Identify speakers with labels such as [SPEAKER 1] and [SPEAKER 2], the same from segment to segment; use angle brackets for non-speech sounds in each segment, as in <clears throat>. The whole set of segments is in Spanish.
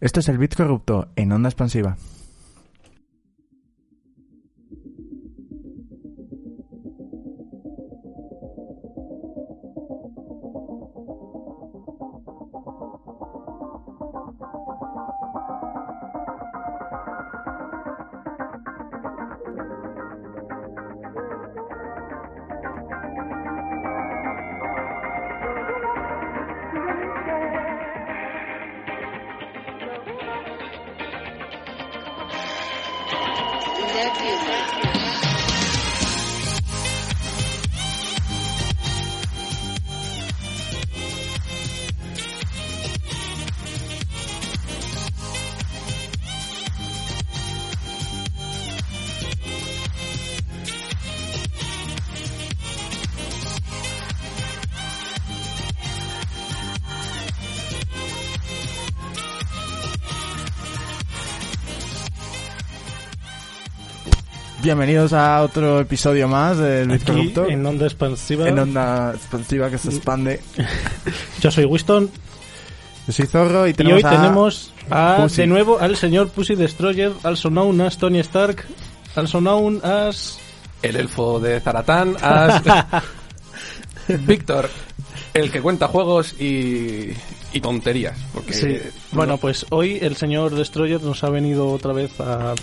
[SPEAKER 1] Esto es el Bit Corrupto en Onda Expansiva. Bienvenidos a otro episodio más del Bit
[SPEAKER 2] Aquí,
[SPEAKER 1] Corrupto.
[SPEAKER 2] en onda expansiva.
[SPEAKER 1] En Onda Expansiva que se expande.
[SPEAKER 2] Yo soy Winston
[SPEAKER 1] Yo soy Zorro y
[SPEAKER 2] y
[SPEAKER 1] tenemos
[SPEAKER 2] hoy
[SPEAKER 1] a-
[SPEAKER 2] tenemos a-
[SPEAKER 1] Pussy.
[SPEAKER 2] de nuevo al señor Pussy Destroyer, also known as Tony Stark, also known as
[SPEAKER 3] el elfo de Zaratán,
[SPEAKER 2] <laughs>
[SPEAKER 3] as Víctor, el que cuenta juegos y, y tonterías. Porque
[SPEAKER 2] Sí. Bueno, pues hoy el señor Destroyer nos ha venido otra vez a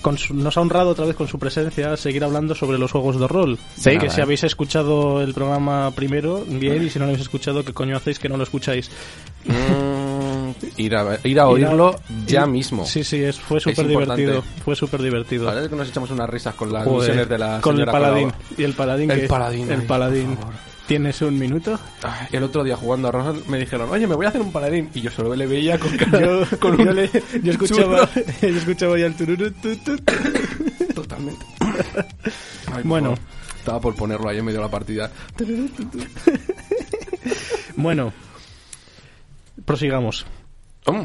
[SPEAKER 2] con su- nos ha honrado otra vez con su presencia a seguir hablando sobre los juegos de rol.
[SPEAKER 1] Sí.
[SPEAKER 2] que
[SPEAKER 1] Nada,
[SPEAKER 2] si
[SPEAKER 1] eh.
[SPEAKER 2] habéis escuchado el programa primero, bien, y si no lo habéis escuchado, ¿qué coño hacéis que no lo escucháis?
[SPEAKER 3] mm, ir, a, ir a oírlo ya mismo.
[SPEAKER 2] Sí, sí, es, fue súper divertido.
[SPEAKER 3] importante.
[SPEAKER 2] Fue súper divertido.
[SPEAKER 3] La verdad es que nos echamos unas risas con las
[SPEAKER 2] Joder,
[SPEAKER 3] misiones de la
[SPEAKER 2] con el
[SPEAKER 3] señora
[SPEAKER 2] paladín
[SPEAKER 3] Colaba.
[SPEAKER 2] y el paladín
[SPEAKER 3] El
[SPEAKER 2] que-
[SPEAKER 3] paladín,
[SPEAKER 2] el
[SPEAKER 3] ay,
[SPEAKER 2] paladín
[SPEAKER 3] por favor.
[SPEAKER 2] tienes un
[SPEAKER 3] <laughs>
[SPEAKER 2] minuto
[SPEAKER 3] Ay, Ah, El otro día jugando a Rosal me dijeron, oye, me voy a hacer un paladín. Y yo solo le
[SPEAKER 2] <laughs>
[SPEAKER 3] veía con, cara- con un
[SPEAKER 2] yo, le-
[SPEAKER 3] <laughs>
[SPEAKER 2] yo escuchaba
[SPEAKER 3] churro.
[SPEAKER 2] <laughs> yo escuchaba ya el tururú, tu, tu, tu.
[SPEAKER 3] Totalmente. Ay, por
[SPEAKER 2] Bueno.
[SPEAKER 3] favor. Estaba por ponerlo ahí en medio de la partida.
[SPEAKER 2] bueno prosigamos
[SPEAKER 3] Mm,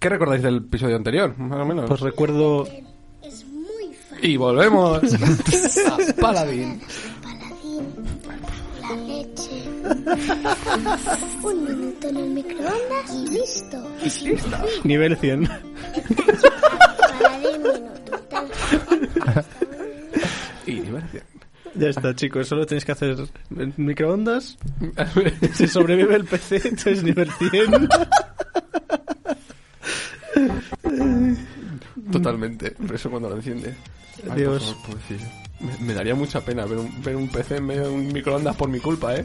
[SPEAKER 3] ¿Qué recordáis del episodio anterior? Más o menos.
[SPEAKER 2] pues recuerdo
[SPEAKER 4] Es muy fácil,
[SPEAKER 2] <laughs>
[SPEAKER 3] Y volvemos a
[SPEAKER 4] paladín.
[SPEAKER 3] Paladín.
[SPEAKER 4] La leche. <laughs> Un minuto en el microondas y listo.
[SPEAKER 2] nivel 100
[SPEAKER 4] Paladín minuto. Tal.
[SPEAKER 3] Y diversión.
[SPEAKER 2] ya está chicos solo tenéis que hacer en microondas si sobrevive el PC entonces nivel 100
[SPEAKER 3] <laughs> Totalmente. Por eso cuando lo enciende. Ay, por
[SPEAKER 2] Dios.
[SPEAKER 3] favor, pobrecillo. me, me daría mucha pena ver un, ver un PC en medio de un microondas por mi culpa, ¿eh?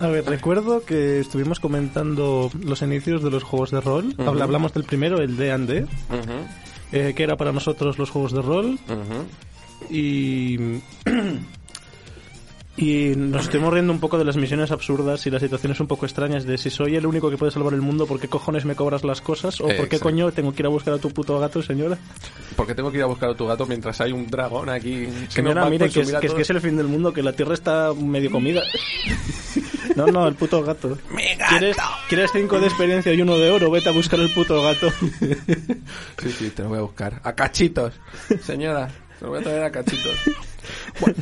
[SPEAKER 2] a ver recuerdo que estuvimos comentando los inicios de los juegos de rol Habla- hablamos del primero el D&D eh, que era para nosotros los juegos de rol y <clears throat> y nos estuvimos riendo un poco de las misiones absurdas y las situaciones un poco extrañas de si soy el único que puede salvar el mundo, ¿por qué cojones me cobras las cosas? ¿O por qué
[SPEAKER 3] Exacto.
[SPEAKER 2] coño tengo que ir a buscar a tu puto gato, señora?
[SPEAKER 3] Porque tengo que ir a buscar a tu gato mientras hay un dragón aquí. que nos
[SPEAKER 2] Señora,
[SPEAKER 3] va a
[SPEAKER 2] mire, que es,
[SPEAKER 3] consumir a
[SPEAKER 2] que es que es
[SPEAKER 3] todos.
[SPEAKER 2] el fin del mundo, que la tierra está medio <laughs> comida. No, no, el puto gato. ¿Quieres, ¿Quieres cinco de experiencia y uno de oro? Vete a buscar el puto gato.
[SPEAKER 3] <laughs> Sí, sí, te lo voy a buscar. A cachitos. Señora, te lo voy a traer a cachitos. Bueno,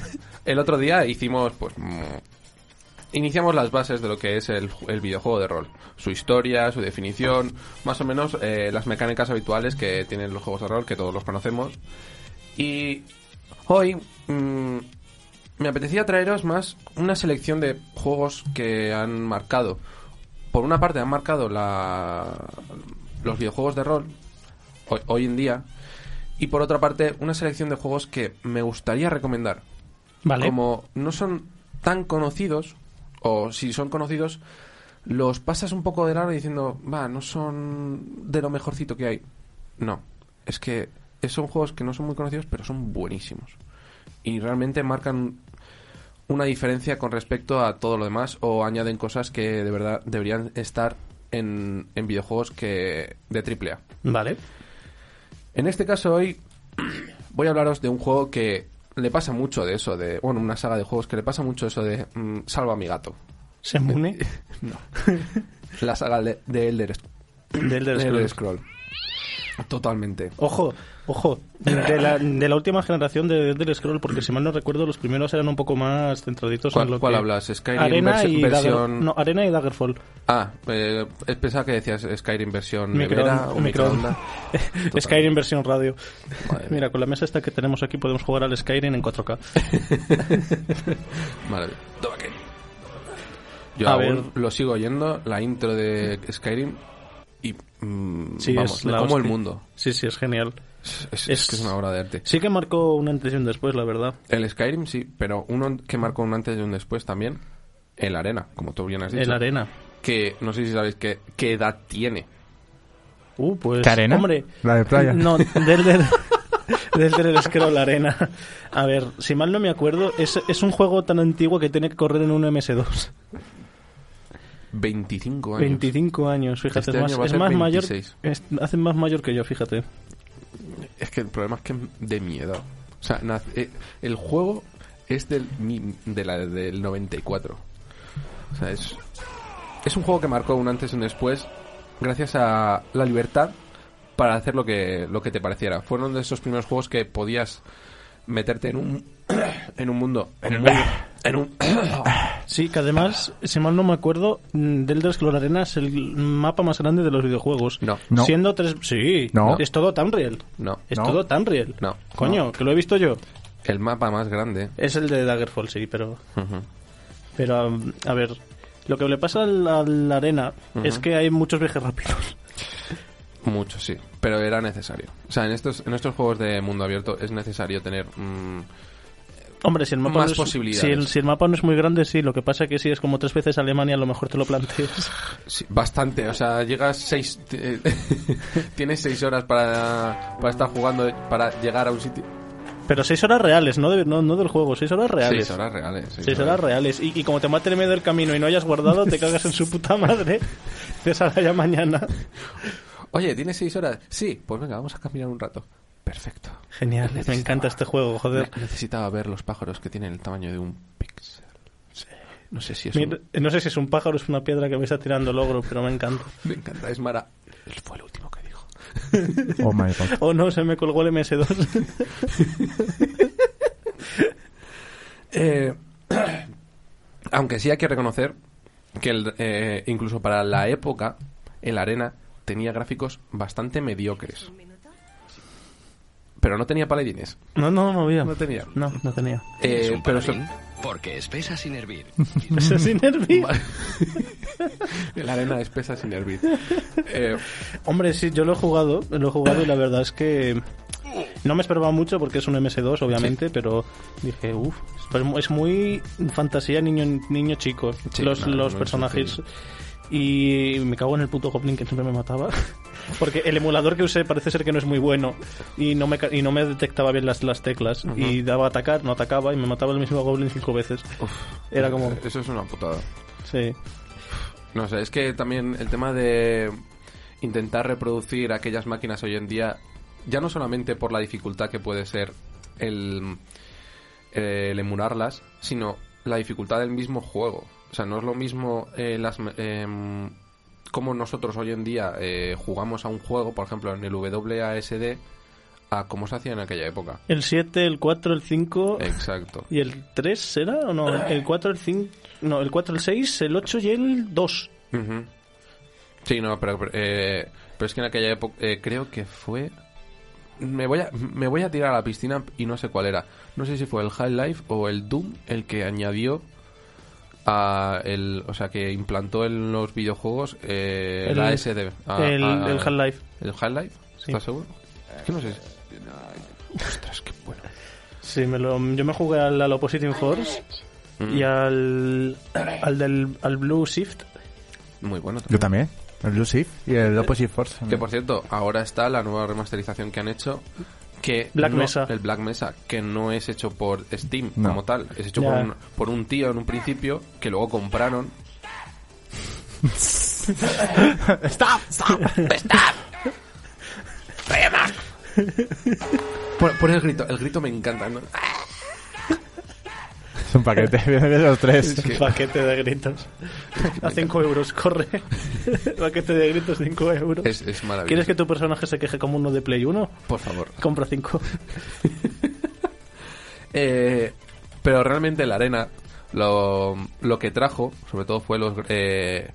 [SPEAKER 3] el otro día hicimos, pues... mm, Iniciamos las bases de lo que es el, ju- el videojuego de rol. Su historia, su definición, más o menos eh, las mecánicas habituales que tienen los juegos de rol, que todos los conocemos. Y hoy mm, me apetecía traeros más una selección de juegos que han marcado. Por una parte han marcado la, los videojuegos de rol hoy, hoy en día. Y por otra parte, una selección de juegos que me gustaría recomendar.
[SPEAKER 2] Vale.
[SPEAKER 3] Como no son tan conocidos, o si son conocidos, los pasas un poco de largo diciendo, va, no son de lo mejorcito que hay. No, es que son juegos que no son muy conocidos, pero son buenísimos. Y realmente marcan una diferencia con respecto a todo lo demás o añaden cosas que de verdad deberían estar en, en videojuegos que de triple A.
[SPEAKER 2] Vale.
[SPEAKER 3] En este caso hoy voy a hablaros de un juego que le pasa mucho de eso, de bueno, una saga de juegos que le pasa mucho eso de mm, salva a mi gato.
[SPEAKER 2] Se
[SPEAKER 3] <laughs>
[SPEAKER 2] mune
[SPEAKER 3] La saga de, de Elder,
[SPEAKER 2] del
[SPEAKER 3] Elder Scroll. Totalmente.
[SPEAKER 2] Ojo, ojo, de la, de la última generación de, del scroll, porque si mal no recuerdo, los primeros eran un poco más centraditos
[SPEAKER 3] ¿Cuál-
[SPEAKER 2] en lo
[SPEAKER 3] cuál
[SPEAKER 2] que...
[SPEAKER 3] hablas? ¿Skyrim
[SPEAKER 2] Arena
[SPEAKER 3] versi-
[SPEAKER 2] y
[SPEAKER 3] versión-
[SPEAKER 2] Dagger- No, Arena y Daggerfall.
[SPEAKER 3] Ah, eh, pensaba que decías Skyrim versión
[SPEAKER 2] Micro-
[SPEAKER 3] nevera o
[SPEAKER 2] micro-
[SPEAKER 3] microondas. Total.
[SPEAKER 2] Skyrim versión radio.
[SPEAKER 3] Madre
[SPEAKER 2] Mira, con la mesa esta que tenemos aquí podemos jugar al Skyrim en
[SPEAKER 3] <laughs>
[SPEAKER 2] 4K.
[SPEAKER 3] Maravilla. Toma que. Yo
[SPEAKER 2] A
[SPEAKER 3] aún
[SPEAKER 2] ver.
[SPEAKER 3] lo sigo oyendo, la intro de Skyrim y mm,
[SPEAKER 2] Sí,
[SPEAKER 3] vamos,
[SPEAKER 2] es
[SPEAKER 3] le
[SPEAKER 2] la
[SPEAKER 3] como el
[SPEAKER 2] hostia.
[SPEAKER 3] mundo.
[SPEAKER 2] Sí, sí, es genial.
[SPEAKER 3] Es, es-
[SPEAKER 2] Es-
[SPEAKER 3] es que es una obra de arte.
[SPEAKER 2] Sí que marcó un antes y un después, la verdad.
[SPEAKER 3] El Skyrim sí, pero uno que marcó un antes y un después también, el Arena, como tú bien has dicho.
[SPEAKER 2] El Arena.
[SPEAKER 3] Que no sé si sabéis qué, qué edad tiene.
[SPEAKER 2] Uh, pues...
[SPEAKER 1] ¿Qué arena?
[SPEAKER 2] Hombre,
[SPEAKER 1] La de playa. <laughs>
[SPEAKER 2] No, del del, <laughs> del, del Scroll Arena. A ver, si mal no me acuerdo, es, es un juego tan antiguo que tiene que correr en un MS2.
[SPEAKER 3] 25 años.
[SPEAKER 2] 25 años, fíjate,
[SPEAKER 3] Este
[SPEAKER 2] es más,
[SPEAKER 3] año va a
[SPEAKER 2] es
[SPEAKER 3] ser
[SPEAKER 2] más mayor,
[SPEAKER 3] 26.
[SPEAKER 2] es- hacen más mayor que yo, fíjate.
[SPEAKER 3] Es que el problema es que de miedo. O sea, na- eh, el juego es del, mi- de la, del 94. O sea, es, es un juego que marcó un antes y un después gracias a la libertad para hacer lo que, lo que te pareciera. Fueron de esos primeros juegos que podías meterte en un, <coughs> en un mundo. En un mundo. En un,
[SPEAKER 2] Sí, que además, si mal no me acuerdo, mm, The Elder Scrolls Arena es el mapa más grande de los videojuegos.
[SPEAKER 3] No.
[SPEAKER 1] No.
[SPEAKER 2] Siendo tres... Sí,
[SPEAKER 1] No.
[SPEAKER 2] es todo Tamriel.
[SPEAKER 3] no.
[SPEAKER 2] Es
[SPEAKER 1] No.
[SPEAKER 2] todo Tamriel.
[SPEAKER 3] No.
[SPEAKER 2] Coño, que lo he visto yo.
[SPEAKER 3] El mapa más grande.
[SPEAKER 2] Es el de Daggerfall, sí, pero...
[SPEAKER 3] Ujú.
[SPEAKER 2] Pero, um, a ver, lo que le pasa a la, a la arena es que hay muchos viajes rápidos. <laughs>
[SPEAKER 3] Mucho, sí. Pero era necesario. O sea, en estos, en estos juegos de mundo abierto es necesario tener... mm,
[SPEAKER 2] Hombre, si el mapa,
[SPEAKER 3] Más
[SPEAKER 2] no es,
[SPEAKER 3] posibilidades.
[SPEAKER 2] Si, el, si el mapa no es muy grande, sí. Lo que pasa es que si es como tres veces Alemania, a lo mejor te lo planteas.
[SPEAKER 3] Sí, bastante, o sea, llegas seis. eh, <laughs> tienes seis horas para, para estar jugando, para llegar a un sitio.
[SPEAKER 2] Pero seis horas reales, no, de- no, no del juego, seis horas reales.
[SPEAKER 3] Seis horas reales. seis
[SPEAKER 2] Seis horas reales. Y, y como te mate en medio del camino y no hayas guardado, te cagas en su puta madre. Te salga ya mañana.
[SPEAKER 3] Oye, ¿tienes seis horas? Sí, pues venga, vamos a caminar un rato. Perfecto.
[SPEAKER 2] Genial, me encanta este juego, joder.
[SPEAKER 3] Ne- Necesitaba ver los pájaros que tienen el tamaño de un píxel. No sé si es
[SPEAKER 2] Mira,
[SPEAKER 3] un...
[SPEAKER 2] no sé si es un pájaro o es una piedra que me está tirando logro, pero me encanta.
[SPEAKER 3] Me encanta, es Mara. Él fue el último que dijo.
[SPEAKER 1] Oh my god.
[SPEAKER 2] Oh no, se me colgó el MS2.
[SPEAKER 3] Eh, <clears throat> aunque sí hay que reconocer que el, eh, incluso para la época, el Arena tenía gráficos bastante mediocres. Pero no tenía paladines.
[SPEAKER 2] No, no, no había.
[SPEAKER 3] No tenía.
[SPEAKER 2] No, no <laughs> tenía.
[SPEAKER 5] <laughs> ¿Tienes
[SPEAKER 3] Eh,
[SPEAKER 5] un
[SPEAKER 3] pero so-
[SPEAKER 5] paladín? Porque
[SPEAKER 3] <laughs>
[SPEAKER 5] espesa sin hervir.
[SPEAKER 2] Eso sin hervir.
[SPEAKER 3] el arena espesa
[SPEAKER 5] <laughs>
[SPEAKER 3] sin hervir. Eh,
[SPEAKER 2] Hombre, sí, yo lo he jugado, lo he jugado y la verdad es que no me esperaba mucho porque es un MS2, obviamente, pero dije, uff, pues mu- es muy fantasía niño niño chico,
[SPEAKER 3] Sí,
[SPEAKER 2] los,
[SPEAKER 3] no,
[SPEAKER 2] los
[SPEAKER 3] no es
[SPEAKER 2] personajes.
[SPEAKER 3] sencillo.
[SPEAKER 2] Y me cago en el puto Goblin que siempre me mataba. <laughs> Porque el emulador que usé parece ser que no es muy bueno y no me, ca- y no me detectaba bien las, las teclas. Y daba a atacar, no atacaba y me mataba el mismo Goblin cinco veces.
[SPEAKER 3] uf,
[SPEAKER 2] Era como-
[SPEAKER 3] Eso es una putada.
[SPEAKER 2] Sí.
[SPEAKER 3] No sé, es que también el tema de intentar reproducir aquellas máquinas hoy en día, ya no solamente por la dificultad que puede ser el, eh, el emularlas, sino la dificultad del mismo juego. O sea, no es lo mismo eh, las... me- em, como nosotros hoy en día eh, jugamos a un juego, por ejemplo, en el WASD, a cómo se hacía en aquella época.
[SPEAKER 2] El 7, el 4, el 5.
[SPEAKER 3] Exacto.
[SPEAKER 2] ¿Y el 3 será o no? El 4, el 5... No, el 4, el 6, el 8 y el 2.
[SPEAKER 3] Ujú. Sí, no, pero, pero, eh, pero es que en aquella época eh, creo que fue... Me voy, a, me voy a tirar a la piscina y no sé cuál era. No sé si fue el Half-Life o el Doom el que añadió a el... O sea, que implantó en los videojuegos eh,
[SPEAKER 2] El-
[SPEAKER 3] la SD. a-
[SPEAKER 2] el
[SPEAKER 3] a-
[SPEAKER 2] el Half-Life.
[SPEAKER 3] ah, ¿El Half-Life?
[SPEAKER 2] Sí.
[SPEAKER 3] ¿Estás seguro? Es que
[SPEAKER 2] <laughs>
[SPEAKER 3] no sé. Ostras, qué bueno.
[SPEAKER 2] Sí, me lo, yo me jugué al, al Oppositing Force y al, al, del, al Blue Shift.
[SPEAKER 3] Muy bueno. también.
[SPEAKER 1] Yo también. El Blue Shift y el Opposite Force.
[SPEAKER 3] Que por cierto, ahora está la nueva remasterización que han hecho. Que
[SPEAKER 2] Black
[SPEAKER 3] no-
[SPEAKER 2] Mesa.
[SPEAKER 3] El Black Mesa, que no es hecho por Steam
[SPEAKER 1] No.
[SPEAKER 3] como tal. Es hecho
[SPEAKER 2] Ya.
[SPEAKER 3] por un, por un tío en un principio que luego compraron. Pon, pon el grito, el grito me encanta. ¿no?
[SPEAKER 1] Es un paquete, <laughs> vienen esos tres.
[SPEAKER 2] <laughs> Paquete de gritos. A 5 euros, corre. <laughs> Paquete de gritos, 5 euros.
[SPEAKER 3] Es, es maravilloso.
[SPEAKER 2] ¿Quieres que tu personaje se queje como uno de Play 1?
[SPEAKER 3] Por favor.
[SPEAKER 2] Compra 5.
[SPEAKER 3] Eh, pero realmente la arena lo, lo que trajo, sobre todo fue los eh,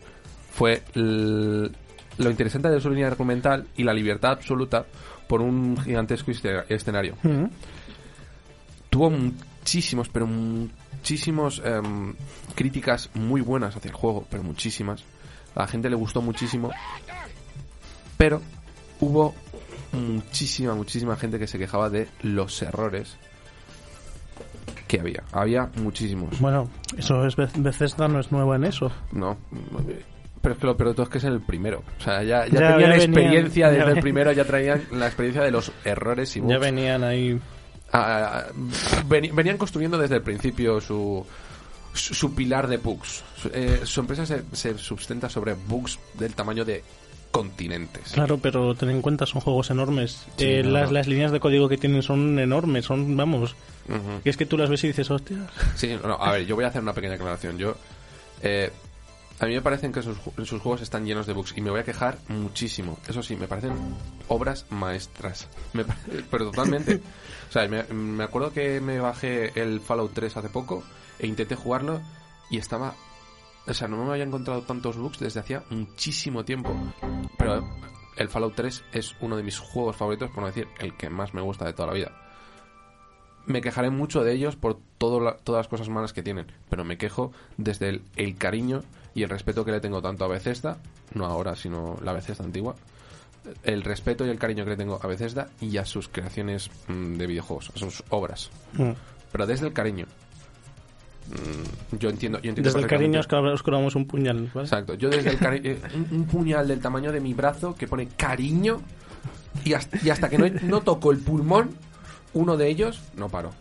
[SPEAKER 3] fue l- lo interesante de su línea argumental y la libertad absoluta por un gigantesco este- escenario.
[SPEAKER 2] Mm.
[SPEAKER 3] Tuvo muchísimos, pero muchísimos em, críticas muy buenas hacia el juego, pero muchísimas. A la gente le gustó muchísimo. Pero hubo muchísima, muchísima gente que se quejaba de los errores que había. Había muchísimos.
[SPEAKER 2] Bueno, eso es Be- Bethesda no es nueva en eso.
[SPEAKER 3] No. Pero es que lo peor de todo es que es el primero. O sea, ya, ya,
[SPEAKER 2] Ya,
[SPEAKER 3] tenían
[SPEAKER 2] ya venían,
[SPEAKER 3] experiencia
[SPEAKER 2] ya
[SPEAKER 3] desde el
[SPEAKER 2] ven-
[SPEAKER 3] primero, ya traían la experiencia de los errores y bugs.
[SPEAKER 2] Ya venían ahí.
[SPEAKER 3] Ah, veni- venían construyendo desde el principio su, su, su pilar de bugs. Su, eh, su empresa se, se sustenta sobre bugs del tamaño de continentes.
[SPEAKER 2] Claro, pero ten en cuenta, son juegos enormes.
[SPEAKER 3] Sí,
[SPEAKER 2] Eh,
[SPEAKER 3] no,
[SPEAKER 2] las,
[SPEAKER 3] no.
[SPEAKER 2] las líneas de código que tienen son enormes, son, vamos.
[SPEAKER 3] Ujú.
[SPEAKER 2] Y es que tú las ves y dices, hostia.
[SPEAKER 3] Sí, no, a ver, yo voy a hacer una pequeña aclaración. Yo, eh, a mí me parecen que sus, ju- sus juegos están llenos de bugs y me voy a quejar muchísimo. Eso sí, me parecen obras maestras. Me pa- <laughs> pero totalmente. O sea, me, me acuerdo que me bajé el Fallout 3 hace poco e intenté jugarlo y estaba... O sea, no me había encontrado tantos bugs desde hacía muchísimo tiempo. Pero eh, el Fallout 3 es uno de mis juegos favoritos, por no decir el que más me gusta de toda la vida me quejaré mucho de ellos por todo la- todas las cosas malas que tienen, pero me quejo desde el, el cariño y el respeto que le tengo tanto a Bethesda, no ahora, sino la Bethesda antigua, el respeto y el cariño que le tengo a Bethesda y a sus creaciones mm, de videojuegos, a sus obras,
[SPEAKER 2] Mm.
[SPEAKER 3] pero desde el cariño. Mm, Yo entiendo,
[SPEAKER 2] Desde
[SPEAKER 3] yo entiendo
[SPEAKER 2] el
[SPEAKER 3] perfectamente-
[SPEAKER 2] cariño os clavamos- os clavamos un puñal, ¿vale?
[SPEAKER 3] Exacto, yo desde el cari- eh, un, un puñal del tamaño de mi brazo que pone cariño y hasta, y hasta que no, no toco el pulmón, uno de ellos, no paro.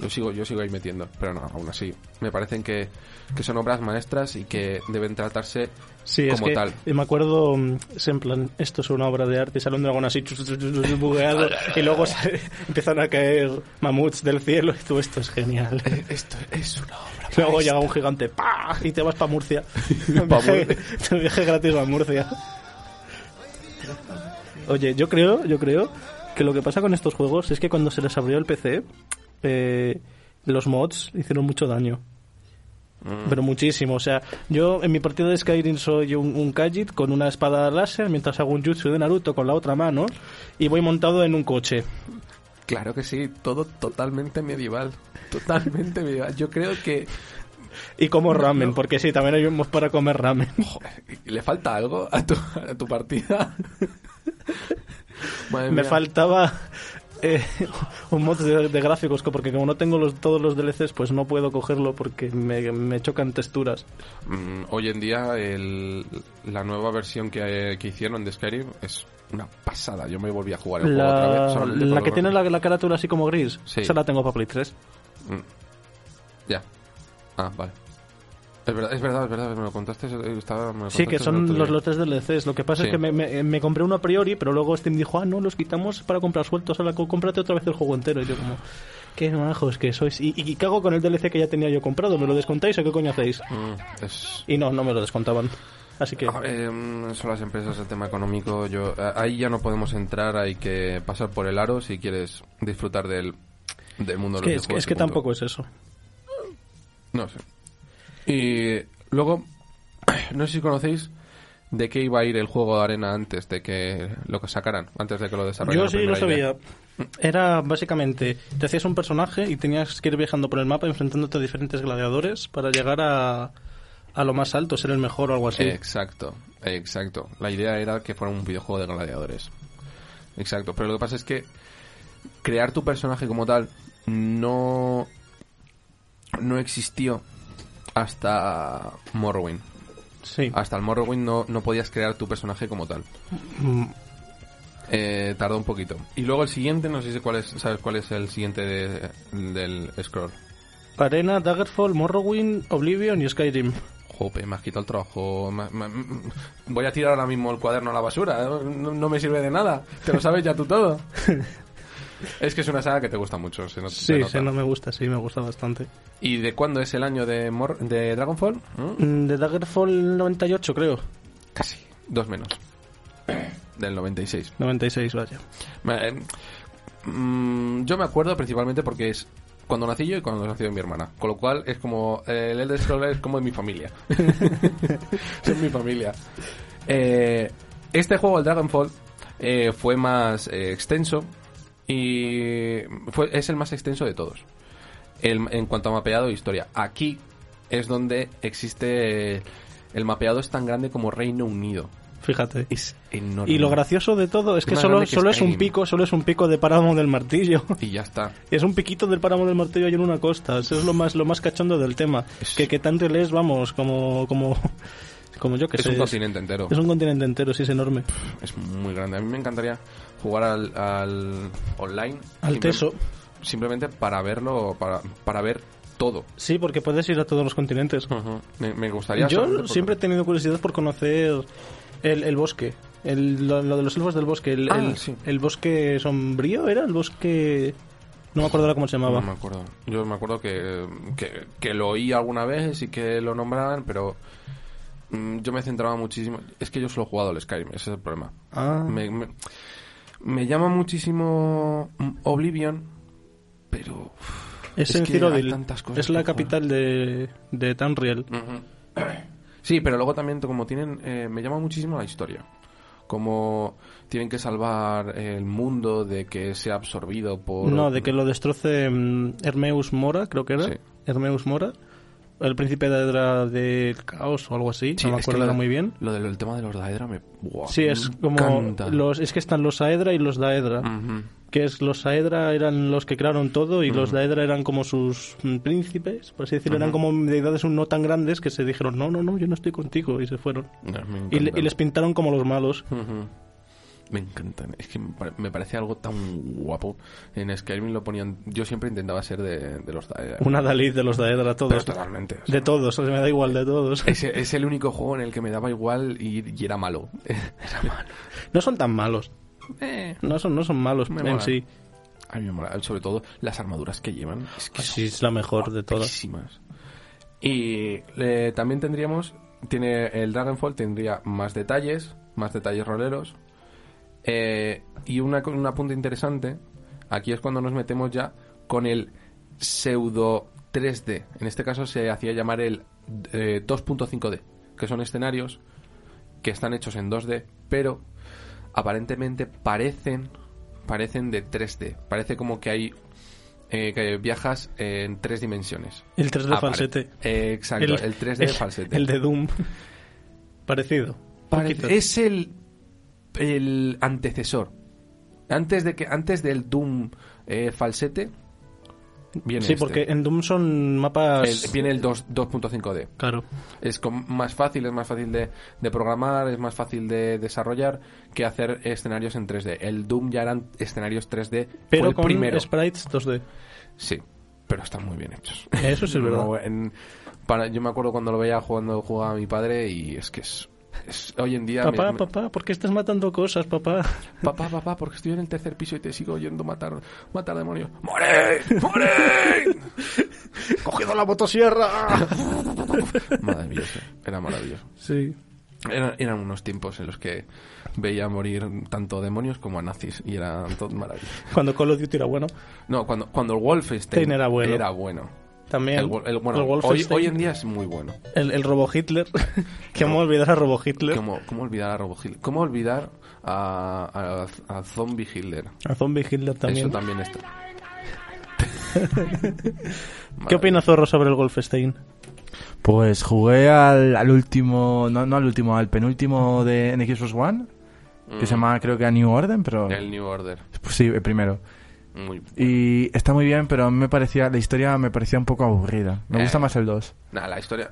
[SPEAKER 3] Yo sigo, yo sigo ahí metiendo, pero no, aún así, me parecen que, que son obras maestras y que deben tratarse
[SPEAKER 2] Sí,
[SPEAKER 3] como
[SPEAKER 2] es que
[SPEAKER 3] tal.
[SPEAKER 2] eh, me acuerdo, mm, es en plan, esto es una obra de arte, y sale un dragón así, chus, chus, chus, chus, bugueado, y luego <laughs> se- empiezan a caer mamuts del cielo, y tú, esto es
[SPEAKER 3] <laughs>
[SPEAKER 2] genial.
[SPEAKER 3] Eh, Esto es una obra.
[SPEAKER 2] Luego llega un gigante, ¡pah! y te vas para Murcia. Un
[SPEAKER 3] Pa'
[SPEAKER 2] viaje, <laughs> un viaje gratis a Murcia. Oye, yo creo, yo creo que lo que pasa con estos juegos es que cuando se les abrió el PC, eh, los mods hicieron mucho daño. Pero muchísimo, o sea, yo en mi partido de Skyrim soy un, un Khajiit con una espada láser mientras hago un jutsu de Naruto con la otra mano y voy montado en un coche.
[SPEAKER 3] Claro que sí, todo totalmente medieval. Totalmente medieval. Yo creo que
[SPEAKER 2] Y como ramen, porque sí, también hay un mod para comer ramen.
[SPEAKER 3] joder, le falta algo a tu, a tu partida. Madre
[SPEAKER 2] Me
[SPEAKER 3] mía.
[SPEAKER 2] faltaba <laughs> eh, un mod de, de gráficos, co- porque como no tengo los, todos los DLCs, pues no puedo cogerlo porque me, me chocan texturas.
[SPEAKER 3] Mm, hoy en día el- la nueva versión que, que hicieron de Skyrim es una pasada. Yo me volví a jugar el juego otra vez.
[SPEAKER 2] La,
[SPEAKER 3] solamente
[SPEAKER 2] la
[SPEAKER 3] por
[SPEAKER 2] que
[SPEAKER 3] los
[SPEAKER 2] tiene la,
[SPEAKER 3] gráficos.
[SPEAKER 2] la carátula así como gris,
[SPEAKER 3] Sí.
[SPEAKER 2] esa la tengo para Play 3.
[SPEAKER 3] Mm. Ya. Ah, vale. Es verdad, es verdad, es verdad, me lo contaste. eh, Estaba, me lo
[SPEAKER 2] Sí,
[SPEAKER 3] contaste
[SPEAKER 2] que
[SPEAKER 3] el
[SPEAKER 2] son
[SPEAKER 3] otro
[SPEAKER 2] los,
[SPEAKER 3] día.
[SPEAKER 2] los tres DLCs. Lo que pasa
[SPEAKER 3] Sí.
[SPEAKER 2] es que me, me- me compré uno a priori, pero luego Steam dijo, ah, no, los quitamos para comprar sueltos. Ahora co- cómprate otra vez el juego entero. Y yo como, qué majos que sois. ¿Y, y qué hago con el DLC que ya tenía yo comprado? ¿Me lo descontáis o qué coño hacéis?
[SPEAKER 3] Mm, es-
[SPEAKER 2] Y no, no me lo descontaban. Así que...
[SPEAKER 3] Ah, eh, son las empresas, el tema económico. Yo, a- ahí ya no podemos entrar, hay que pasar por el aro si quieres disfrutar del, del mundo
[SPEAKER 2] Es
[SPEAKER 3] de
[SPEAKER 2] que,
[SPEAKER 3] los
[SPEAKER 2] es que- es
[SPEAKER 3] videojuegos,
[SPEAKER 2] que
[SPEAKER 3] y punto.
[SPEAKER 2] tampoco es eso.
[SPEAKER 3] No sé. Y luego, no sé si conocéis de qué iba a ir el juego de arena antes de que lo que sacaran, antes de que lo desarrollaran.
[SPEAKER 2] Yo sí lo
[SPEAKER 3] primera idea.
[SPEAKER 2] sabía. Era básicamente, te hacías un personaje y tenías que ir viajando por el mapa enfrentándote a diferentes gladiadores para llegar a, a lo más alto, ser el mejor o algo así.
[SPEAKER 3] Exacto, exacto. La idea era que fuera un videojuego de gladiadores. Exacto, pero lo que pasa es que crear tu personaje como tal no no existió hasta Morrowind.
[SPEAKER 2] sí.
[SPEAKER 3] Hasta el Morrowind no, no podías crear tu personaje como tal.
[SPEAKER 2] Mm,
[SPEAKER 3] Eh, tardó un poquito. Y luego el siguiente, no sé si cuál es, sabes cuál es el siguiente de- del scroll.
[SPEAKER 2] Arena, Daggerfall, Morrowind, Oblivion y Skyrim.
[SPEAKER 3] Jope, me has quitado el trabajo. me- me- me- voy a eh, tirar ahora mismo el cuaderno a la basura. No, no me sirve de nada. Te lo sabes ya tú todo. Es que es una saga que te gusta mucho. Se no,
[SPEAKER 2] Sí, sí, no me gusta, sí, me gusta bastante.
[SPEAKER 3] ¿Y de cuándo es el año de, Mor- de Dragonfall? ¿Mm?
[SPEAKER 2] Mm, De Daggerfall 98, creo.
[SPEAKER 3] Casi. Dos menos. Del 96.
[SPEAKER 2] 96, vaya.
[SPEAKER 3] Ma- eh, mm, yo me acuerdo principalmente porque es cuando nací yo y cuando nació mi hermana. Con lo cual es como. eh, el Elder Scrolls es como en
[SPEAKER 2] <laughs>
[SPEAKER 3] mi familia. es mi familia. Eh, este juego, el Dragonfall, eh, fue más eh, extenso y fue, es el más extenso de todos. El- en cuanto a mapeado e historia. Aquí es donde existe. eh, el mapeado es tan grande como Reino Unido.
[SPEAKER 2] Fíjate.
[SPEAKER 3] Es enorme.
[SPEAKER 2] Y lo gracioso de todo es que
[SPEAKER 3] Más
[SPEAKER 2] solo,
[SPEAKER 3] grande que
[SPEAKER 2] solo es un
[SPEAKER 3] Skyrim.
[SPEAKER 2] pico, solo es un pico de páramo del martillo. <laughs>
[SPEAKER 3] Y ya está.
[SPEAKER 2] Es un piquito del páramo del martillo y en una costa. Eso es lo más, lo más cachondo del tema.
[SPEAKER 3] Es-
[SPEAKER 2] Que, que tanto lees, vamos, como, como, como yo que
[SPEAKER 3] Es
[SPEAKER 2] sé.
[SPEAKER 3] un continente entero.
[SPEAKER 2] Es un continente entero, sí, es enorme.
[SPEAKER 3] es muy grande. A mí me encantaría jugar al, al online.
[SPEAKER 2] Al
[SPEAKER 3] Simple-
[SPEAKER 2] teso.
[SPEAKER 3] Simplemente para verlo, para, para ver todo.
[SPEAKER 2] Sí, porque puedes ir a todos los continentes.
[SPEAKER 3] me, me gustaría. Hmm. solamente
[SPEAKER 2] Yo
[SPEAKER 3] por-
[SPEAKER 2] siempre he tenido curiosidad por conocer el, el bosque. El- lo, lo de los elfos del bosque. El,
[SPEAKER 3] Ah,
[SPEAKER 2] el-
[SPEAKER 3] sí.
[SPEAKER 2] el bosque sombrío era el bosque. No me acuerdo ahora cómo se llamaba.
[SPEAKER 3] No me acuerdo. Yo me acuerdo que, que, que lo oí alguna vez y que lo nombraban, pero mm, yo me centraba muchísimo. Es que yo solo he jugado al Skyrim, ese es el problema.
[SPEAKER 2] Ah.
[SPEAKER 3] Me, me- me llama muchísimo mm, Oblivion, pero.
[SPEAKER 2] es,
[SPEAKER 3] es
[SPEAKER 2] en
[SPEAKER 3] que hay
[SPEAKER 2] Cyrodiil.
[SPEAKER 3] tantas cosas
[SPEAKER 2] Es la
[SPEAKER 3] que jugar.
[SPEAKER 2] capital de, de Tamriel.
[SPEAKER 3] Sí, pero luego también como tienen... eh, me llama muchísimo la historia. Como tienen que salvar el mundo de que sea absorbido por...
[SPEAKER 2] No, de que lo destroce mm, Hermeus Mora, creo que era.
[SPEAKER 3] Sí.
[SPEAKER 2] Hermeus Mora. El príncipe de Hedra del Caos o algo así.
[SPEAKER 3] Sí,
[SPEAKER 2] no me
[SPEAKER 3] es que
[SPEAKER 2] acuerdo
[SPEAKER 3] lo-
[SPEAKER 2] ahora muy bien.
[SPEAKER 3] Lo del el tema de los Daedra me... buah,
[SPEAKER 2] Sí,
[SPEAKER 3] me
[SPEAKER 2] es como.
[SPEAKER 3] encanta. Mm.
[SPEAKER 2] Los, es que están los Aedra y los Daedra.
[SPEAKER 3] Ujú.
[SPEAKER 2] que es los Saedra eran los que crearon todo y los
[SPEAKER 3] Mm.
[SPEAKER 2] Daedra eran como sus mm, príncipes, por así decirlo, eran como deidades no tan grandes que se dijeron, no, no, no, yo no estoy contigo y se fueron.
[SPEAKER 3] No, me
[SPEAKER 2] Y, le-
[SPEAKER 3] encanta.
[SPEAKER 2] y les pintaron como los malos.
[SPEAKER 3] Ujú. Me encantan. Es que me pare- me parece algo tan guapo. En Skyrim lo ponían... Yo siempre intentaba ser de, de los Daedra.
[SPEAKER 2] Una Dalí de los Daedra,
[SPEAKER 3] Mm. Pero
[SPEAKER 2] todos.
[SPEAKER 3] totalmente. o sea,
[SPEAKER 2] De todos, o sea, me da igual de todos.
[SPEAKER 3] es, es el único juego en el que me daba igual y, y era malo. <laughs> Eh, Era malo.
[SPEAKER 2] <laughs> No son tan malos, no son, no son malos
[SPEAKER 3] Me
[SPEAKER 2] en
[SPEAKER 3] mola.
[SPEAKER 2] sí.
[SPEAKER 3] A mí me mola, sobre todo las armaduras que llevan. Es que
[SPEAKER 2] Sí, es la mejor de todas.
[SPEAKER 3] guapísimas. Y eh, también tendríamos, tiene el Dragonfall tendría más detalles, más detalles roleros. Eh, y una, co- una punta interesante, aquí es cuando nos metemos ya con el pseudo 3D. En este caso se hacía llamar el eh, 2.5D, que son escenarios que están hechos en 2D, pero aparentemente parecen parecen de 3D. Parece como que hay eh, que viajas en tres dimensiones.
[SPEAKER 2] El 3D
[SPEAKER 3] Apare-
[SPEAKER 2] falsete.
[SPEAKER 3] Eh, exacto, el, 3D
[SPEAKER 2] el-
[SPEAKER 3] falsete.
[SPEAKER 2] El de Doom. Parecido.
[SPEAKER 3] Pare-
[SPEAKER 2] Poquito.
[SPEAKER 3] es el, el antecesor. Antes de que antes del Doom eh, falsete viene
[SPEAKER 2] Sí,
[SPEAKER 3] este.
[SPEAKER 2] porque en Doom son mapas...
[SPEAKER 3] El- viene el 2 2.5D.
[SPEAKER 2] Claro.
[SPEAKER 3] es com- más fácil, es más fácil de, de programar, es más fácil de desarrollar que hacer escenarios en 3D. El Doom ya eran escenarios 3D,
[SPEAKER 2] Pero
[SPEAKER 3] fue el
[SPEAKER 2] con
[SPEAKER 3] primero.
[SPEAKER 2] sprites
[SPEAKER 3] <laughs>
[SPEAKER 2] 2D.
[SPEAKER 3] Sí, pero están muy bien hechos.
[SPEAKER 2] Eso sí es verdad.
[SPEAKER 3] No, en- para, yo me acuerdo cuando lo veía jugando jugaba mi padre y es que es, es- hoy en día me-
[SPEAKER 2] Papá,
[SPEAKER 3] me-
[SPEAKER 2] papá, ¿por qué estás matando cosas, papá?
[SPEAKER 3] papá, papá, porque estoy en el tercer piso y te sigo oyendo matar matar demonios.
[SPEAKER 2] <laughs>
[SPEAKER 3] ¡More! ¡More!
[SPEAKER 1] ¡Cogido la motosierra!
[SPEAKER 3] <laughs> maravilloso, era maravilloso.
[SPEAKER 2] <laughs> Sí.
[SPEAKER 3] Era- eran unos tiempos en los que veía morir tanto demonios como a nazis y era todo maravilloso.
[SPEAKER 2] Cuando Call of Duty era bueno.
[SPEAKER 3] No, cuando, cuando el Wolfenstein
[SPEAKER 2] Ten era bueno.
[SPEAKER 3] Era bueno.
[SPEAKER 2] También
[SPEAKER 3] El, Wol- el- bueno,
[SPEAKER 2] el
[SPEAKER 3] hoy,
[SPEAKER 2] Wolfenstein,
[SPEAKER 3] hoy en día es muy bueno.
[SPEAKER 2] el, el Robo Hitler. <laughs> que vamos a olvidar a Robo Hitler.
[SPEAKER 3] ¿Cómo, cómo olvidar a Robo Hitler? ¿Cómo olvidar a, a, a Zombie Hitler?
[SPEAKER 2] A Zombie Hitler también.
[SPEAKER 3] Eso también está.
[SPEAKER 2] <laughs> ¿Qué opina Zorro sobre el Wolfenstein?
[SPEAKER 1] Pues jugué al, al último, no, no al último, al penúltimo de en Xbox One, que se llama creo que a New Order, pero...
[SPEAKER 3] El New Order.
[SPEAKER 1] Pues sí, el primero.
[SPEAKER 3] Muy...
[SPEAKER 1] Y está muy bien, pero a mí me parecía, la historia me parecía un poco aburrida. Me
[SPEAKER 3] Eh.
[SPEAKER 1] gusta más el 2.
[SPEAKER 3] Nada, la historia...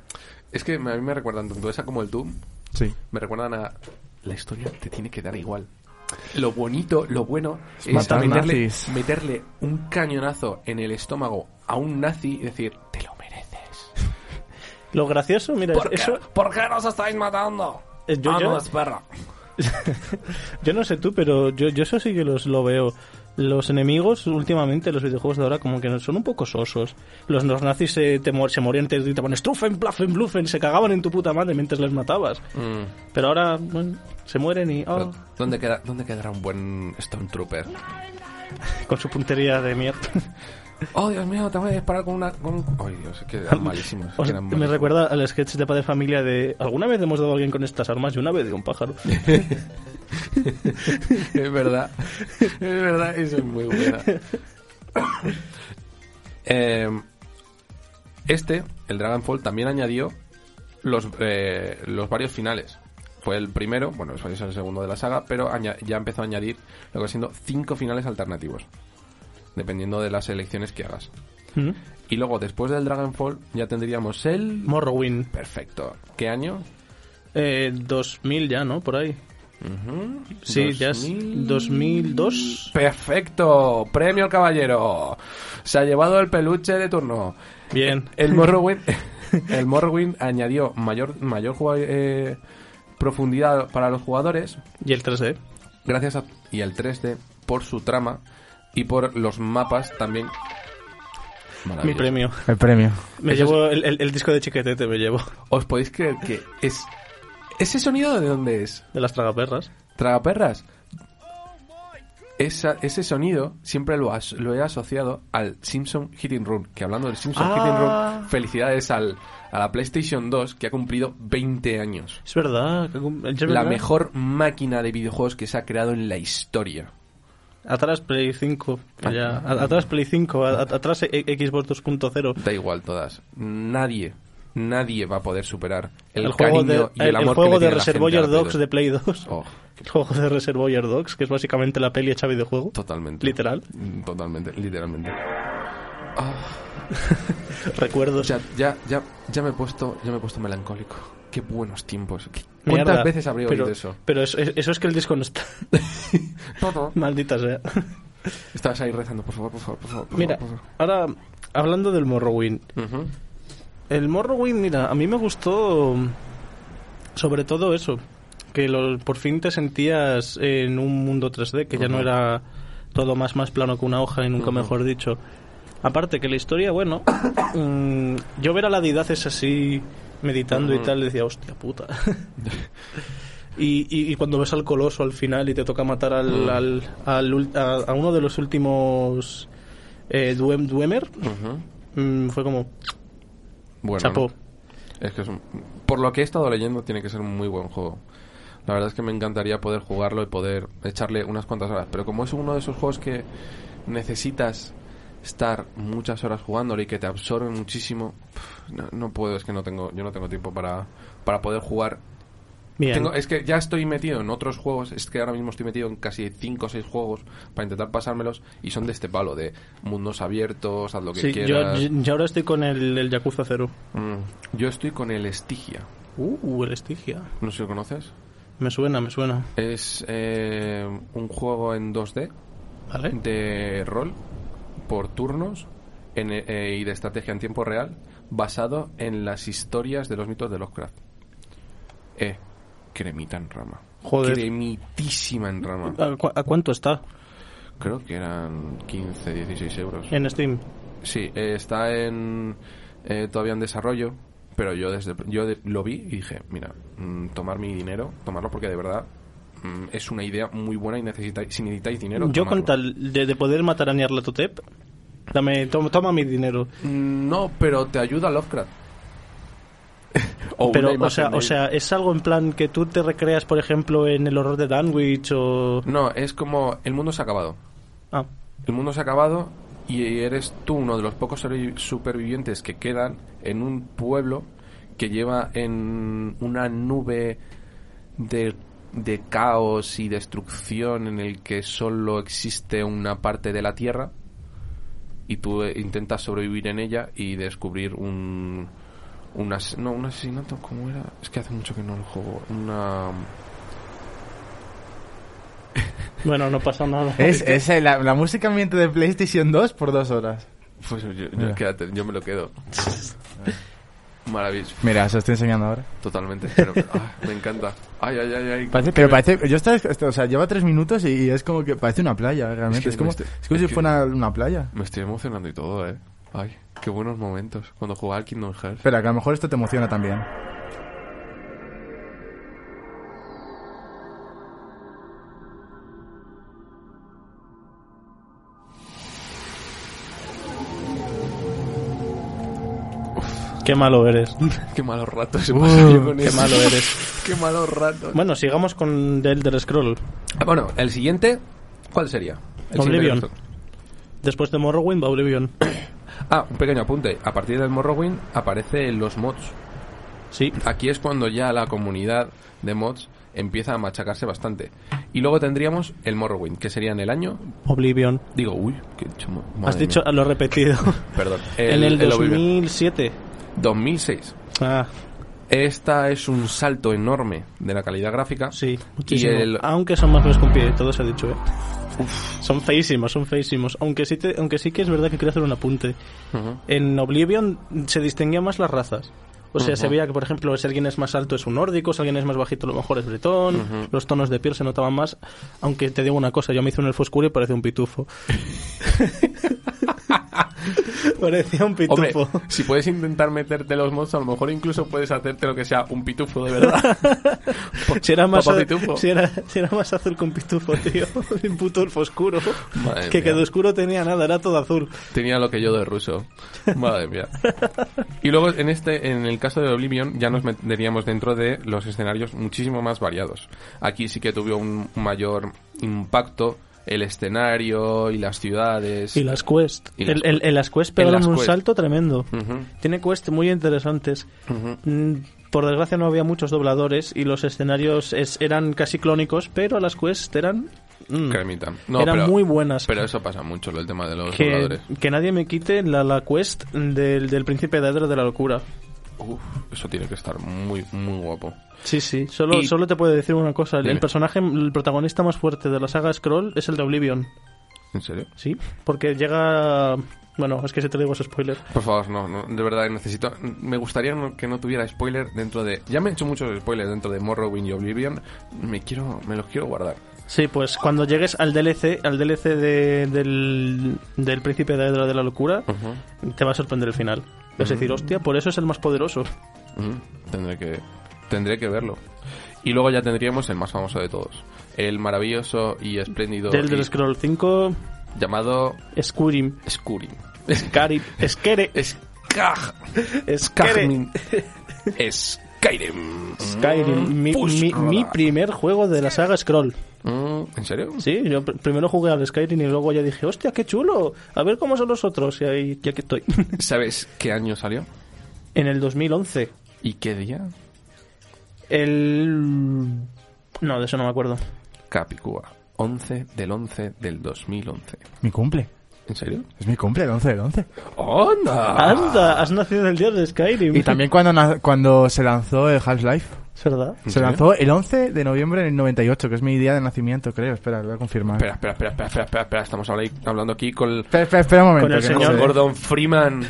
[SPEAKER 3] Es que a mí me recuerdan tanto esa como el Doom.
[SPEAKER 1] Sí.
[SPEAKER 3] Me recuerdan a... La historia te tiene que dar igual. Lo bonito, lo bueno es
[SPEAKER 1] Matar
[SPEAKER 3] meterle,
[SPEAKER 1] nazis.
[SPEAKER 3] meterle un cañonazo en el estómago a un nazi y decir, te lo mereces.
[SPEAKER 2] <laughs> Lo gracioso, mira,
[SPEAKER 3] ¿Por,
[SPEAKER 2] eso
[SPEAKER 3] qué, ¿Por qué nos estáis matando?
[SPEAKER 2] Eh, yo-
[SPEAKER 3] ah,
[SPEAKER 2] yo-
[SPEAKER 3] no, es perra.
[SPEAKER 2] yo no sé tú, pero yo, yo eso sí que los, lo veo. Los enemigos últimamente, los videojuegos de ahora, como que son un poco sosos. Los, los nazis se, te mu- se morían, te gritaban Strufen, Plafen, Blufen, se cagaban en tu puta madre mientras les matabas.
[SPEAKER 3] Mm.
[SPEAKER 2] Pero ahora bueno, se mueren y oh,
[SPEAKER 3] Pero, ¿dónde, queda, ¿Dónde quedará un buen Stormtrooper?
[SPEAKER 2] con su puntería de
[SPEAKER 3] <laughs>
[SPEAKER 2] mierda.
[SPEAKER 3] Oh, Dios mío, te voy a disparar con una. Con... un- Ay, Dios, es que
[SPEAKER 2] <laughs>
[SPEAKER 3] eran malísimos. es que
[SPEAKER 2] O sea,
[SPEAKER 3] eran
[SPEAKER 2] me
[SPEAKER 3] malísimos.
[SPEAKER 2] recuerda al sketch de Padre Familia de ¿Alguna vez hemos dado a alguien con estas armas? Y una vez de un
[SPEAKER 3] <laughs>
[SPEAKER 2] pájaro.
[SPEAKER 3] <laughs> es verdad. Es verdad, eso es muy
[SPEAKER 2] <laughs>
[SPEAKER 3] buena. Eh, este, el Dragonfall, también añadió los, eh, los varios finales. Fue el primero, bueno, eso es el segundo de la saga, pero aña- ya empezó a añadir lo que va siendo cinco finales alternativos. Dependiendo de las elecciones que hagas.
[SPEAKER 2] ¿Mm?
[SPEAKER 3] Y luego, después del Dragonfall, ya tendríamos el...
[SPEAKER 2] Morrowind.
[SPEAKER 3] Perfecto. ¿Qué año?
[SPEAKER 2] Eh, 2000 ya, ¿no? Por ahí.
[SPEAKER 3] Ujú.
[SPEAKER 2] Sí, ya es
[SPEAKER 3] 2000.
[SPEAKER 2] 2002.
[SPEAKER 3] Perfecto, premio al caballero. Se ha llevado el peluche de turno.
[SPEAKER 2] Bien.
[SPEAKER 3] El Morrowind, <laughs> el Morrowind añadió mayor, mayor juga- eh, profundidad para los jugadores
[SPEAKER 2] Y el 3D.
[SPEAKER 3] gracias a, y al 3D por su trama y por los mapas también.
[SPEAKER 2] Mi
[SPEAKER 3] Maravilloso.
[SPEAKER 2] premio.
[SPEAKER 1] El premio.
[SPEAKER 2] Me
[SPEAKER 3] Eso
[SPEAKER 2] llevo el, el- el disco de chiquetete, me llevo.
[SPEAKER 3] ¿Os podéis creer que es ese sonido de dónde es?
[SPEAKER 2] De las tragaperras.
[SPEAKER 3] Tragaperras. Esa, ese sonido siempre lo, as- lo he asociado al Simpson Hitting Run. Que hablando del Simpson
[SPEAKER 2] Ah.
[SPEAKER 3] Hitting Run, felicidades al, a la PlayStation 2 que ha cumplido 20 años.
[SPEAKER 2] Es verdad. que cum- es
[SPEAKER 3] La
[SPEAKER 2] verdad.
[SPEAKER 3] mejor máquina de videojuegos que se ha creado en la historia.
[SPEAKER 2] Atrás Play 5. Ya.
[SPEAKER 3] Ah.
[SPEAKER 2] A- Atrás Play 5. a- a- Atrás e- e- Xbox 2.0.
[SPEAKER 3] Da igual todas. Nadie, nadie va a poder superar el,
[SPEAKER 2] El, juego de,
[SPEAKER 3] cariño y el,
[SPEAKER 2] el- el
[SPEAKER 3] amor que
[SPEAKER 2] juego
[SPEAKER 3] le
[SPEAKER 2] de
[SPEAKER 3] tiene la gente a la
[SPEAKER 2] Reservoir Dogs de
[SPEAKER 3] Play
[SPEAKER 2] Play 2.
[SPEAKER 3] 2. Oh,
[SPEAKER 2] El juego de Reservoir Dogs, que es básicamente la peli hecha videojuego.
[SPEAKER 3] totalmente. Mm,
[SPEAKER 2] Literal. <laughs>
[SPEAKER 3] Totalmente, literalmente.
[SPEAKER 2] Recuerdos.
[SPEAKER 3] Ya, ya, ya, ya me he puesto, ya me he puesto melancólico. Qué buenos tiempos. ¿Qué-
[SPEAKER 2] Mierda.
[SPEAKER 3] ¿Cuántas veces habría
[SPEAKER 2] pero,
[SPEAKER 3] oído eso?
[SPEAKER 2] Pero eso, eso es que el disco no está. <laughs> Maldita
[SPEAKER 3] <laughs>
[SPEAKER 2] sea.
[SPEAKER 3] Estabas ahí rezando, por favor, por favor, por favor. por
[SPEAKER 2] Mira,
[SPEAKER 3] favor, por
[SPEAKER 2] ahora hablando del Morrowind.
[SPEAKER 3] favor. Ujú.
[SPEAKER 2] El Morrowind, mira, a mí me gustó mm, sobre todo eso, que lo- por fin te sentías en un mundo 3D, que ya no
[SPEAKER 3] Ujú.
[SPEAKER 2] era todo más más plano que una hoja y nunca
[SPEAKER 3] Ujú.
[SPEAKER 2] mejor dicho. Aparte que la historia, bueno, <coughs> mm, yo ver a la deidad es así meditando y
[SPEAKER 3] Ujú.
[SPEAKER 2] tal, decía, hostia
[SPEAKER 3] <laughs>
[SPEAKER 2] puta. y, y- y cuando ves al coloso al final y te toca matar al,
[SPEAKER 3] Ujú.
[SPEAKER 2] al- al ul- a, a uno de los últimos eh, Duem- Duemer,
[SPEAKER 3] Ujú.
[SPEAKER 2] mm, fue como,
[SPEAKER 3] Bueno,
[SPEAKER 2] chapó.
[SPEAKER 3] es que es un- por lo que he estado leyendo, tiene que ser un muy buen juego. La verdad es que me encantaría poder jugarlo y poder echarle unas cuantas horas. Pero como es uno de esos juegos que necesitas estar muchas horas jugándolo y que te absorbe muchísimo, pf, no, no puedo, es que no tengo, yo no tengo tiempo para, para poder jugar
[SPEAKER 2] Bien.
[SPEAKER 3] Tengo- es que ya estoy metido en otros juegos, es que ahora mismo estoy metido en casi 5 o 6 juegos para intentar pasármelos y son de este palo, de mundos abiertos, haz lo que
[SPEAKER 2] Sí, yo,
[SPEAKER 3] quieras.
[SPEAKER 2] yo- yo ahora estoy con el, el Yakuza 0.
[SPEAKER 3] Mm, yo estoy con el Estigia,
[SPEAKER 2] Uh, el Estigia.
[SPEAKER 3] no sé si lo conoces.
[SPEAKER 2] Me suena, me suena.
[SPEAKER 3] Es eh, un juego en 2D
[SPEAKER 2] ¿Vale?
[SPEAKER 3] de rol por turnos en- eh, y de estrategia en tiempo real basado en las historias de los mitos de Lovecraft. Eh, cremita en rama.
[SPEAKER 2] Joder.
[SPEAKER 3] Cremitísima en rama.
[SPEAKER 2] ¿A, cu- a cuánto está
[SPEAKER 3] Creo que eran 15, 16 euros.
[SPEAKER 2] en Steam?
[SPEAKER 3] Sí, eh, está en eh, todavía en desarrollo, pero yo desde yo de- lo vi y dije, mira, mm, tomar mi dinero, tomarlo porque de verdad mm, es una idea muy buena y necesitáis, si necesitáis dinero.
[SPEAKER 2] Yo con
[SPEAKER 3] tomadlo.
[SPEAKER 2] tal de, de poder matar a Nyarlathotep, dame, to- toma mi dinero.
[SPEAKER 3] Mm, No, pero te ayuda Lovecraft. <laughs> una
[SPEAKER 2] Pero, o
[SPEAKER 3] imagen
[SPEAKER 2] sea,
[SPEAKER 3] de
[SPEAKER 2] o
[SPEAKER 3] él.
[SPEAKER 2] sea, es algo en plan que tú te recreas, por ejemplo, en el horror de Danwich o...
[SPEAKER 3] No, es como el mundo se ha acabado.
[SPEAKER 2] Ah,
[SPEAKER 3] El mundo se ha acabado y eres tú uno de los pocos sobrevi- supervivientes que quedan en un pueblo que lleva en una nube de, de caos y destrucción en el que solo existe una parte de la tierra y tú eh, intentas sobrevivir en ella y descubrir un un as- no un asesinato cómo era es que hace mucho que no lo juego una
[SPEAKER 2] bueno, no pasa nada.
[SPEAKER 1] Es, es el- la, la música ambiente de PlayStation 2 por dos horas.
[SPEAKER 3] Pues yo, yo-
[SPEAKER 1] Mira.
[SPEAKER 3] quédate, yo me lo quedo. Maravilloso.
[SPEAKER 1] Mira, se lo estoy enseñando ahora.
[SPEAKER 3] Totalmente. Pero, <laughs> ah, me encanta. Ay, ay, ay, ay.
[SPEAKER 1] Parece, pero parece, yo estaba, o sea, lleva tres minutos y, y es como que parece una playa, realmente. Es,
[SPEAKER 3] Es que
[SPEAKER 1] como, este-
[SPEAKER 3] me estoy-
[SPEAKER 1] es como
[SPEAKER 3] es
[SPEAKER 1] si
[SPEAKER 3] que-
[SPEAKER 1] fuera una playa.
[SPEAKER 3] Me estoy emocionando y todo, eh. Ay, qué buenos momentos. Cuando jugaba al Kingdom Hearts. <laughs>
[SPEAKER 1] Espera, que a lo mejor esto te emociona también.
[SPEAKER 2] Qué malo eres.
[SPEAKER 3] Qué malos ratos he pasado yo con
[SPEAKER 2] qué
[SPEAKER 3] eso.
[SPEAKER 2] malo eres.
[SPEAKER 3] <laughs> Qué malos ratos.
[SPEAKER 2] Bueno, sigamos con The Elder Scroll.
[SPEAKER 3] Ah, Bueno, el siguiente, ¿cuál sería? El siguiente
[SPEAKER 2] Oblivion.
[SPEAKER 3] que nos toca.
[SPEAKER 2] Después de Morrowind va Oblivion.
[SPEAKER 3] Ah, un pequeño apunte. A partir del Morrowind aparecen los mods.
[SPEAKER 2] Sí.
[SPEAKER 3] Aquí es cuando ya la comunidad de mods empieza a machacarse bastante. Y luego tendríamos el Morrowind, que sería en el año.
[SPEAKER 2] Oblivion.
[SPEAKER 3] Digo, uy, qué chumo.
[SPEAKER 2] Has dicho, lo he
[SPEAKER 3] <laughs>
[SPEAKER 2] repetido.
[SPEAKER 3] Perdón.
[SPEAKER 2] en el,
[SPEAKER 3] Oblivion.
[SPEAKER 2] 2007.
[SPEAKER 3] 2006.
[SPEAKER 2] Ah,
[SPEAKER 3] Esta es un salto enorme de la calidad gráfica.
[SPEAKER 2] sí, muchísimo.
[SPEAKER 3] Y el-
[SPEAKER 2] Aunque son más los con pie, todo se ha dicho, ¿eh? Son feísimos, son feísimos. Aunque sí, te- aunque sí que es verdad que quería hacer un apunte.
[SPEAKER 3] Ujú.
[SPEAKER 2] En Oblivion se distinguían más las razas. O sea, se veía que, por ejemplo, si alguien es más alto es un nórdico, si alguien es más bajito a lo mejor es bretón, los tonos de piel se notaban más. Aunque te digo una cosa, yo me hice un elfo oscuro y parecía un
[SPEAKER 3] <laughs>
[SPEAKER 2] pitufo. <laughs> parecía un pitufo.
[SPEAKER 3] Hombre, si puedes intentar meterte los mods, a lo mejor incluso puedes hacerte lo que sea un pitufo de
[SPEAKER 2] <laughs>
[SPEAKER 3] verdad.
[SPEAKER 2] Pues Si era, más
[SPEAKER 3] Papá
[SPEAKER 2] a-
[SPEAKER 3] pitufo.
[SPEAKER 2] si, era, si era más azul con pitufo, tío. <laughs> Un puto elfo oscuro.
[SPEAKER 3] Madre
[SPEAKER 2] que
[SPEAKER 3] mía.
[SPEAKER 2] quedó oscuro tenía nada, era todo azul.
[SPEAKER 3] Tenía lo que yo de ruso. Madre mía. Y luego en este, en el caso de Oblivion, ya nos meteríamos dentro de los escenarios muchísimo más variados. Aquí sí que tuvo un mayor impacto el escenario y las ciudades.
[SPEAKER 2] Y las quest.
[SPEAKER 3] Y las
[SPEAKER 2] el, el- el- las quest pegaron
[SPEAKER 3] las
[SPEAKER 2] un
[SPEAKER 3] quest. Mm.
[SPEAKER 2] salto tremendo.
[SPEAKER 3] Ujú,
[SPEAKER 2] Tiene quest muy interesantes.
[SPEAKER 3] ujú.
[SPEAKER 2] Mm, Por desgracia no había muchos dobladores y los escenarios es- eran casi clónicos, pero las quest eran... mm,
[SPEAKER 3] Cremita. No,
[SPEAKER 2] eran
[SPEAKER 3] pero-
[SPEAKER 2] muy buenas.
[SPEAKER 3] Pero eso pasa mucho, el tema de los
[SPEAKER 2] que,
[SPEAKER 3] dobladores.
[SPEAKER 2] que nadie me quite la, la quest del, del príncipe de Adler de la locura.
[SPEAKER 3] Uf, eso tiene que estar muy, muy guapo.
[SPEAKER 2] Sí, sí. Solo,
[SPEAKER 3] Y-
[SPEAKER 2] solo te puedo decir una cosa. El, el
[SPEAKER 3] Dime.
[SPEAKER 2] personaje, el protagonista más fuerte de la saga Scroll es el de Oblivion.
[SPEAKER 3] ¿En serio?
[SPEAKER 2] Sí. Porque llega... Bueno, es que si te digo es spoiler.
[SPEAKER 3] Por favor, no, no, de verdad necesito. Me gustaría no- que no tuviera spoiler dentro de. Ya me he hecho muchos spoilers dentro de Morrowind y Oblivion. Me quiero, me los quiero guardar.
[SPEAKER 2] Sí, pues cuando llegues al DLC, al DLC de- del, del príncipe de Edra de la locura,
[SPEAKER 3] Ah.
[SPEAKER 2] te va a sorprender el final. Es decir, hostia, por eso es el más poderoso.
[SPEAKER 3] Ujú, Tendré que, tendré que verlo. Y luego ya tendríamos el más famoso de todos, el maravilloso y espléndido
[SPEAKER 2] Del
[SPEAKER 3] y
[SPEAKER 2] del Scroll 5,
[SPEAKER 3] llamado
[SPEAKER 2] Skyrim,
[SPEAKER 3] <laughs> Skurin.
[SPEAKER 2] Skyrim, Skere,
[SPEAKER 3] Skaj,
[SPEAKER 2] Skere,
[SPEAKER 3] <laughs> Skyrim. Mm.
[SPEAKER 2] Skyrim, mi,
[SPEAKER 3] Push,
[SPEAKER 2] mi- mi
[SPEAKER 3] roda.
[SPEAKER 2] primer juego de la saga Scroll.
[SPEAKER 3] Mm, ¿En serio?
[SPEAKER 2] Sí, yo pr- primero jugué al Skyrim y luego ya dije, hostia, qué chulo, a ver cómo son los otros, y ahí ya
[SPEAKER 1] <laughs>
[SPEAKER 2] que estoy.
[SPEAKER 3] ¿Sabes qué año salió?
[SPEAKER 2] en el 2011,
[SPEAKER 3] ¿Y qué día?
[SPEAKER 2] el... No, de eso no me acuerdo.
[SPEAKER 3] Capicúa. 11 del 11 del 2011.
[SPEAKER 1] Mi cumple.
[SPEAKER 3] ¿En serio?
[SPEAKER 1] Es mi cumple, el 11 del 11.
[SPEAKER 3] ¡Onda!
[SPEAKER 2] Anda, has nacido el día de Skyrim.
[SPEAKER 1] Ah. Y también cuando, na- cuando se lanzó el Half-Life.
[SPEAKER 2] <laughs> Es verdad.
[SPEAKER 1] Se
[SPEAKER 3] serio?
[SPEAKER 1] lanzó el 11 de noviembre del 98, que es mi día de nacimiento, creo. Espera, lo voy a confirmar.
[SPEAKER 3] Espera, espera, espera, espera, espera, espera, espera. Estamos habla- hablando aquí con el
[SPEAKER 1] espera, espera, espera un momento.
[SPEAKER 2] Con el
[SPEAKER 1] que no
[SPEAKER 2] señor
[SPEAKER 1] sé.
[SPEAKER 3] Gordon Freeman.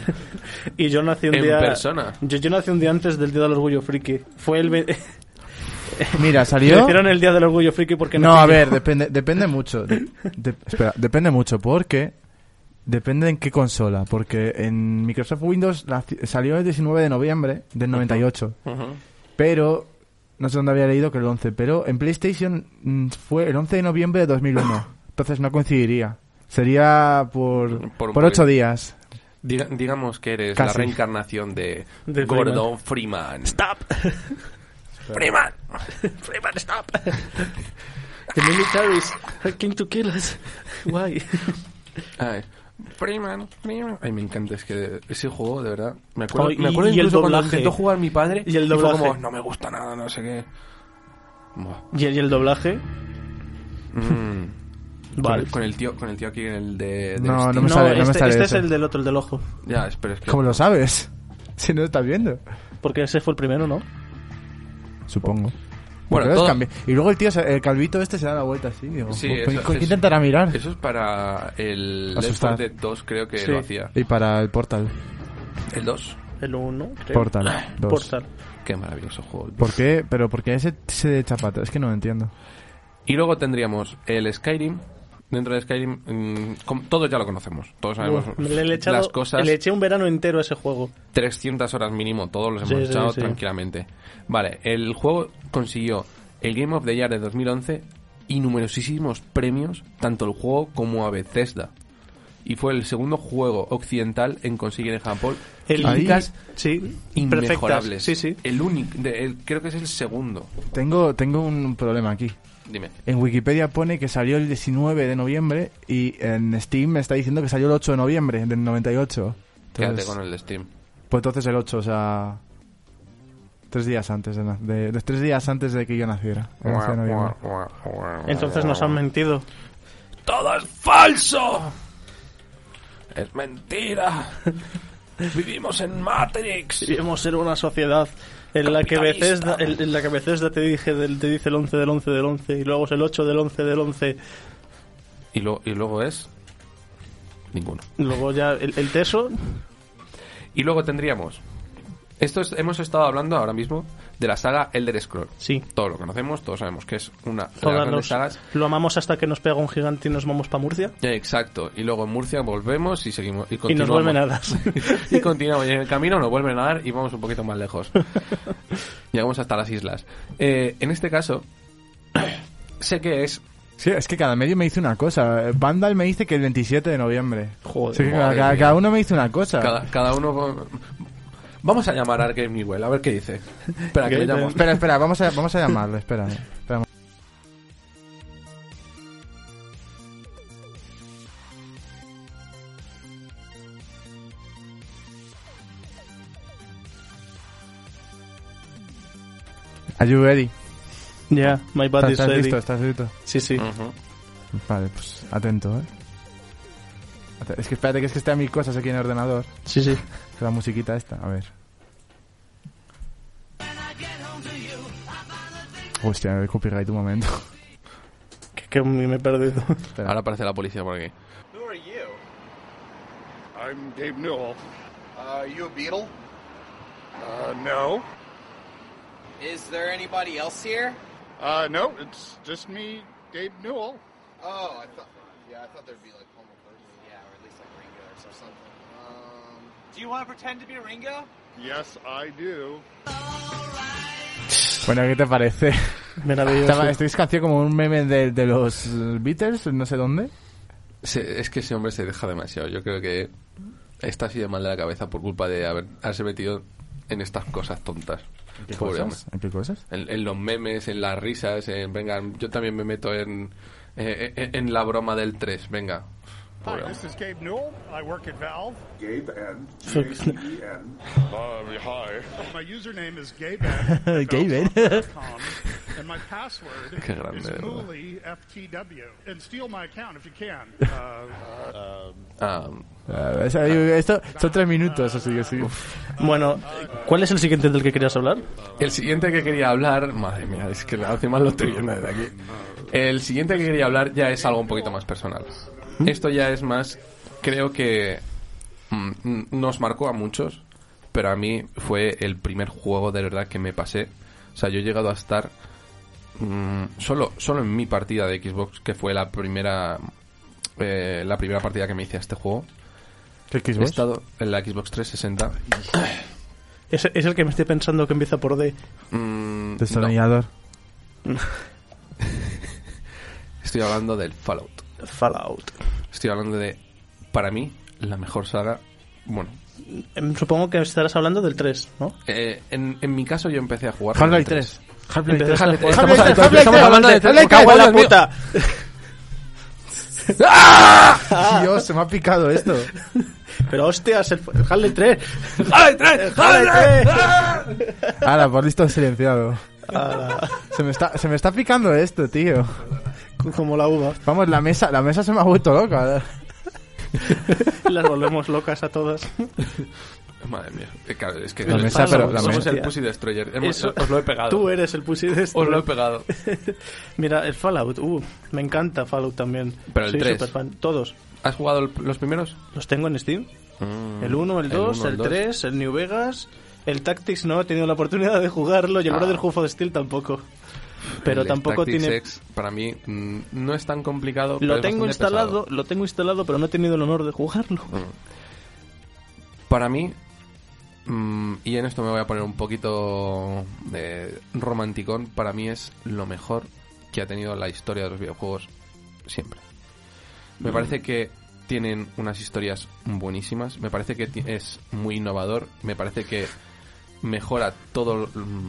[SPEAKER 2] Y yo nací <laughs> un
[SPEAKER 3] En
[SPEAKER 2] día.
[SPEAKER 3] persona.
[SPEAKER 2] Yo, yo nací un día antes del Día del Orgullo Friki. Fue el. ve- <laughs>
[SPEAKER 1] Mira,
[SPEAKER 2] Le
[SPEAKER 1] salió...
[SPEAKER 2] hicieron el Día del Orgullo Friki porque
[SPEAKER 1] No,
[SPEAKER 2] nací
[SPEAKER 1] a
[SPEAKER 2] yo.
[SPEAKER 1] ver,
[SPEAKER 2] <laughs>
[SPEAKER 1] depende, depende mucho. De- de- espera, depende mucho porque depende en qué consola. Porque en Microsoft Windows la- salió el 19 de noviembre del 98,
[SPEAKER 3] Ujú.
[SPEAKER 1] pero no sé dónde había leído que el 11, pero en PlayStation mm, fue el 11 de noviembre de 2001. Entonces no coincidiría. Sería por
[SPEAKER 3] Por un
[SPEAKER 1] por ocho
[SPEAKER 3] poquito.
[SPEAKER 1] días.
[SPEAKER 3] Diga- digamos que eres
[SPEAKER 1] Casi.
[SPEAKER 3] la reencarnación de,
[SPEAKER 2] De
[SPEAKER 3] Gordon Freeman.
[SPEAKER 2] ¡Stop!
[SPEAKER 3] Freeman. Freeman, stop.
[SPEAKER 2] <laughs> The militaries are came to kill <laughs> us. Why?
[SPEAKER 3] Ay, Freeman, Freeman. Ay, me encanta, es que ese juego, de verdad. Me
[SPEAKER 2] acuerdo-
[SPEAKER 3] acuerdo,
[SPEAKER 2] Ay,
[SPEAKER 3] me
[SPEAKER 2] me acuerdo y- y el
[SPEAKER 3] incluso
[SPEAKER 2] incluso cuando
[SPEAKER 3] cuando
[SPEAKER 2] doblaje.
[SPEAKER 3] intentó
[SPEAKER 2] intentó
[SPEAKER 3] jugar mi padre.
[SPEAKER 2] Y el y fue
[SPEAKER 3] fue
[SPEAKER 2] doblaje.
[SPEAKER 3] como,
[SPEAKER 2] como,
[SPEAKER 3] no me gusta nada, no sé qué.
[SPEAKER 2] <laughs>
[SPEAKER 3] Buah.
[SPEAKER 2] ¿Y, y el doblaje?
[SPEAKER 3] Mm.
[SPEAKER 2] Vale.
[SPEAKER 3] Con, con el tío, con el tío aquí, el de. de
[SPEAKER 1] No,
[SPEAKER 3] Steam.
[SPEAKER 1] no me sale, no me
[SPEAKER 2] este,
[SPEAKER 1] sale
[SPEAKER 2] este es
[SPEAKER 1] ese.
[SPEAKER 2] el del otro, el del ojo.
[SPEAKER 3] Ya, espera, es que.
[SPEAKER 1] ¿Cómo lo sabes? <laughs> Si no estás viendo.
[SPEAKER 2] Porque ese fue el primero, ¿no?
[SPEAKER 1] Supongo.
[SPEAKER 3] Bueno,
[SPEAKER 1] Porque los
[SPEAKER 3] todo-
[SPEAKER 1] cambi- Y luego el tío, se- el calvito este se da la vuelta así, digo.
[SPEAKER 3] Sí,
[SPEAKER 1] ¿Qué
[SPEAKER 3] eso- eso-
[SPEAKER 1] intentará mirar?
[SPEAKER 3] Eso es para el.
[SPEAKER 1] Asustar.
[SPEAKER 3] Dead 2, creo que
[SPEAKER 2] Sí.
[SPEAKER 3] lo hacía.
[SPEAKER 1] Y para el portal.
[SPEAKER 3] El 2.
[SPEAKER 2] El 1, creo.
[SPEAKER 3] <clears throat>
[SPEAKER 1] Portal. dos.
[SPEAKER 2] Portal.
[SPEAKER 3] Qué maravilloso juego. el
[SPEAKER 1] ¿Por qué? Pero porque ese se echa para atrás, es que no lo entiendo.
[SPEAKER 3] Y luego tendríamos el Skyrim. Dentro de Skyrim, mm, com- todos ya lo conocemos. Todos sabemos
[SPEAKER 2] Uf, le, he echado-
[SPEAKER 3] las cosas.
[SPEAKER 2] le eché un verano entero a ese juego.
[SPEAKER 3] 300 horas mínimo, todos los hemos
[SPEAKER 2] Sí, sí,
[SPEAKER 3] echado
[SPEAKER 2] sí.
[SPEAKER 3] tranquilamente. Vale, el juego consiguió el Game of the Year de 2011 y numerosísimos premios, tanto el juego como a Bethesda. Y fue el segundo juego occidental en conseguir en Japón
[SPEAKER 2] El
[SPEAKER 1] Ahí-
[SPEAKER 3] críticas
[SPEAKER 2] Sí, perfectas.
[SPEAKER 3] inmejorables.
[SPEAKER 2] Sí, sí.
[SPEAKER 3] El único, de- el- creo que es el segundo.
[SPEAKER 1] Tengo, tengo un problema aquí.
[SPEAKER 3] Dime.
[SPEAKER 1] En Wikipedia pone que salió el 19 de noviembre y en Steam me está diciendo que salió el 8 de noviembre del 98.
[SPEAKER 3] Quédate
[SPEAKER 1] Entonces,
[SPEAKER 3] con el de Steam.
[SPEAKER 1] Pues entonces el 8, o sea... Tres días antes de, na- de- de- tres días antes de que yo naciera. el 11 de noviembre.
[SPEAKER 2] Entonces nos han mentido.
[SPEAKER 3] ¡Todo es falso!
[SPEAKER 2] <laughs>
[SPEAKER 3] ¡Es mentira! ¡Vivimos en Matrix!
[SPEAKER 2] Debemos ser una sociedad en la que Bethesda,
[SPEAKER 3] Capitalista.
[SPEAKER 2] en, en la que Bethesda te, dije del- te dice el 11 del 11 del 11 y luego es el 8 del 11 del 11.
[SPEAKER 3] Y, lo- y luego es. Ninguno.
[SPEAKER 2] Luego ya el, el teso.
[SPEAKER 3] Y luego tendríamos. Esto es- hemos estado hablando ahora mismo de la saga Elder Scroll.
[SPEAKER 2] Sí.
[SPEAKER 3] Todos lo conocemos, todos sabemos que es una de las
[SPEAKER 2] Todas
[SPEAKER 3] grandes
[SPEAKER 2] nos,
[SPEAKER 3] sagas.
[SPEAKER 2] lo amamos hasta que nos pega un gigante y nos vamos para Murcia.
[SPEAKER 3] Eh, Exacto. Y luego en Murcia volvemos y seguimos. Y,
[SPEAKER 2] Y nos
[SPEAKER 3] continuamos.
[SPEAKER 2] vuelven a dar.
[SPEAKER 3] <laughs> y continuamos. Y en el camino nos vuelven a dar y vamos un poquito
[SPEAKER 2] <laughs>
[SPEAKER 3] más lejos. Llegamos hasta las islas. Eh, en este caso, <coughs> sé que es
[SPEAKER 1] Sí, es que cada medio me dice una cosa. Vandal me dice que el 27 de noviembre.
[SPEAKER 2] <laughs> Joder,
[SPEAKER 1] Sí, que cada,
[SPEAKER 3] madre
[SPEAKER 1] cada-
[SPEAKER 3] mía.
[SPEAKER 1] cada uno me dice una cosa.
[SPEAKER 3] Cada, cada uno. con- Vamos a llamar a Arcade Newell, a ver qué dice. Espera, que le llamo.
[SPEAKER 1] Espera,
[SPEAKER 3] Espera.
[SPEAKER 1] espera, vamos a, vamos a llamarle, espera. espera. Are you ready?
[SPEAKER 2] Ya, my
[SPEAKER 1] ¿Estás,
[SPEAKER 2] body is
[SPEAKER 1] estás
[SPEAKER 2] ready.
[SPEAKER 1] listo? ¿Estás listo?
[SPEAKER 2] Sí, sí.
[SPEAKER 3] Ujú.
[SPEAKER 1] Vale, pues atento, ¿eh? Ate- Es que espérate, que es que está mil cosas aquí en el ordenador.
[SPEAKER 2] Sí,
[SPEAKER 1] <laughs>
[SPEAKER 2] sí.
[SPEAKER 1] La musiquita esta, a ver. Hostia, el copyright un momento. <laughs>
[SPEAKER 2] Que, que me he perdido. <laughs>
[SPEAKER 1] Espera.
[SPEAKER 3] Ahora aparece la policía por aquí.
[SPEAKER 6] Who are you? I'm Dave Newell. Uh, you a beetle? Uh, no.
[SPEAKER 7] Is there anybody else here?
[SPEAKER 6] Uh, no, it's just me, Dave Newell.
[SPEAKER 7] Oh, I thought. Yeah, I thought there'd be like Homer Burton. Yeah, or at least like Ringo or something. Um, Do you want to pretend to be Ringo?
[SPEAKER 6] Yes, I do.
[SPEAKER 1] Bueno, ¿qué te parece?
[SPEAKER 2] Maravilloso.
[SPEAKER 1] Estaba, estoy canción como un meme de, de los eh, Beatles, no sé dónde.
[SPEAKER 3] Se- es que ese hombre se deja demasiado. Yo creo que está así de mal de la cabeza por culpa de haber, haberse metido en estas cosas tontas. Pobre hombre.
[SPEAKER 1] ¿En qué cosas?
[SPEAKER 3] En, en los memes, en las risas, en. Venga, yo también me meto en. eh, eh, en la broma del 3, venga.
[SPEAKER 6] Hi,
[SPEAKER 3] Pobre
[SPEAKER 6] this is Gabe Newell. I work at Valve.
[SPEAKER 8] Gabe N.
[SPEAKER 6] E
[SPEAKER 8] G-A-B-E-N.
[SPEAKER 6] hi. My username <laughs> is Gabe N. at
[SPEAKER 1] Gabe N.
[SPEAKER 6] valvesoftware.com, and my <laughs> password
[SPEAKER 3] Qué grande,
[SPEAKER 6] is
[SPEAKER 3] de verdad.
[SPEAKER 6] Mooley FTW. And steal my account if you can. <laughs> Uh,
[SPEAKER 3] Ah,
[SPEAKER 1] Ah, es- eh, esto son tres minutos, así que sí.
[SPEAKER 2] Bueno, ¿cuál es el siguiente del que querías hablar?
[SPEAKER 3] El siguiente que quería hablar, madre mía, es que encima lo estoy viendo desde aquí. El siguiente que quería hablar ya es algo un poquito más personal. Esto ya es más, creo que mm, mm, nos marcó a muchos, pero a mí fue el primer juego de verdad que me pasé. O sea, yo he llegado a estar mm, solo, solo en mi partida de Xbox, que fue la primera, eh, la primera partida que me hice a este juego.
[SPEAKER 1] ¿Qué
[SPEAKER 3] He
[SPEAKER 1] Xbox?
[SPEAKER 3] estado en la Xbox 360.
[SPEAKER 2] Es, es el que me estoy pensando que empieza por D.
[SPEAKER 3] Mm, no,
[SPEAKER 1] Destornillador.
[SPEAKER 3] estoy hablando del Fallout.
[SPEAKER 2] Fallout.
[SPEAKER 3] Estoy hablando de, para mí, la mejor saga. Bueno,
[SPEAKER 2] Em, Supongo que estarás hablando del 3, ¿no?
[SPEAKER 3] eh, en, en mi caso yo empecé a jugar.
[SPEAKER 1] Half-Life
[SPEAKER 3] con el
[SPEAKER 1] 3.
[SPEAKER 2] Empezaste a jugar-
[SPEAKER 3] Half-Life 3,
[SPEAKER 2] Estamos-
[SPEAKER 1] Half-Life 3,
[SPEAKER 2] estamos hablando de
[SPEAKER 1] Half-Life
[SPEAKER 2] 3. me
[SPEAKER 1] 3,
[SPEAKER 2] cago en la
[SPEAKER 1] Dios mío.
[SPEAKER 2] puta.
[SPEAKER 1] Dios, se me ha picado esto.
[SPEAKER 2] Pero hostias, el el Half-Life Eh, 3.
[SPEAKER 3] ¡Half-Life 3! ¡Half-Life 3!
[SPEAKER 1] Ahora, por listo silenciado. Se me, está, se me está picando esto, tío.
[SPEAKER 2] Como la uva.
[SPEAKER 1] Vamos, la mesa, la mesa se me ha vuelto loca.
[SPEAKER 2] Las volvemos locas a todas.
[SPEAKER 3] Madre mía, eh, claro, es que
[SPEAKER 1] La
[SPEAKER 3] el-
[SPEAKER 1] mesa, pero-
[SPEAKER 3] somos
[SPEAKER 1] la
[SPEAKER 3] somos
[SPEAKER 1] mesa.
[SPEAKER 3] el Pussy Destroyer. Hemos-
[SPEAKER 2] Eso-
[SPEAKER 3] os lo he pegado.
[SPEAKER 2] Tú eres el pussy de esto.
[SPEAKER 3] Os lo he pegado.
[SPEAKER 2] Mira, el Fallout. Uh, me encanta Fallout también.
[SPEAKER 3] Pero el
[SPEAKER 2] Soy
[SPEAKER 3] 3.
[SPEAKER 2] superfan. Todos.
[SPEAKER 3] ¿Has jugado el- los primeros?
[SPEAKER 2] Los tengo en Steam. El 1, el
[SPEAKER 3] El
[SPEAKER 2] 2,
[SPEAKER 3] uno, el
[SPEAKER 2] el
[SPEAKER 3] dos.
[SPEAKER 2] 3, el New Vegas. El Tactics no he tenido la oportunidad de jugarlo y el
[SPEAKER 3] Ah.
[SPEAKER 2] Brotherhood of Steel tampoco. Pero
[SPEAKER 3] Mm, El
[SPEAKER 2] tampoco
[SPEAKER 3] Tactics
[SPEAKER 2] tiene.
[SPEAKER 3] X, para mí mm, no es tan complicado. pero
[SPEAKER 2] Lo
[SPEAKER 3] es
[SPEAKER 2] tengo
[SPEAKER 3] bastante
[SPEAKER 2] instalado,
[SPEAKER 3] pesado.
[SPEAKER 2] lo tengo instalado, pero no he tenido el honor de jugarlo.
[SPEAKER 3] Para mí, mm, y en esto me voy a poner un poquito de romanticón, para mí es lo mejor que ha tenido la historia de los videojuegos siempre. Me
[SPEAKER 2] Mm.
[SPEAKER 3] parece que tienen unas historias buenísimas, me parece que ti- es muy innovador, me parece que mejora todo, mm,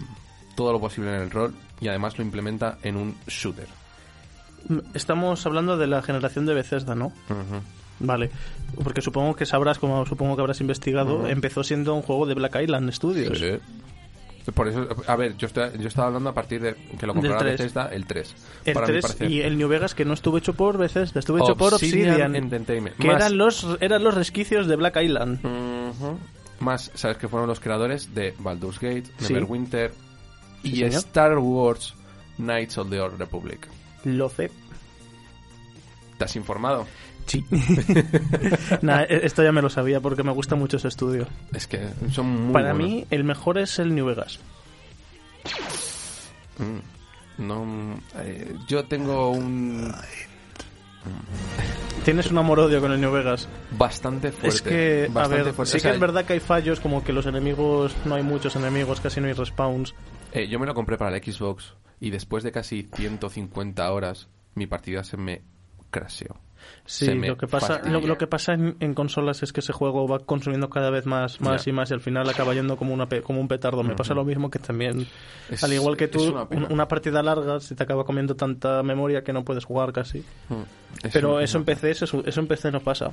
[SPEAKER 3] todo lo posible en el rol y además lo implementa en un shooter.
[SPEAKER 2] Estamos hablando de la generación de Bethesda, ¿no?
[SPEAKER 3] Ujú.
[SPEAKER 2] Vale, porque supongo que sabrás, como supongo que habrás investigado, empezó siendo un juego de Black Island Studios.
[SPEAKER 3] Por eso, a ver, yo, estoy, yo estaba hablando a partir de que lo
[SPEAKER 2] Del
[SPEAKER 3] comprara
[SPEAKER 2] tres.
[SPEAKER 3] Bethesda el 3.
[SPEAKER 2] El 3 y el New Vegas que no estuvo hecho por Bethesda, estuvo hecho por
[SPEAKER 3] Obsidian
[SPEAKER 2] Obsidian,
[SPEAKER 3] Entertainment.
[SPEAKER 2] que
[SPEAKER 3] Más.
[SPEAKER 2] eran los eran los resquicios de Black Island.
[SPEAKER 3] Más, sabes que fueron los creadores de Baldur's Gate,
[SPEAKER 2] Sí.
[SPEAKER 3] Neverwinter y
[SPEAKER 2] señor.
[SPEAKER 3] Star Wars Knights of the Old Republic.
[SPEAKER 2] Lo sé.
[SPEAKER 3] ¿Te has informado?
[SPEAKER 2] Sí. Nah, e- esto ya me lo sabía porque me gusta mucho ese estudio.
[SPEAKER 3] Es que son muy
[SPEAKER 2] Para
[SPEAKER 3] buenos.
[SPEAKER 2] mí el mejor es el New Vegas.
[SPEAKER 3] No, mm, eh, yo tengo un
[SPEAKER 2] Tienes un amor odio con el New Vegas.
[SPEAKER 3] bastante fuerte.
[SPEAKER 2] es que a
[SPEAKER 3] bastante
[SPEAKER 2] ver,
[SPEAKER 3] fuerte.
[SPEAKER 2] sí
[SPEAKER 3] O sea,
[SPEAKER 2] que es verdad que hay fallos como que los enemigos no hay muchos enemigos, casi no hay respawns.
[SPEAKER 3] Eh, yo me lo compré para la Xbox y después de casi 150 horas mi partida se me crasheó.
[SPEAKER 2] Sí,
[SPEAKER 3] Se me
[SPEAKER 2] lo que pasa,
[SPEAKER 3] fastidia.
[SPEAKER 2] lo, lo que pasa en, en consolas es que ese juego va consumiendo cada vez más, más
[SPEAKER 3] Ya.
[SPEAKER 2] y más y al final acaba yendo como una pe- como un petardo. Me pasa lo mismo que también,
[SPEAKER 3] Es-
[SPEAKER 2] al igual que tú,
[SPEAKER 3] es una pena.
[SPEAKER 2] un- una partida larga se te acaba comiendo tanta memoria que no puedes jugar casi.
[SPEAKER 3] Es
[SPEAKER 2] Mm. Pero
[SPEAKER 3] una-
[SPEAKER 2] eso en PC, eso, eso en PC no pasa.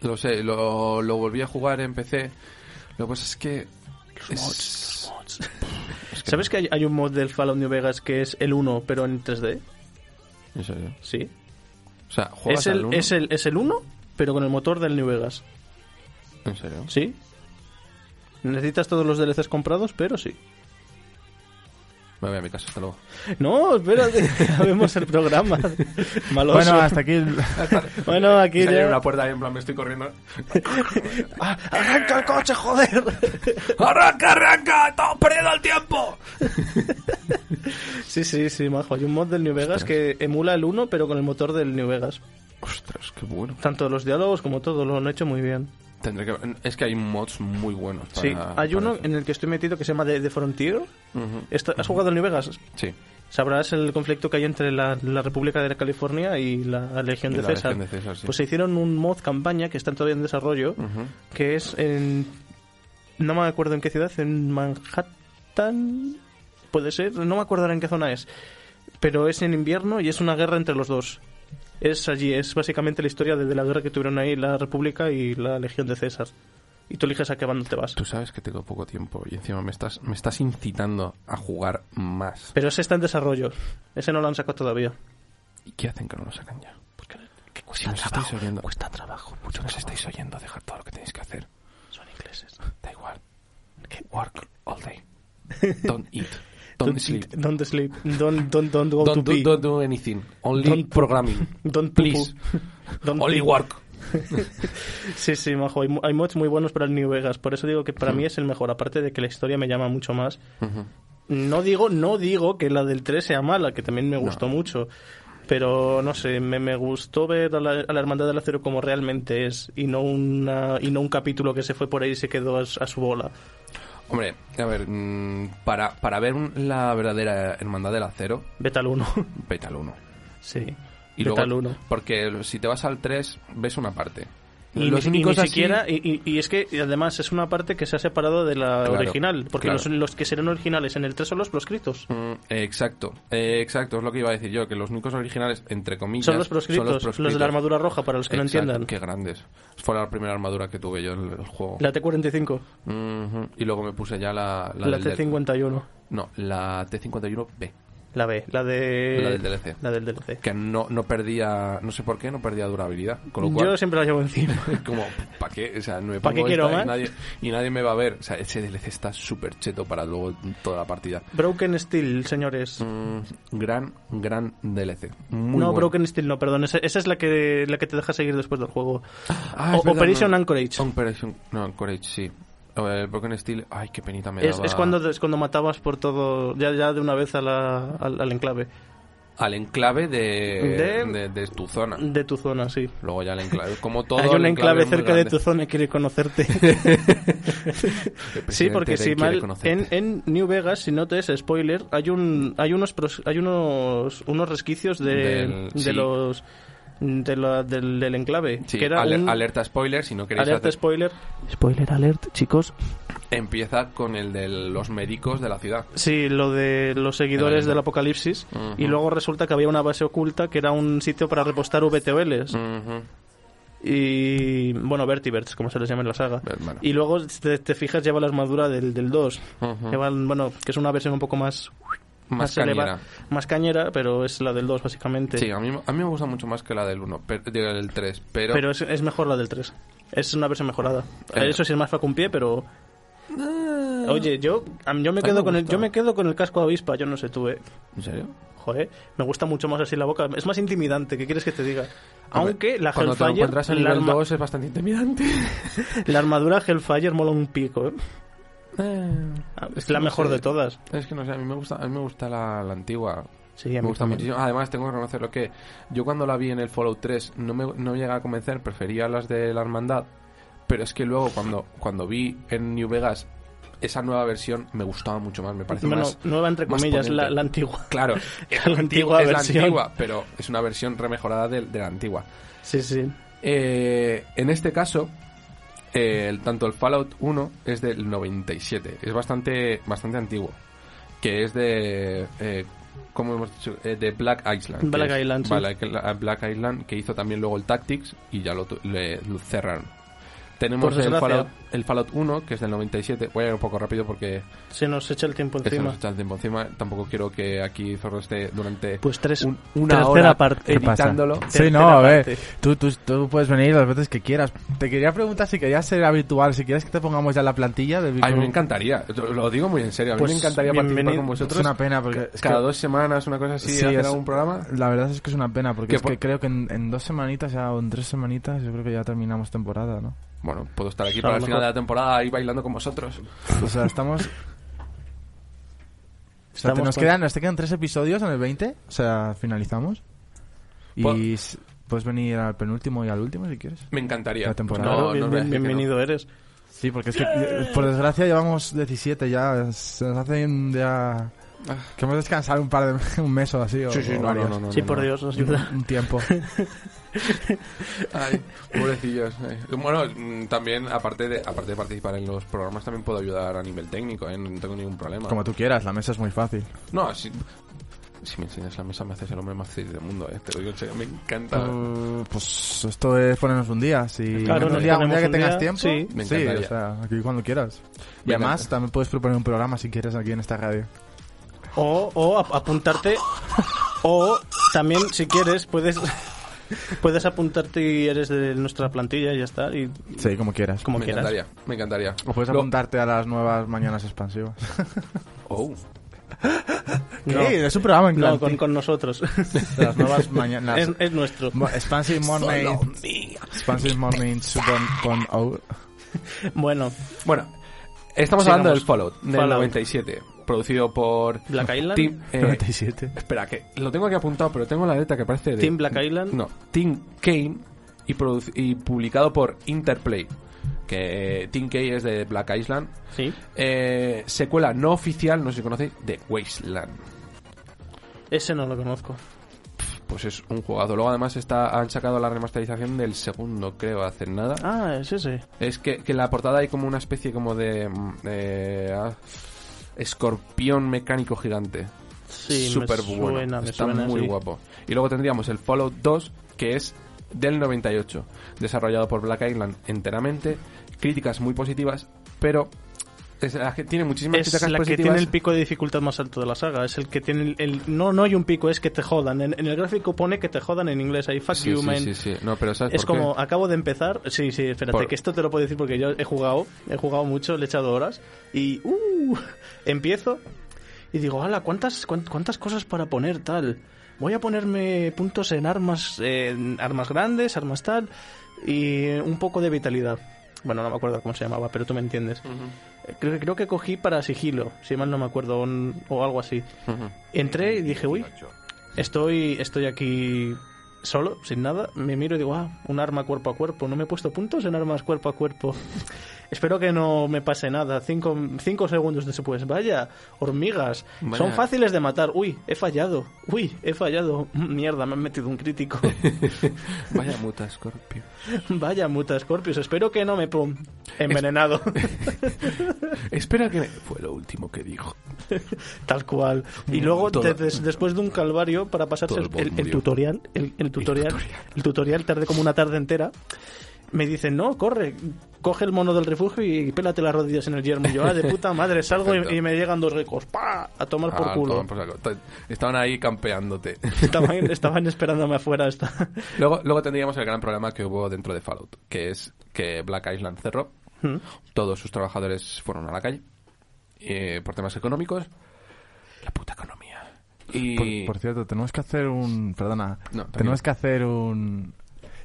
[SPEAKER 3] Lo sé, lo, lo volví a jugar en PC. Lo que pasa es que... es-
[SPEAKER 2] ¿Sabes que hay, hay un mod del Fallout New Vegas que es el 1 pero en 3D?
[SPEAKER 3] en serio.
[SPEAKER 2] Sí.
[SPEAKER 3] O sea, juegas
[SPEAKER 2] Es el,
[SPEAKER 3] al uno?
[SPEAKER 2] es el es el 1 pero con el motor del New Vegas.
[SPEAKER 3] En serio.
[SPEAKER 2] Sí. Necesitas todos los DLCs comprados, pero sí.
[SPEAKER 3] Me voy a mi casa, hasta luego.
[SPEAKER 2] No, <laughs> espérate, acabemos el
[SPEAKER 3] <laughs>
[SPEAKER 2] programa. Maloso.
[SPEAKER 1] Bueno, hasta aquí. el-
[SPEAKER 2] Bueno, aquí
[SPEAKER 3] Salí en
[SPEAKER 2] ya...
[SPEAKER 3] una puerta y en plan me estoy corriendo.
[SPEAKER 2] <laughs> ¡Ah, ¡Arranca el coche, joder!
[SPEAKER 3] <laughs> ¡Arranca, arranca! ¡Estamos perdiendo el tiempo!
[SPEAKER 2] sí, sí, sí, majo. Hay un mod del New Vegas que emula el 1, pero con el motor del New Vegas.
[SPEAKER 3] Ostras, qué bueno.
[SPEAKER 2] Tanto los diálogos como todo lo han hecho muy bien.
[SPEAKER 3] Tendré que... Es que hay mods muy buenos. Para,
[SPEAKER 2] sí, hay
[SPEAKER 3] para
[SPEAKER 2] uno
[SPEAKER 3] eso.
[SPEAKER 2] en el que estoy metido que se llama The, The Frontier.
[SPEAKER 3] Ujú.
[SPEAKER 2] Esto- ¿Has jugado al New Vegas?
[SPEAKER 3] Sí.
[SPEAKER 2] Sabrás el conflicto que hay entre la, la República de California y la Legión
[SPEAKER 3] Y
[SPEAKER 2] de
[SPEAKER 3] la
[SPEAKER 2] César.
[SPEAKER 3] Legión de César, sí. Mm.
[SPEAKER 2] Pues se hicieron un mod campaña que está todavía en desarrollo,
[SPEAKER 3] Ujú.
[SPEAKER 2] que es en... No me acuerdo en qué ciudad, en Manhattan... Puede ser, no me acuerdo ahora en qué zona es. Pero es en invierno y es una guerra entre los dos. Es allí, es básicamente la historia de, de la guerra que tuvieron ahí la República y la Legión de César. Y tú eliges a qué bando te vas.
[SPEAKER 3] Tú sabes que tengo poco tiempo y encima me estás, me estás incitando a jugar más.
[SPEAKER 2] Pero ese está en desarrollo. Ese no lo han sacado todavía.
[SPEAKER 3] ¿Y qué hacen que no lo sacan ya? Porque cuesta trabajo, cuesta trabajo, mucho nos estáis oyendo, dejar todo lo que tenéis que hacer.
[SPEAKER 2] Son ingleses.
[SPEAKER 3] Da igual. Work all
[SPEAKER 2] <laughs>
[SPEAKER 3] day. Don't eat. Don't, sleep.
[SPEAKER 2] Don't sleep. Don't, don't, don't go
[SPEAKER 3] Don't
[SPEAKER 2] to
[SPEAKER 3] do,
[SPEAKER 2] pee.
[SPEAKER 3] don't do anything. Only
[SPEAKER 2] Don't-
[SPEAKER 3] programming.
[SPEAKER 2] <laughs> don't poo-poo.
[SPEAKER 3] Please.
[SPEAKER 2] Don't
[SPEAKER 3] Only
[SPEAKER 2] pee.
[SPEAKER 3] work.
[SPEAKER 2] Sí, sí, majo. Hay, mu- hay mods muy buenos para el New Vegas. Por eso digo que
[SPEAKER 3] Mm.
[SPEAKER 2] para mí es el mejor. Aparte de que la historia me llama mucho más. No digo, no digo que la del 3 sea mala, que también me gustó mucho. Pero no sé, me, me gustó ver a la, a la Hermandad del Acero como realmente es y no, una, y no un capítulo que se fue por ahí y se quedó a, s- a su bola.
[SPEAKER 3] Hombre, a ver, mm, para, para ver un- la verdadera hermandad del acero,
[SPEAKER 2] Vete al <laughs> 1.
[SPEAKER 3] vete al 1.
[SPEAKER 2] sí.
[SPEAKER 3] Y
[SPEAKER 2] Vete
[SPEAKER 3] luego,
[SPEAKER 2] al 1.
[SPEAKER 3] Porque si te vas al 3, ves una parte.
[SPEAKER 2] Y
[SPEAKER 3] Los
[SPEAKER 2] ni, y
[SPEAKER 3] únicos
[SPEAKER 2] ni
[SPEAKER 3] así-
[SPEAKER 2] siquiera, y, y- y es que y además es una parte que se ha separado de la
[SPEAKER 3] Claro,
[SPEAKER 2] original, porque
[SPEAKER 3] claro.
[SPEAKER 2] los, los que serán originales en el 3 son los proscritos.
[SPEAKER 3] Mm, eh, exacto, eh, exacto, es lo que iba a decir yo, que los únicos originales, entre comillas,
[SPEAKER 2] Son los proscritos, los, de la armadura roja, para los que
[SPEAKER 3] Exacto,
[SPEAKER 2] no entiendan.
[SPEAKER 3] Qué grandes. Fue la primera armadura que tuve yo en el juego.
[SPEAKER 2] La T-45,
[SPEAKER 3] Mhm. Y luego me puse ya la...
[SPEAKER 2] la,
[SPEAKER 3] del-
[SPEAKER 2] T-51.
[SPEAKER 3] No, la T51B.
[SPEAKER 2] La B, la de...
[SPEAKER 3] La del DLC.
[SPEAKER 2] La del DLC.
[SPEAKER 3] Que no, no perdía, no sé por qué, no perdía durabilidad. Con lo cual,
[SPEAKER 2] Yo siempre la llevo encima.
[SPEAKER 3] <laughs> como, ¿para qué? O sea, no me
[SPEAKER 2] ¿Pa'
[SPEAKER 3] pongo
[SPEAKER 2] qué quiero
[SPEAKER 3] esta
[SPEAKER 2] más?
[SPEAKER 3] Y nadie, y nadie me va a ver. O sea, ese DLC está súper cheto para luego toda la partida.
[SPEAKER 2] Broken Steel, señores.
[SPEAKER 3] Mm, gran, gran DLC. Muy
[SPEAKER 2] no,
[SPEAKER 3] bueno.
[SPEAKER 2] Broken Steel no, perdón. Esa, esa es la que, la que te deja seguir después del juego.
[SPEAKER 3] Ah,
[SPEAKER 2] O-
[SPEAKER 3] es verdad,
[SPEAKER 2] Operation
[SPEAKER 3] no.
[SPEAKER 2] Anchorage.
[SPEAKER 3] Operation no, Anchorage, sí. O eh, El Broken Steel, ay, qué penita me
[SPEAKER 2] Es,
[SPEAKER 3] daba.
[SPEAKER 2] es cuando, es cuando matabas por todo, ya, ya de una vez a la- al, al enclave
[SPEAKER 3] Al enclave de,
[SPEAKER 2] De-
[SPEAKER 3] de, de tu zona.
[SPEAKER 2] de tu zona, sí.
[SPEAKER 3] Luego ya el enclave. Como todo
[SPEAKER 2] Hay un
[SPEAKER 3] el
[SPEAKER 2] enclave,
[SPEAKER 3] es muy
[SPEAKER 2] cerca de
[SPEAKER 3] grande.
[SPEAKER 2] tu zona y quiere <laughs> conocerte.
[SPEAKER 3] El
[SPEAKER 2] sí,
[SPEAKER 3] presidente
[SPEAKER 2] porque
[SPEAKER 3] de-
[SPEAKER 2] si
[SPEAKER 3] quiere
[SPEAKER 2] mal en,
[SPEAKER 3] conocerte.
[SPEAKER 2] en New Vegas, si no te es spoiler, hay un hay unos pros- hay unos unos resquicios de,
[SPEAKER 3] Del-
[SPEAKER 2] de
[SPEAKER 3] sí.
[SPEAKER 2] los de la- del, del enclave,
[SPEAKER 3] Sí,
[SPEAKER 2] que era
[SPEAKER 3] ale-
[SPEAKER 2] un
[SPEAKER 3] alerta spoiler, si no queréis
[SPEAKER 2] alerta
[SPEAKER 3] hacer-
[SPEAKER 2] spoiler. Spoiler alert, chicos.
[SPEAKER 3] Empieza con el de los médicos de la ciudad.
[SPEAKER 2] Sí, lo de los
[SPEAKER 3] De la
[SPEAKER 2] seguidores
[SPEAKER 3] isla.
[SPEAKER 2] del apocalipsis.
[SPEAKER 3] Ujú.
[SPEAKER 2] Y luego resulta que había una base oculta que era un sitio para repostar VTOLs.
[SPEAKER 3] Ujú.
[SPEAKER 2] Y. Bueno, Vertiverts, como se les llama en la saga.
[SPEAKER 3] Bueno.
[SPEAKER 2] Y luego, si te, te fijas, lleva la armadura del, del 2.
[SPEAKER 3] Ujú.
[SPEAKER 2] Llevan- bueno, que es una versión un poco más.
[SPEAKER 3] Más
[SPEAKER 2] eleva-
[SPEAKER 3] cañera.
[SPEAKER 2] más cañera, pero es la del 2, básicamente.
[SPEAKER 3] Sí, a mí, a mí me gusta mucho más que la del 1, del 3, pero...
[SPEAKER 2] Pero es, es mejor la del 3. Es una versión mejorada.
[SPEAKER 3] Eh.
[SPEAKER 2] Eso sí es más fac un pie, pero. Oye, yo, a mí- yo, me
[SPEAKER 3] A mí
[SPEAKER 2] quedo
[SPEAKER 3] me
[SPEAKER 2] con el,
[SPEAKER 3] gusta.
[SPEAKER 2] yo me quedo con el casco avispa, yo no sé tú, eh.
[SPEAKER 3] ¿En serio?
[SPEAKER 2] Joder, me gusta mucho más así la boca. Es más intimidante, ¿qué quieres que te diga? Aunque la
[SPEAKER 3] Cuando te lo
[SPEAKER 2] Hellfire,
[SPEAKER 3] encuentras en
[SPEAKER 2] la,
[SPEAKER 3] nivel
[SPEAKER 2] arma-
[SPEAKER 3] 2 es bastante intimidante.
[SPEAKER 2] la armadura Hellfire mola un pico, ¿eh?
[SPEAKER 3] Es
[SPEAKER 2] Es
[SPEAKER 3] Ah, que
[SPEAKER 2] la
[SPEAKER 3] no
[SPEAKER 2] mejor
[SPEAKER 3] sé.
[SPEAKER 2] de todas.
[SPEAKER 3] Es que no sé, a mí me gusta, a mí me gusta la, la antigua.
[SPEAKER 2] Sí, a
[SPEAKER 3] Me
[SPEAKER 2] mí
[SPEAKER 3] gusta
[SPEAKER 2] también.
[SPEAKER 3] muchísimo. Además, tengo que reconocer lo que yo cuando la vi en el Fallout 3 no me no llegaba a convencer, prefería las de la hermandad. Pero es que luego cuando, cuando vi en New Vegas esa nueva versión me gustaba mucho más, me parece
[SPEAKER 2] Bueno,
[SPEAKER 3] más...
[SPEAKER 2] nueva entre
[SPEAKER 3] más
[SPEAKER 2] comillas, la,
[SPEAKER 3] potente.
[SPEAKER 2] la antigua.
[SPEAKER 3] Claro,
[SPEAKER 2] <laughs> La antigua
[SPEAKER 3] <laughs> es
[SPEAKER 2] versión.
[SPEAKER 3] la antigua, pero es una versión remejorada de, de la antigua.
[SPEAKER 2] Sí, sí.
[SPEAKER 3] Eh, en este caso, eh, el- tanto el Fallout 1 es del 97, es bastante, bastante antiguo, que es de... Eh, ¿cómo hemos dicho? Eh, de Black Island. que
[SPEAKER 2] Black
[SPEAKER 3] es-
[SPEAKER 2] Island, sí.
[SPEAKER 3] Black, Black Island, que hizo también luego el Tactics y ya lo, tu- le- lo cerraron. Tenemos
[SPEAKER 2] Por
[SPEAKER 3] el
[SPEAKER 2] desgracia.
[SPEAKER 3] Fallout, el Fallout 1, que es del 97. Voy a ir un poco rápido porque
[SPEAKER 2] Se nos echa el tiempo
[SPEAKER 3] se
[SPEAKER 2] encima.
[SPEAKER 3] nos echa el tiempo encima. Tampoco quiero que aquí Zorro esté durante
[SPEAKER 2] Pues tres,
[SPEAKER 3] un- una
[SPEAKER 2] tercera
[SPEAKER 3] hora
[SPEAKER 2] parte.
[SPEAKER 1] ¿Qué pasa?
[SPEAKER 3] editándolo.
[SPEAKER 1] Sí, no,
[SPEAKER 2] Tercera
[SPEAKER 1] a ver.
[SPEAKER 2] parte.
[SPEAKER 1] Tú, tú, tú puedes venir las veces que quieras. Te quería preguntar si querías ser habitual, si quieres que te pongamos ya la plantilla de
[SPEAKER 3] A mí me encantaría, lo lo digo muy en serio, a mí
[SPEAKER 2] Pues
[SPEAKER 3] me encantaría participar
[SPEAKER 2] bienvenido.
[SPEAKER 3] con
[SPEAKER 1] Es
[SPEAKER 3] vosotros.
[SPEAKER 1] una pena porque. es que-
[SPEAKER 3] Cada dos semanas, una cosa así,
[SPEAKER 1] Sí,
[SPEAKER 3] hacer
[SPEAKER 1] es-
[SPEAKER 3] algún programa.
[SPEAKER 1] La verdad es que es una pena
[SPEAKER 3] Que
[SPEAKER 1] porque es
[SPEAKER 3] po-
[SPEAKER 1] que creo que en, en dos semanitas ya, o en tres semanitas, yo creo que ya terminamos temporada, ¿no?
[SPEAKER 3] Bueno, puedo estar aquí
[SPEAKER 2] A
[SPEAKER 3] para
[SPEAKER 2] lo
[SPEAKER 3] el final
[SPEAKER 2] mejor.
[SPEAKER 3] de la temporada ahí bailando con vosotros.
[SPEAKER 1] O sea, estamos. O sea, te-
[SPEAKER 2] Estamos
[SPEAKER 1] nos,
[SPEAKER 2] con-
[SPEAKER 1] quedan, nos quedan tres episodios en el 20. O sea, finalizamos.
[SPEAKER 3] Po-
[SPEAKER 1] Y s- puedes venir al penúltimo y al último si quieres.
[SPEAKER 3] Me encantaría.
[SPEAKER 1] La temporada.
[SPEAKER 3] No,
[SPEAKER 2] Claro,
[SPEAKER 3] no
[SPEAKER 2] bien-
[SPEAKER 3] os voy a
[SPEAKER 2] bien-
[SPEAKER 3] decir que no.
[SPEAKER 2] bienvenido eres.
[SPEAKER 1] Sí, porque es que, eh, por desgracia, llevamos 17 ya. Se nos hace un día. Que hemos descansado un par de <laughs> un mes o así. o-
[SPEAKER 3] Sí, sí,
[SPEAKER 1] o
[SPEAKER 3] no, no,
[SPEAKER 1] varios.
[SPEAKER 3] no, no,
[SPEAKER 2] sí,
[SPEAKER 3] no,
[SPEAKER 2] por
[SPEAKER 3] no.
[SPEAKER 2] Dios, nos
[SPEAKER 3] <laughs>
[SPEAKER 2] ayuda.
[SPEAKER 1] Un, un tiempo.
[SPEAKER 3] Ay, pobrecillos. ay. Bueno, mm, también, aparte de, aparte de participar en los programas, también puedo ayudar a nivel técnico, ¿eh? no tengo ningún
[SPEAKER 1] <laughs>
[SPEAKER 3] problema.
[SPEAKER 1] Como tú quieras, la mesa es muy fácil.
[SPEAKER 3] No, si, si me enseñas la mesa, me haces el hombre más feliz del mundo, ¿eh? te lo digo en serio, me encanta.
[SPEAKER 1] Eh, pues esto es ponernos un día. Si
[SPEAKER 2] Claro,
[SPEAKER 1] un
[SPEAKER 2] nos
[SPEAKER 1] día, un
[SPEAKER 2] ponemos
[SPEAKER 1] día que
[SPEAKER 2] un
[SPEAKER 1] tengas
[SPEAKER 2] día,
[SPEAKER 1] tiempo,
[SPEAKER 2] sí.
[SPEAKER 3] Me
[SPEAKER 1] sí,
[SPEAKER 3] encantaría.
[SPEAKER 1] o sea, aquí cuando quieras. Y
[SPEAKER 3] Me
[SPEAKER 1] además,
[SPEAKER 3] encanta.
[SPEAKER 1] también puedes proponer un programa si quieres aquí en esta radio.
[SPEAKER 2] O, o ap-
[SPEAKER 3] <laughs>
[SPEAKER 2] apuntarte. O también, si quieres, puedes. <laughs> Puedes apuntarte y eres de nuestra plantilla y ya está. Y
[SPEAKER 1] Sí, como quieras.
[SPEAKER 2] como
[SPEAKER 3] me
[SPEAKER 2] quieras.
[SPEAKER 3] encantaría, me encantaría.
[SPEAKER 1] O puedes
[SPEAKER 3] Lo-
[SPEAKER 1] apuntarte a las nuevas mañanas expansivas. <laughs>
[SPEAKER 3] Oh.
[SPEAKER 2] No,
[SPEAKER 1] ¿Qué? Es un programa en
[SPEAKER 2] no,
[SPEAKER 1] plan-
[SPEAKER 2] con, con nosotros.
[SPEAKER 1] Las nuevas mañanas.
[SPEAKER 2] <laughs> es, es nuestro.
[SPEAKER 1] Mo-
[SPEAKER 3] <laughs>
[SPEAKER 1] Expansive Morning. Expansive Morning 2.0.
[SPEAKER 2] Bueno,
[SPEAKER 3] Bueno, estamos
[SPEAKER 2] Sigamos.
[SPEAKER 3] hablando del Fallout, del
[SPEAKER 2] Fallout.
[SPEAKER 3] 97, producido por...
[SPEAKER 2] Black Island.
[SPEAKER 3] Team, <laughs>
[SPEAKER 1] <laughs>
[SPEAKER 3] eh,
[SPEAKER 1] 97.
[SPEAKER 3] espera, que lo tengo aquí apuntado, pero tengo la letra que parece de...
[SPEAKER 2] Team Black Island.
[SPEAKER 3] No, Team Kane y, produc- y publicado por Interplay, que eh, Team Kane es de Black Island.
[SPEAKER 2] Sí.
[SPEAKER 3] Eh, secuela no oficial, no sé si conocéis, de Wasteland.
[SPEAKER 2] Ese no lo conozco.
[SPEAKER 3] Pues es un jugador. Luego además está, han sacado la remasterización del segundo, creo, hace nada.
[SPEAKER 2] Ah, es ese.
[SPEAKER 3] Es que, que en la portada hay como una especie como de... mm, eh, ah, escorpión mecánico gigante.
[SPEAKER 2] Sí,
[SPEAKER 3] Súper
[SPEAKER 2] me
[SPEAKER 3] bueno.
[SPEAKER 2] suena, me
[SPEAKER 3] Está
[SPEAKER 2] suena,
[SPEAKER 3] muy
[SPEAKER 2] sí.
[SPEAKER 3] guapo. Y luego tendríamos el Fallout 2, que es del 98. Desarrollado por Black Island enteramente. Críticas muy positivas, pero... es la que tiene muchísimas
[SPEAKER 2] Es
[SPEAKER 3] críticas
[SPEAKER 2] la que
[SPEAKER 3] positivas.
[SPEAKER 2] tiene el pico de dificultad más alto de la saga. Es el que tiene el. el- no, no hay un pico, es que te jodan. En, en el gráfico pone que te jodan en inglés. Ahí, fuck
[SPEAKER 3] Sí,
[SPEAKER 2] you, man.
[SPEAKER 3] sí, sí, sí. No, pero ¿sabes
[SPEAKER 2] Es
[SPEAKER 3] por qué?
[SPEAKER 2] como, acabo de empezar. Sí, sí, espérate,
[SPEAKER 3] Por-
[SPEAKER 2] que esto te lo puedo decir porque yo he jugado, he jugado mucho, le he echado horas. Y, uh, <laughs> empiezo y digo, ala, ¿cuántas, cuán- ¿cuántas cosas para poner tal? Voy a ponerme puntos en armas, en armas grandes, armas tal, y un poco de vitalidad. Bueno, no me acuerdo cómo se llamaba, pero tú me entiendes. Eh, creo, creo que cogí para sigilo, si mal no me acuerdo, un- o algo así.
[SPEAKER 3] Ujú.
[SPEAKER 2] Entré y dije, uy, estoy, estoy aquí solo, sin nada. Me miro y digo, ah, un arma cuerpo a cuerpo. No me he puesto puntos en armas cuerpo a cuerpo. <laughs> Espero que no me pase nada. Cinco, cinco segundos después, vaya, hormigas.
[SPEAKER 3] Vaya.
[SPEAKER 2] Son fáciles de matar. Uy, he fallado. Uy, he fallado. Mierda, me han metido un crítico. <laughs>
[SPEAKER 3] Vaya muta, Scorpio.
[SPEAKER 2] vaya, muta Scorpius. Espero que no me pum. Envenenado.
[SPEAKER 3] Espera que me... Fue lo último que dijo.
[SPEAKER 2] Tal cual. Y
[SPEAKER 3] Mm,
[SPEAKER 2] luego,
[SPEAKER 3] todo-
[SPEAKER 2] te- des- después de un calvario, para pasarse
[SPEAKER 3] todo
[SPEAKER 2] el,
[SPEAKER 3] el mundo
[SPEAKER 2] el
[SPEAKER 3] murió.
[SPEAKER 2] tutorial, el, el tutorial, el tutorial tardé como una tarde entera, me dicen, no, corre, coge el mono del refugio y pélate las rodillas en el yermo. Y yo, ah, de puta
[SPEAKER 3] <laughs>
[SPEAKER 2] madre, salgo y,
[SPEAKER 3] Perfecto.
[SPEAKER 2] y me llegan dos ricos, pa A tomar por
[SPEAKER 3] Ah,
[SPEAKER 2] culo.
[SPEAKER 3] toma por saco. Ta- Estaban ahí campeándote. <laughs>
[SPEAKER 2] Estaban, estaban esperándome afuera. Esta... <laughs>
[SPEAKER 3] luego, luego tendríamos el gran problema que hubo dentro de Fallout, que es que Black Island cerró.
[SPEAKER 2] ¿Mm?
[SPEAKER 3] Todos sus trabajadores fueron a la calle eh, por temas económicos. La puta economía. Y...
[SPEAKER 1] Por, por cierto, tenemos que hacer un... Perdona.
[SPEAKER 3] No, tranquilo.
[SPEAKER 1] tenemos que hacer un...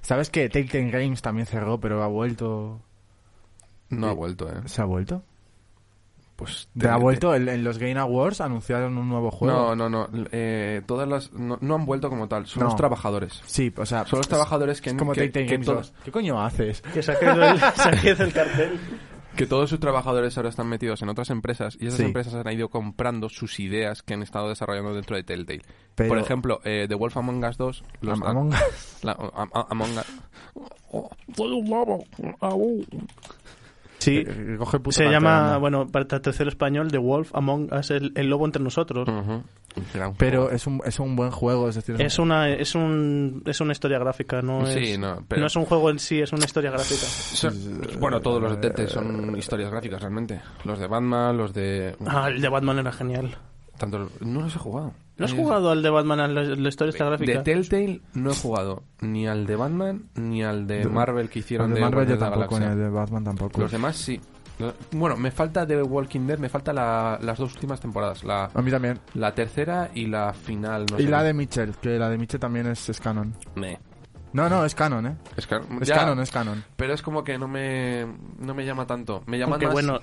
[SPEAKER 1] ¿Sabes que Telltale Games también cerró, pero ha vuelto...
[SPEAKER 3] No ha vuelto, ¿eh?
[SPEAKER 1] ¿Se ha vuelto?
[SPEAKER 3] Pues...
[SPEAKER 1] ¿Te ha
[SPEAKER 3] te-
[SPEAKER 1] vuelto? En, en los Game Awards anunciaron un nuevo juego.
[SPEAKER 3] No, no, no. Eh, todas las... No, no han vuelto como tal. Son
[SPEAKER 1] No.
[SPEAKER 3] los trabajadores.
[SPEAKER 1] Sí, o sea...
[SPEAKER 3] Son los
[SPEAKER 1] es-
[SPEAKER 3] trabajadores que...
[SPEAKER 1] es como
[SPEAKER 3] que-
[SPEAKER 1] Telltale
[SPEAKER 3] que
[SPEAKER 1] Games
[SPEAKER 3] todos-
[SPEAKER 1] 2. ¿Qué coño haces?
[SPEAKER 2] Que saqué del, <laughs> saqué del cartel.
[SPEAKER 3] Que todos sus trabajadores ahora están metidos en otras empresas y esas
[SPEAKER 1] Sí.
[SPEAKER 3] empresas han ido comprando sus ideas que han estado desarrollando dentro de Telltale.
[SPEAKER 1] Pero-
[SPEAKER 3] Por ejemplo, eh, The Wolf Among Us 2.
[SPEAKER 1] Am- Among Us.
[SPEAKER 3] la- am- am- Among Us.
[SPEAKER 2] Sí.
[SPEAKER 1] Eh, Coge el puto
[SPEAKER 2] Se
[SPEAKER 1] cartel,
[SPEAKER 2] llama,
[SPEAKER 1] anda.
[SPEAKER 2] bueno, para tercero español, The Wolf Among Us, el, el lobo entre nosotros.
[SPEAKER 3] Ujú. Gran
[SPEAKER 1] Pero
[SPEAKER 3] juego.
[SPEAKER 1] es un, es un buen juego, es decir...
[SPEAKER 2] Es una, es un, es una historia gráfica, no es,
[SPEAKER 3] Mm. Sí, no, pero-
[SPEAKER 2] no es un juego en sí, es una historia gráfica.
[SPEAKER 3] Son- bueno, todos los de Telltale son historias gráficas realmente. Los de Batman, los de...
[SPEAKER 2] Ah, el de Batman era genial.
[SPEAKER 3] Tanto, no los he jugado.
[SPEAKER 2] ¿No has
[SPEAKER 3] Eh,
[SPEAKER 2] jugado al de Batman, a la, la historia esta
[SPEAKER 3] De
[SPEAKER 2] gráfica?
[SPEAKER 3] Telltale no he jugado ni al de Batman ni al de
[SPEAKER 1] De-
[SPEAKER 3] Marvel que hicieron
[SPEAKER 1] el
[SPEAKER 3] de,
[SPEAKER 1] Pues de Marvel yo
[SPEAKER 3] Guardianes de la
[SPEAKER 1] tampoco, ni
[SPEAKER 3] Galaxia.
[SPEAKER 1] el de Batman tampoco.
[SPEAKER 3] Los demás sí. Lo- Bueno, me falta de Walking Dead, me falta la- las dos últimas temporadas, la,
[SPEAKER 1] A mí también.
[SPEAKER 3] la tercera y la final. No
[SPEAKER 1] Ah. Y
[SPEAKER 3] sé.
[SPEAKER 1] la de Mitchell, que la de Mitchell también es, es canon.
[SPEAKER 3] Me.
[SPEAKER 1] No, no, es canon, ¿eh?
[SPEAKER 3] Es, car-
[SPEAKER 1] Es
[SPEAKER 3] ya,
[SPEAKER 1] canon, es canon.
[SPEAKER 3] Pero es como que no me, no me llama tanto. Me llama
[SPEAKER 2] Aunque
[SPEAKER 3] más.
[SPEAKER 2] bueno,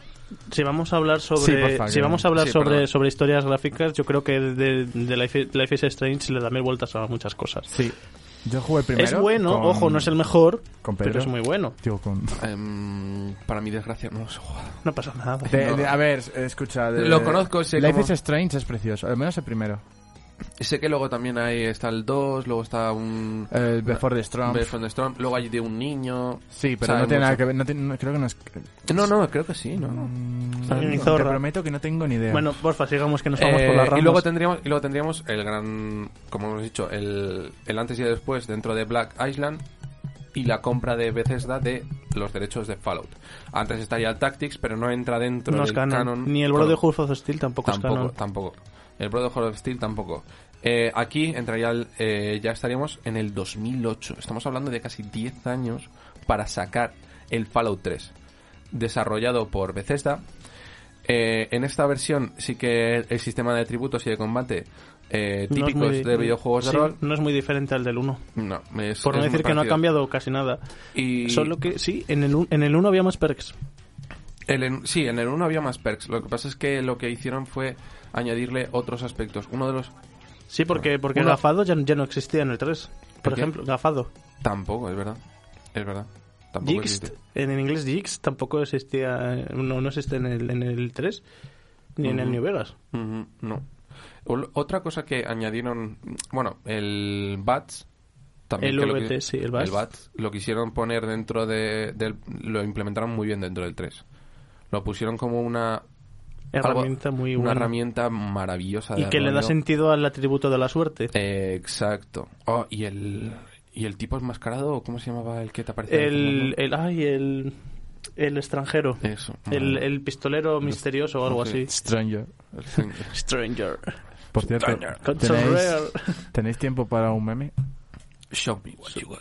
[SPEAKER 2] si vamos a hablar sobre,
[SPEAKER 1] Sí, por favor.
[SPEAKER 2] si vamos a hablar
[SPEAKER 3] Sí,
[SPEAKER 2] sobre,
[SPEAKER 3] perdón.
[SPEAKER 2] sobre historias gráficas, yo creo que de, de Life, is- Life is Strange le da mil vueltas a muchas cosas.
[SPEAKER 1] Sí. Yo jugué primero.
[SPEAKER 2] es bueno,
[SPEAKER 1] con-
[SPEAKER 2] ojo, no es el mejor,
[SPEAKER 1] con Pedro.
[SPEAKER 2] pero es muy bueno.
[SPEAKER 1] Tío, con... <laughs>
[SPEAKER 3] Em, para mi desgracia, no los he jugado.
[SPEAKER 2] No pasa nada.
[SPEAKER 1] De- de- a ver, escucha. de-
[SPEAKER 3] Lo conozco, sé
[SPEAKER 1] Life
[SPEAKER 3] cómo-
[SPEAKER 1] is Strange es precioso, al menos el primero.
[SPEAKER 3] Sé que luego también hay, está el 2, luego está un.
[SPEAKER 1] El Before the Storm.
[SPEAKER 3] Before the Storm, luego hay de un niño.
[SPEAKER 1] Sí, pero
[SPEAKER 3] O sea,
[SPEAKER 1] no
[SPEAKER 3] hay
[SPEAKER 1] tiene nada
[SPEAKER 3] mucho.
[SPEAKER 1] que ver. No tiene- no- creo que no es.
[SPEAKER 3] No, no, creo que sí, ¿no?
[SPEAKER 2] Ni
[SPEAKER 1] Mm, Te
[SPEAKER 2] zorra.
[SPEAKER 1] prometo que no tengo ni idea.
[SPEAKER 2] Bueno, porfa, sigamos que nos Pues vamos
[SPEAKER 3] Eh,
[SPEAKER 2] por las ramas.
[SPEAKER 3] y luego tendríamos y luego tendríamos el gran como hemos dicho el, el antes y el después dentro de Black Island y la compra de Bethesda de los derechos de Fallout antes estaría el Tactics pero no entra dentro
[SPEAKER 2] no es
[SPEAKER 3] del
[SPEAKER 2] canon.
[SPEAKER 3] canon,
[SPEAKER 2] Ni el
[SPEAKER 3] Bueno,
[SPEAKER 2] Brotherhood of Steel tampoco, es
[SPEAKER 3] tampoco
[SPEAKER 2] canon.
[SPEAKER 3] tampoco el Brotherhood of Steel tampoco Eh, aquí entraría el- eh, ya estaríamos en el 2008 estamos hablando de casi 10 años para sacar el Fallout 3 desarrollado por Bethesda eh, en esta versión sí que el sistema de tributos y de combate
[SPEAKER 2] No
[SPEAKER 3] eh,
[SPEAKER 2] es
[SPEAKER 3] típicos
[SPEAKER 2] muy-
[SPEAKER 3] de videojuegos
[SPEAKER 2] sí,
[SPEAKER 3] de rol,
[SPEAKER 2] No es muy diferente al del 1.
[SPEAKER 3] no, es,
[SPEAKER 2] Por no
[SPEAKER 3] es muy
[SPEAKER 2] decir que no ha
[SPEAKER 3] parecido.
[SPEAKER 2] cambiado casi nada.
[SPEAKER 3] Y
[SPEAKER 2] Solo que sí, en el, un- en el 1 había más perks.
[SPEAKER 3] el en- sí, en el 1 había más perks. Lo que pasa es que lo que hicieron fue añadirle otros aspectos. Uno de los...
[SPEAKER 2] Sí, porque, porque
[SPEAKER 3] Uno-
[SPEAKER 2] gafado ya, ya no existía en el 3. Por
[SPEAKER 3] ¿El qué?
[SPEAKER 2] ejemplo, gafado.
[SPEAKER 3] Tampoco, es verdad. Es verdad. Tampoco
[SPEAKER 2] Jixt,
[SPEAKER 3] existe.
[SPEAKER 2] en en inglés Jixt tampoco existía, eh, no, no existe en el, en el 3, ni en el
[SPEAKER 3] Ujú.
[SPEAKER 2] New Vegas.
[SPEAKER 3] Ujú, no. Ol- Otra cosa que añadieron, bueno, el BATS. También
[SPEAKER 2] El
[SPEAKER 3] que lo
[SPEAKER 2] VT,
[SPEAKER 3] quis-
[SPEAKER 2] sí, el BATS.
[SPEAKER 3] lo quisieron poner dentro de, del- Lo implementaron muy bien dentro del 3. Lo pusieron como una... algo-
[SPEAKER 2] Herramienta muy
[SPEAKER 3] Una
[SPEAKER 2] buena.
[SPEAKER 3] herramienta maravillosa. de
[SPEAKER 2] Y que le da
[SPEAKER 3] rollo.
[SPEAKER 2] sentido al atributo de la suerte.
[SPEAKER 3] Eh, exacto. Oh, y el... ¿Y el tipo enmascarado? ¿Cómo se llamaba el que te aparecía? de
[SPEAKER 2] El,
[SPEAKER 3] fondo?
[SPEAKER 2] el, ay, el, El extranjero.
[SPEAKER 3] Eso.
[SPEAKER 2] El, el pistolero misterioso o algo
[SPEAKER 3] Sí.
[SPEAKER 2] así.
[SPEAKER 1] Stranger.
[SPEAKER 2] <laughs> Stranger.
[SPEAKER 1] Por cierto,
[SPEAKER 3] Stranger.
[SPEAKER 2] Control
[SPEAKER 1] ¿tenéis,
[SPEAKER 2] Rare.
[SPEAKER 1] ¿tenéis tiempo para un meme?
[SPEAKER 3] Show me what you got.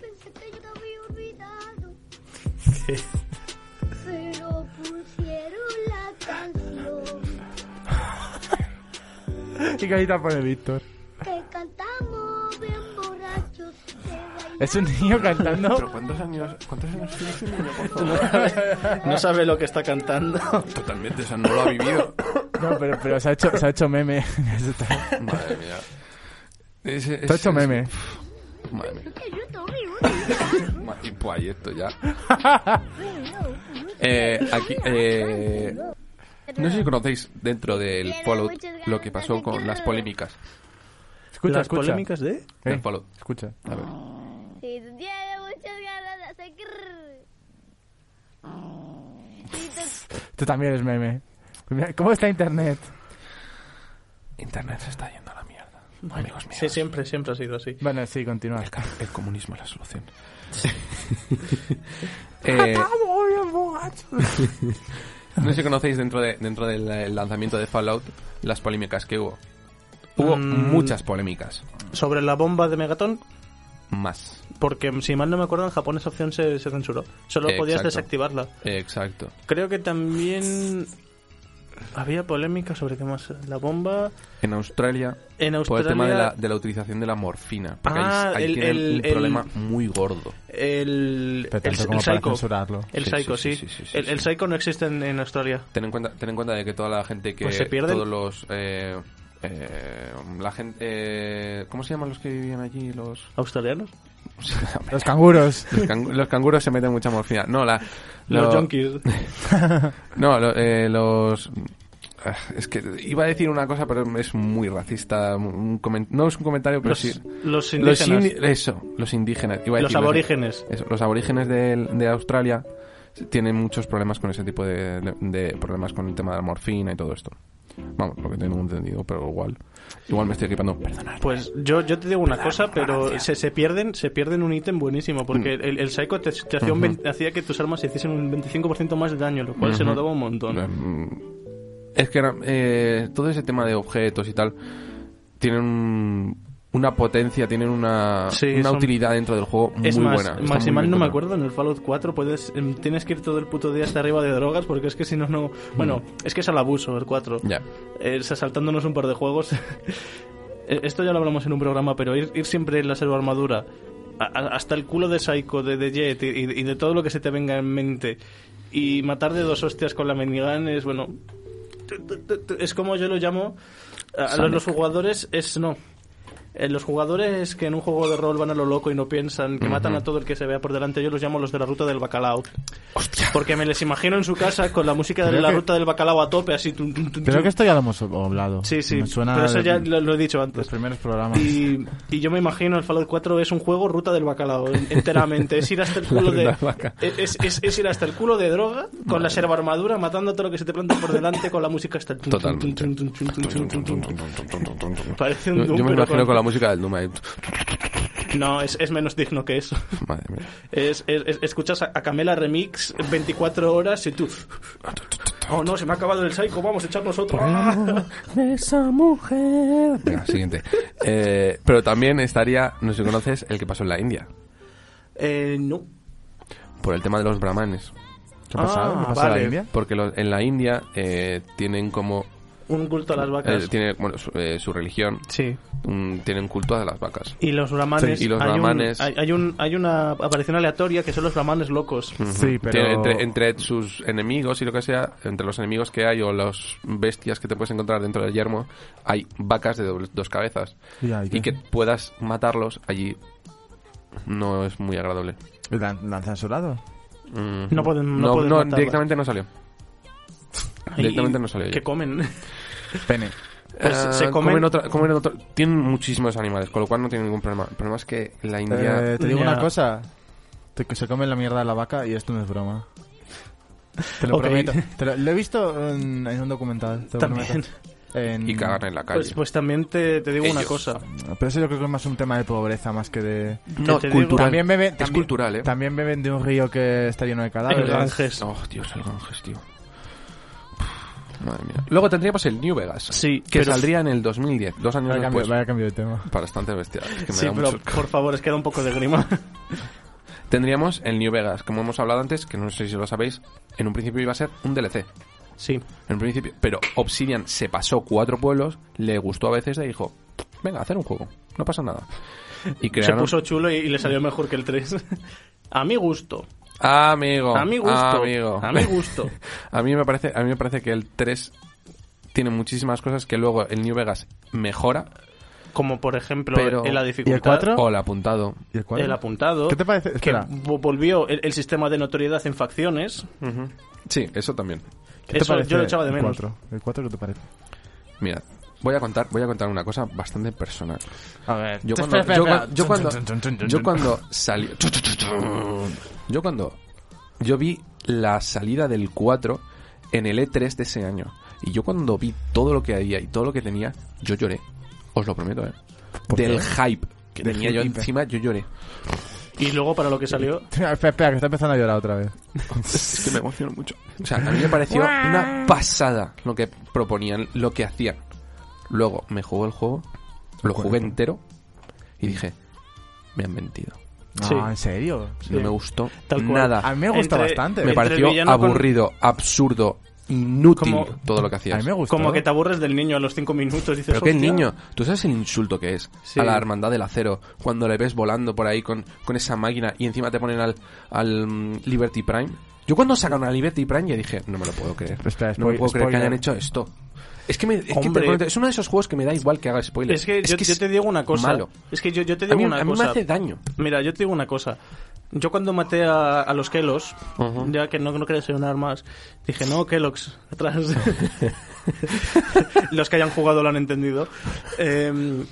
[SPEAKER 4] Pensé que yo te había olvidado. Pero pusieron la canción
[SPEAKER 1] <laughs> ¿Qué carita pone Víctor?
[SPEAKER 4] que cantamos bien borrachos. que
[SPEAKER 1] Es un niño
[SPEAKER 3] ¿Pero
[SPEAKER 1] <laughs> cantando.
[SPEAKER 3] cuántos años, cuántos años tiene ese niño, por favor?
[SPEAKER 2] No sabe lo que está cantando.
[SPEAKER 3] Totalmente, o sea, no lo ha vivido.
[SPEAKER 1] <laughs> No, pero, pero se, ha hecho, se ha hecho meme. <laughs>
[SPEAKER 3] Madre mía. Ese-
[SPEAKER 1] Se ha
[SPEAKER 3] ese-
[SPEAKER 1] hecho meme.
[SPEAKER 3] Madre mía.
[SPEAKER 4] bailamos. Que yo ¿eh? te había olvidado.
[SPEAKER 3] Ma- Y pues ahí esto <laughs> ya. Eh, aquí, eh, no sé si conocéis dentro del Fallout lo que pasó con las polémicas
[SPEAKER 1] Escucha,
[SPEAKER 2] Las
[SPEAKER 1] escucha.
[SPEAKER 2] polémicas de...
[SPEAKER 1] Eh,
[SPEAKER 3] del Fallout.
[SPEAKER 1] escucha.
[SPEAKER 3] A ver.
[SPEAKER 4] Si tú tienes muchas ganas de hacer grrr. Si tú-
[SPEAKER 1] Tú también eres meme. Mira, ¿Cómo está internet?
[SPEAKER 3] Internet se está yendo a la mierda. Amigos míos,
[SPEAKER 2] Sí, siempre, siempre ha sido así.
[SPEAKER 1] Bueno, sí, continúa.
[SPEAKER 3] el, ca- el comunismo es la solución. <laughs> Eh, no sé si conocéis dentro, de, dentro del eh, lanzamiento de Fallout las polémicas que hubo. Hubo
[SPEAKER 2] Mm.
[SPEAKER 3] muchas polémicas.
[SPEAKER 2] Sobre la bomba de Megatón,
[SPEAKER 3] Más.
[SPEAKER 2] porque si mal no me acuerdo, en Japón esa opción se, se censuró. Solo podías
[SPEAKER 3] Exacto.
[SPEAKER 2] desactivarla.
[SPEAKER 3] eh, Exacto.
[SPEAKER 2] Creo que también había polémica sobre qué más. La bomba
[SPEAKER 3] En Australia
[SPEAKER 2] en
[SPEAKER 3] Por el
[SPEAKER 2] Australia.
[SPEAKER 3] tema de la, de la utilización de la morfina. Porque ahí-
[SPEAKER 2] Ah,
[SPEAKER 3] ahí,
[SPEAKER 2] el-
[SPEAKER 3] tienen
[SPEAKER 2] el-
[SPEAKER 3] un
[SPEAKER 2] el-
[SPEAKER 3] problema muy gordo.
[SPEAKER 2] El,
[SPEAKER 1] Pero
[SPEAKER 2] el,
[SPEAKER 1] tanto
[SPEAKER 2] el
[SPEAKER 1] como para
[SPEAKER 2] Psycho.
[SPEAKER 1] censurarlo.
[SPEAKER 2] El
[SPEAKER 3] Sí,
[SPEAKER 2] Psycho,
[SPEAKER 3] sí,
[SPEAKER 2] sí.
[SPEAKER 3] sí, sí, sí,
[SPEAKER 2] el,
[SPEAKER 3] sí.
[SPEAKER 2] el Psycho no existe en, en Australia.
[SPEAKER 3] Ten en cuenta, ten en cuenta de que toda la gente que...
[SPEAKER 2] Pues se pierden.
[SPEAKER 3] Todos los... eh, eh, la gente... eh, ¿Cómo se llaman los que vivían allí? Los...
[SPEAKER 2] ¿Australianos?
[SPEAKER 1] Los canguros.
[SPEAKER 3] Los, cangu- los canguros se meten mucha morfina. No, la...
[SPEAKER 2] Los
[SPEAKER 3] lo- <laughs>
[SPEAKER 2] junkies.
[SPEAKER 3] No, lo- eh, los... Ah, Es que iba a decir una cosa, pero es muy racista. un comen- no es un comentario, pero
[SPEAKER 2] Los,
[SPEAKER 3] sí...
[SPEAKER 2] los
[SPEAKER 3] Los
[SPEAKER 2] indígenas.
[SPEAKER 3] indi- eso, los indígenas. Iba a
[SPEAKER 2] Los
[SPEAKER 3] decir
[SPEAKER 2] aborígenes.
[SPEAKER 3] eso, los aborígenes del- de, Australia tienen muchos problemas con ese tipo de, de problemas con el tema de la morfina y todo esto. Vamos, lo que tengo entendido, pero igual. Igual me estoy equipando. Perdonad.
[SPEAKER 2] Pues yo, yo te digo una cosa, pero se, se pierden se pierden un ítem buenísimo, porque
[SPEAKER 3] Mm.
[SPEAKER 2] el, el Psycho te, te hacía, un vein- hacía que tus armas hiciesen un 25% más de daño, lo cual se
[SPEAKER 3] Ujú.
[SPEAKER 2] notaba un montón.
[SPEAKER 3] Mm, Es que era, eh, todo ese tema de objetos y tal tienen un- una potencia, tienen una,
[SPEAKER 2] Sí,
[SPEAKER 3] una
[SPEAKER 2] son-
[SPEAKER 3] utilidad dentro del juego muy
[SPEAKER 2] es más,
[SPEAKER 3] buena. Está muy
[SPEAKER 2] maximal
[SPEAKER 3] bien
[SPEAKER 2] no me
[SPEAKER 3] controlada.
[SPEAKER 2] acuerdo, en el Fallout 4 puedes, em, tienes que ir todo el puto día hasta arriba de drogas, porque es que si no, no... Bueno, es que es al abuso el 4.
[SPEAKER 3] Mm. Ya.
[SPEAKER 2] Eh, saltándonos un par de juegos. <laughs> Eh, Esto ya lo hablamos en un programa, pero ir, ir siempre en la selva armadura, a- a- hasta el culo de Psycho, de, de Jet y, y de todo lo que se te venga en mente, y matar de dos hostias con la minigun es, bueno... t- t- t- t- Es como yo lo llamo... A a los, los jugadores es... No. Eh, Los jugadores que en un juego de rol van a lo loco y no piensan, que matan a todo el que se vea por delante, yo los llamo los de la ruta del bacalao. Porque me les imagino en su casa con la música de
[SPEAKER 1] Creo
[SPEAKER 2] la
[SPEAKER 1] que-
[SPEAKER 2] ruta del bacalao a tope, así... tun, tun, tun,
[SPEAKER 1] Creo
[SPEAKER 2] tun.
[SPEAKER 1] que esto ya lo hemos hablado.
[SPEAKER 2] Sí, sí.
[SPEAKER 1] Me suena
[SPEAKER 2] pero eso
[SPEAKER 1] de-
[SPEAKER 2] ya lo, lo he dicho
[SPEAKER 1] los
[SPEAKER 2] antes.
[SPEAKER 1] primeros programas.
[SPEAKER 2] Y, y yo me imagino el Fallout 4 es un juego ruta del bacalao, en- enteramente. Es ir hasta
[SPEAKER 3] <laughs>
[SPEAKER 2] el culo de.
[SPEAKER 3] ruta del bacalao.
[SPEAKER 2] Es, es- es ir hasta el culo de droga, con la serva armadura, matando todo lo que se te planta por delante con la música hasta el. tun, tun, tun,
[SPEAKER 3] Totalmente.
[SPEAKER 2] tun, tun, tun, tun, tun, tun, tun. Parece un
[SPEAKER 3] Yo, yo
[SPEAKER 2] Doom,
[SPEAKER 3] me
[SPEAKER 2] pero
[SPEAKER 3] imagino
[SPEAKER 2] con-
[SPEAKER 3] con la música del Doom ahí.
[SPEAKER 2] No, es, es menos digno que eso.
[SPEAKER 3] Madre mía.
[SPEAKER 2] Es, es- es- escuchas a, a Camela Remix 24 horas y tú. Oh no, se me ha acabado el psycho, vamos a echarnos otro.
[SPEAKER 3] de esa mujer. Venga, siguiente. Eh, pero también estaría, no sé si conoces, el que pasó en la India.
[SPEAKER 2] <laughs> Eh, no.
[SPEAKER 3] Por el tema de los brahmanes.
[SPEAKER 1] ¿Qué ha pasado?
[SPEAKER 2] Ah,
[SPEAKER 1] ¿Qué ha pasado en
[SPEAKER 2] vale.
[SPEAKER 1] la India?
[SPEAKER 3] Porque los- en la India eh, tienen como.
[SPEAKER 2] Un culto a las vacas.
[SPEAKER 3] eh, tiene, bueno, su, eh, su religión.
[SPEAKER 2] Sí.
[SPEAKER 3] un- tienen culto a las vacas.
[SPEAKER 2] Y los brahmanes.
[SPEAKER 3] Sí, y los
[SPEAKER 2] hay un-
[SPEAKER 3] brahmanes.
[SPEAKER 2] hay, hay un- hay una aparición aleatoria que son los brahmanes locos.
[SPEAKER 1] Sí, pero.
[SPEAKER 3] Tiene entre, entre sus enemigos y lo que sea, entre los enemigos que hay o las bestias que te puedes encontrar dentro del yermo, hay vacas de doble- dos cabezas.
[SPEAKER 1] Ya, ¿y qué?
[SPEAKER 3] Y que puedas matarlos allí no es muy agradable.
[SPEAKER 1] ¿La, la han censurado?
[SPEAKER 3] Mm.
[SPEAKER 2] No pueden- no pueden matarlas.
[SPEAKER 3] directamente no salió.
[SPEAKER 2] Y-
[SPEAKER 3] Directamente
[SPEAKER 2] y-
[SPEAKER 3] no salió.
[SPEAKER 2] Que comen.
[SPEAKER 1] Pene.
[SPEAKER 2] Pues
[SPEAKER 3] Eh,
[SPEAKER 2] se comen-
[SPEAKER 3] otra- comen otro- tienen muchísimos animales, con lo cual no tienen ningún problema. El problema es que en la India...
[SPEAKER 1] Eh, te digo
[SPEAKER 2] Ya.
[SPEAKER 1] una cosa. Te- que se come la mierda de la vaca y esto no es broma. Te lo
[SPEAKER 2] Ok.
[SPEAKER 1] prometo. Te lo, lo he visto en, en un documental. te lo
[SPEAKER 2] <laughs> También.
[SPEAKER 1] prometo. en...
[SPEAKER 3] y cagar en la calle.
[SPEAKER 2] Pues, pues también te, te digo una
[SPEAKER 3] Ellos.
[SPEAKER 2] cosa.
[SPEAKER 1] Pero eso yo creo que es más un tema de pobreza más que de...
[SPEAKER 3] no,
[SPEAKER 2] te digo-
[SPEAKER 3] cultural.
[SPEAKER 1] También beben,
[SPEAKER 3] es
[SPEAKER 1] también-
[SPEAKER 3] cultural, ¿eh?
[SPEAKER 1] También beben de un río que está lleno de
[SPEAKER 2] El
[SPEAKER 1] cadáveres.
[SPEAKER 2] Ganges.
[SPEAKER 3] Oh, Dios, el Ganges, tío. Pff, Madre mía. Luego tendríamos el New Vegas.
[SPEAKER 2] Sí,
[SPEAKER 3] que
[SPEAKER 2] pero-
[SPEAKER 3] saldría en el 2010, dos años
[SPEAKER 1] Vaya cambio,
[SPEAKER 3] después.
[SPEAKER 1] vaya cambio de tema.
[SPEAKER 3] Para bastante bestial. es que me
[SPEAKER 2] Sí,
[SPEAKER 3] da
[SPEAKER 2] pero
[SPEAKER 3] mucho-
[SPEAKER 2] por favor, es que da un poco de grima. <laughs>
[SPEAKER 3] Tendríamos el New Vegas, como hemos hablado antes, que no sé si lo sabéis, en un principio iba a ser un DLC.
[SPEAKER 2] Sí.
[SPEAKER 3] En principio, pero Obsidian se pasó cuatro pueblos, le gustó a veces y dijo, venga, hacer un juego, no pasa nada. Y
[SPEAKER 2] Se
[SPEAKER 3] crearon...
[SPEAKER 2] puso chulo y, y le salió mejor que el 3. <laughs> A mi gusto.
[SPEAKER 3] Amigo.
[SPEAKER 2] A mi gusto.
[SPEAKER 3] Oh, Amigo.
[SPEAKER 2] A mi gusto.
[SPEAKER 3] <laughs> A mí me parece, a mí me parece que el 3 tiene muchísimas cosas que luego el New Vegas mejora.
[SPEAKER 2] Como por ejemplo
[SPEAKER 3] Pero-
[SPEAKER 2] en la
[SPEAKER 3] ¿Y el
[SPEAKER 2] dificultad.
[SPEAKER 1] cuatro?
[SPEAKER 3] O el apuntado.
[SPEAKER 1] ¿Y el cuadro?
[SPEAKER 2] El apuntado.
[SPEAKER 1] ¿Qué te parece?
[SPEAKER 2] Que
[SPEAKER 1] Espera.
[SPEAKER 2] vo- volvió el, el sistema de notoriedad en facciones.
[SPEAKER 3] Sí, eso también.
[SPEAKER 1] ¿Qué te
[SPEAKER 2] Eso
[SPEAKER 1] parece
[SPEAKER 2] yo lo echaba de
[SPEAKER 1] el
[SPEAKER 2] menos.
[SPEAKER 1] cuatro? ¿El 4 qué te parece?
[SPEAKER 3] Mira, voy a contar, voy a contar una cosa bastante personal.
[SPEAKER 1] A ver.
[SPEAKER 3] Yo cuando, yo cua- yo cuando, yo cuando salí, yo cuando, yo vi la salida del 4 en el E3 de ese año. Y yo cuando vi todo lo que había y todo lo que tenía, yo lloré. Os lo prometo, eh.
[SPEAKER 1] ¿Por
[SPEAKER 3] Del
[SPEAKER 1] qué?
[SPEAKER 3] hype que
[SPEAKER 1] Del
[SPEAKER 3] tenía yo
[SPEAKER 1] hype.
[SPEAKER 3] encima, yo lloré.
[SPEAKER 2] Y luego para lo que salió.
[SPEAKER 1] <laughs> Espera, espera, que está empezando a llorar otra vez.
[SPEAKER 3] Es que me emociono mucho. O sea, a mí me pareció una pasada lo que proponían, lo que hacían. Luego me jugó el juego, lo jugué entero y dije, me han mentido.
[SPEAKER 2] Sí.
[SPEAKER 1] Ah, ¿en serio?
[SPEAKER 3] No me gustó
[SPEAKER 2] Tal cual.
[SPEAKER 3] nada.
[SPEAKER 1] A mí me gusta
[SPEAKER 2] Entre-
[SPEAKER 1] bastante.
[SPEAKER 3] me
[SPEAKER 2] el
[SPEAKER 3] pareció
[SPEAKER 2] villano con-
[SPEAKER 3] aburrido, absurdo, inútil
[SPEAKER 2] Como-
[SPEAKER 3] todo lo que hacías.
[SPEAKER 1] A mí me gusta.
[SPEAKER 2] Como que te aburres del niño a los 5 minutos. Dices,
[SPEAKER 3] Pero qué
[SPEAKER 2] "Hostia".
[SPEAKER 3] niño, tú sabes el insulto que es
[SPEAKER 2] Sí.
[SPEAKER 3] a la hermandad del acero cuando le ves volando por ahí con, con esa máquina y encima te ponen al, al mm, Liberty Prime. Yo cuando sacaron a Liberty Prime ya dije, no me lo puedo creer.
[SPEAKER 1] Espera,
[SPEAKER 3] no me
[SPEAKER 1] spoil-
[SPEAKER 3] puedo creer que
[SPEAKER 1] spoiler.
[SPEAKER 3] hayan hecho esto. Es que, me, es, que te
[SPEAKER 2] Hombre.
[SPEAKER 3] prometo, es uno de esos juegos que me da igual que haga spoilers.
[SPEAKER 2] Es que, yo, yo
[SPEAKER 3] es
[SPEAKER 2] te digo una cosa.
[SPEAKER 3] malo.
[SPEAKER 2] Es que yo, yo te
[SPEAKER 3] A
[SPEAKER 2] digo
[SPEAKER 3] mí,
[SPEAKER 2] una
[SPEAKER 3] a mí
[SPEAKER 2] cosa.
[SPEAKER 3] me hace daño.
[SPEAKER 2] Mira, yo te digo una cosa. Yo cuando maté a, a los Kelos, ya que no, no quería sonar más, dije, no, Kellogg's,
[SPEAKER 3] <laughs>
[SPEAKER 2] atrás. los que hayan jugado lo han entendido. Eh,